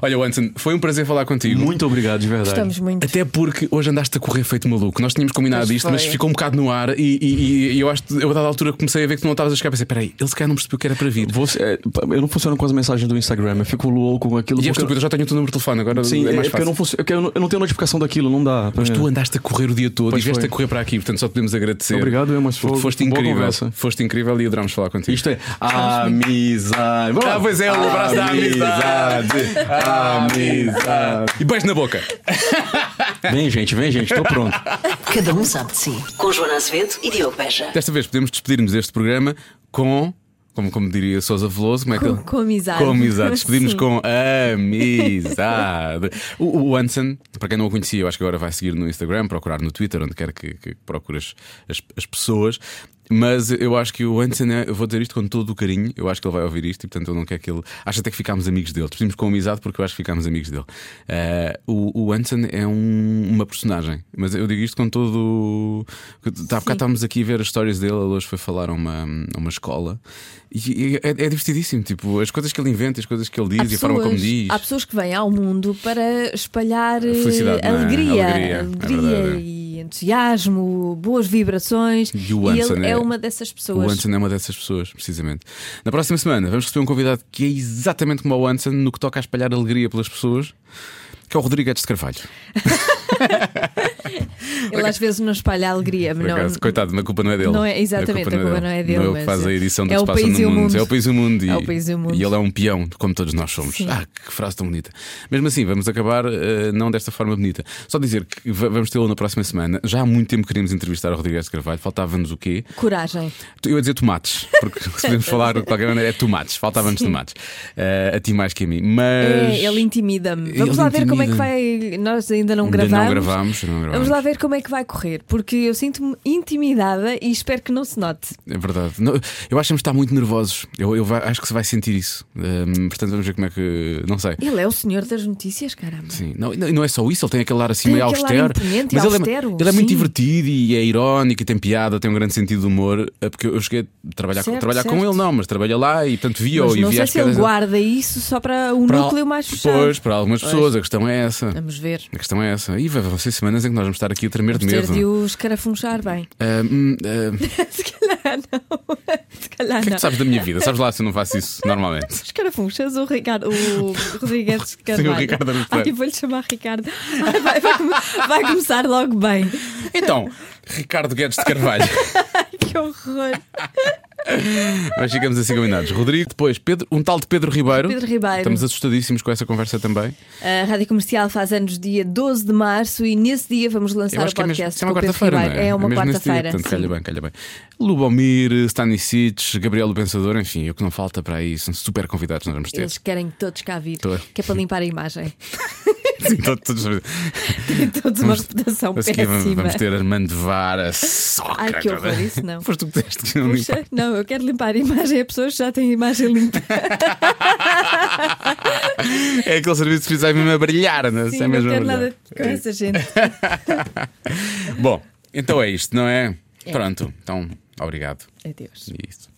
[SPEAKER 2] Olha, Anson, foi um prazer falar contigo.
[SPEAKER 4] Muito obrigado, de verdade.
[SPEAKER 5] Estamos muito.
[SPEAKER 2] Até porque hoje andaste a correr feito maluco. Nós tínhamos combinado
[SPEAKER 5] Pois
[SPEAKER 2] isto,
[SPEAKER 5] foi.
[SPEAKER 2] mas ficou um bocado no ar. E, e- e eu acho que eu, a dada altura, comecei a ver que tu não estavas a chegar. Pensei, peraí, ele se calhar não percebeu que era para vir.
[SPEAKER 4] Você, é, pá, eu não funciono com as mensagens do Instagram, eu fico louco com aquilo.
[SPEAKER 2] E é
[SPEAKER 4] porque-
[SPEAKER 2] estúpido, eu já tenho o teu número de telefone, agora
[SPEAKER 4] Sim,
[SPEAKER 2] é
[SPEAKER 4] é,
[SPEAKER 2] mais
[SPEAKER 4] porque
[SPEAKER 2] fácil.
[SPEAKER 4] eu não, funciono, é que eu não- eu não tenho notificação daquilo, não dá.
[SPEAKER 2] Mas tu andaste a correr o dia todo
[SPEAKER 4] Pois
[SPEAKER 2] e vieste
[SPEAKER 4] foi.
[SPEAKER 2] a correr para aqui, portanto só podemos agradecer.
[SPEAKER 4] Obrigado, eu, mas
[SPEAKER 2] Porque
[SPEAKER 4] foi-
[SPEAKER 2] foste
[SPEAKER 4] boa
[SPEAKER 2] incrível.
[SPEAKER 4] conversa.
[SPEAKER 2] Foste incrível e adorámos falar contigo.
[SPEAKER 4] Isto é amizade. Vamos lá.
[SPEAKER 2] Ah, pois é, um abraço da amizade.
[SPEAKER 4] Amizade. amizade.
[SPEAKER 2] E beijo na boca! Vem, gente, vem, gente, estou pronto.
[SPEAKER 1] Cada um sabe de si. Com Joana Azevedo e Diogo Beja.
[SPEAKER 2] Desta vez podemos despedir-nos deste programa com. Como, como diria Sousa Veloso, como é que
[SPEAKER 3] Com-
[SPEAKER 2] ele-
[SPEAKER 3] com amizade.
[SPEAKER 2] Com amizade. Despedimos
[SPEAKER 3] *laughs* Sim.
[SPEAKER 2] com amizade. O, o Anson, para quem não o conhecia, eu acho que agora vai seguir no Instagram, procurar no Twitter, onde quer que, que procuras as, as pessoas. Mas eu acho que o Anson, é- eu vou dizer isto com todo o carinho, eu acho que ele vai ouvir isto e portanto eu não quero que ele. Acho até que ficámos amigos dele. Despedimos com amizade porque eu acho que ficámos amigos dele. Eh, o, o Anson é um- uma personagem, mas eu digo isto com todo. Tá, há bocado estávamos aqui a ver as histórias dele, ele hoje foi falar a uma, a uma escola e, e é, é divertidíssimo. Tipo, as coisas que ele inventa, as coisas que ele diz
[SPEAKER 3] Há
[SPEAKER 2] *laughs* e a forma como
[SPEAKER 3] pessoas-
[SPEAKER 2] diz.
[SPEAKER 3] Há pessoas que vêm ao mundo para espalhar eh,
[SPEAKER 2] Felicidade, não é?
[SPEAKER 3] alegria,
[SPEAKER 2] Alegria, é verdade.
[SPEAKER 3] e entusiasmo, boas vibrações.
[SPEAKER 2] E o Anson
[SPEAKER 3] ele
[SPEAKER 2] é-
[SPEAKER 3] é uma dessas
[SPEAKER 2] O
[SPEAKER 3] pessoas.
[SPEAKER 2] Anson é uma dessas pessoas, precisamente. Na próxima semana vamos receber um convidado que é exatamente como o Anson no que toca a espalhar alegria pelas pessoas, que é o Rodrigues de Carvalho.
[SPEAKER 3] Ele às vezes não espalha alegria, mas
[SPEAKER 2] Por
[SPEAKER 3] não.
[SPEAKER 2] acaso, coitado, a culpa não é dele.
[SPEAKER 3] Não é- exatamente, a culpa não é dele,
[SPEAKER 2] Não é o que
[SPEAKER 3] mas
[SPEAKER 2] faz a edição do
[SPEAKER 3] é
[SPEAKER 2] que
[SPEAKER 3] o
[SPEAKER 2] se passa
[SPEAKER 3] país e
[SPEAKER 2] no
[SPEAKER 3] o
[SPEAKER 2] mundo.
[SPEAKER 3] mundo.
[SPEAKER 2] É o país e o mundo. E,
[SPEAKER 3] É o país e o mundo.
[SPEAKER 2] ele é um peão, como todos nós somos. Ah, que frase tão bonita. Mesmo assim, vamos acabar eh, não desta forma bonita. Só dizer que va- vamos tê-lo na próxima semana. Já há muito tempo queríamos entrevistar o Rodrigues de Carvalho. Faltava-nos o quê?
[SPEAKER 3] Coragem.
[SPEAKER 2] Eu ia dizer tomates, porque *laughs* se podemos falar de qualquer maneira é tomates, faltava-nos tomates. Eh, a ti mais que a mim. Mas.
[SPEAKER 3] É, ele intimida-me.
[SPEAKER 2] Ele
[SPEAKER 3] Vamos lá ver como é que
[SPEAKER 2] intimida-me.
[SPEAKER 3] vai. Nós ainda não
[SPEAKER 2] Ainda
[SPEAKER 3] gravamos.
[SPEAKER 2] não gravámos, não gravámos.
[SPEAKER 3] Vamos lá ver como é que vai correr, porque eu sinto-me intimidada e espero que não se note.
[SPEAKER 2] É verdade. Não, eu acho que está muito nervosos. Eu, eu vai- acho que se vai sentir isso. Hum, portanto, vamos ver como é que. Não sei.
[SPEAKER 3] Ele é o senhor das notícias, caramba.
[SPEAKER 2] Sim. Não, e não é só isso, ele tem aquele ar assim
[SPEAKER 3] Tem
[SPEAKER 2] meio
[SPEAKER 3] aquele ar
[SPEAKER 2] austero.
[SPEAKER 3] imponente e
[SPEAKER 2] mas ele é-
[SPEAKER 3] austero,
[SPEAKER 2] ele é, muito
[SPEAKER 3] sim.
[SPEAKER 2] divertido e é irónico e tem piada, tem um grande sentido de humor. é Porque eu cheguei a trabalhar, com,
[SPEAKER 3] Certo,
[SPEAKER 2] trabalhar com
[SPEAKER 3] certo.
[SPEAKER 2] ele, não, mas trabalha lá e tanto via
[SPEAKER 3] Mas
[SPEAKER 2] e
[SPEAKER 3] não
[SPEAKER 2] via
[SPEAKER 3] sei
[SPEAKER 2] as
[SPEAKER 3] se ele
[SPEAKER 2] piadas.
[SPEAKER 3] guarda isso só para o
[SPEAKER 2] Para-
[SPEAKER 3] núcleo mais fechado.
[SPEAKER 2] Pois, para algumas pessoas, a questão é essa.
[SPEAKER 3] Vamos ver.
[SPEAKER 2] A questão é essa. E vai- vão ser semanas em que nós vamos estar aqui a tremer de
[SPEAKER 3] Ter
[SPEAKER 2] medo.
[SPEAKER 3] de o escarafunchar *laughs* bem.
[SPEAKER 2] Ah, hum, ah, o
[SPEAKER 3] Se calhar não. *laughs* Se calhar
[SPEAKER 2] que é que
[SPEAKER 3] não.
[SPEAKER 2] tu sabes da minha vida? Sabes lá se eu não faço isso
[SPEAKER 3] *laughs*
[SPEAKER 2] normalmente.
[SPEAKER 3] Escarafunchas ou Ricardo, o Rodrigues de Carvalho.
[SPEAKER 2] *laughs* Sim, o Ricardo é Araújo
[SPEAKER 3] Ai,
[SPEAKER 2] Pereira.
[SPEAKER 3] vou-lhe chamar Ricardo. Ai, vai, vai come- vai começar
[SPEAKER 2] *laughs*
[SPEAKER 3] logo bem.
[SPEAKER 2] Então, Ricardo Guedes de Carvalho.
[SPEAKER 3] Que horror.
[SPEAKER 2] Mas ficamos assim combinados. Rodrigo, depois Pedro, um tal de Pedro Ribeiro.
[SPEAKER 3] Pedro Ribeiro.
[SPEAKER 2] Estamos assustadíssimos com essa conversa também.
[SPEAKER 3] A Rádio Comercial faz anos dia 12 de março e nesse dia vamos lançar
[SPEAKER 2] Eu
[SPEAKER 3] o
[SPEAKER 2] acho que é, mesmo,
[SPEAKER 3] podcast.
[SPEAKER 2] isso é uma
[SPEAKER 3] com o Pedro
[SPEAKER 2] quarta-feira, não
[SPEAKER 3] Ribeiro.
[SPEAKER 2] é?
[SPEAKER 3] É uma
[SPEAKER 2] mesmo nesse dia,
[SPEAKER 3] quarta-feira.
[SPEAKER 2] Portanto,
[SPEAKER 3] sim.
[SPEAKER 2] calha bem, calha bem. Lubomir, Stanisic, Gabriel do Pensador, enfim, é o que não falta para aí são super convidados que nós vamos ter.
[SPEAKER 3] Eles querem todos cá vir,
[SPEAKER 2] Tô.
[SPEAKER 3] que é para limpar
[SPEAKER 2] *laughs*
[SPEAKER 3] a imagem.
[SPEAKER 2] Sim, *laughs* todos- todos-
[SPEAKER 3] Tem todos uma reputação
[SPEAKER 2] a seguir vamos,
[SPEAKER 3] péssima.
[SPEAKER 2] vamos ter Armando Vara, Sócrates.
[SPEAKER 3] Ai, que horror, isso não.
[SPEAKER 2] Foste tu que disseste que não um limpa.
[SPEAKER 3] Puxa, não, eu quero limpar a imagem. As pessoas já têm a imagem limpa.
[SPEAKER 2] *laughs* É aquele serviço que fizer mesmo a brilhar, não é?
[SPEAKER 3] Sim,
[SPEAKER 2] é?
[SPEAKER 3] não
[SPEAKER 2] mesmo a
[SPEAKER 3] quero
[SPEAKER 2] brilhar.
[SPEAKER 3] nada com essa gente. É.
[SPEAKER 2] Bom, então é isto, não é? Pronto, então obrigado.
[SPEAKER 3] Adeus.
[SPEAKER 2] É isso.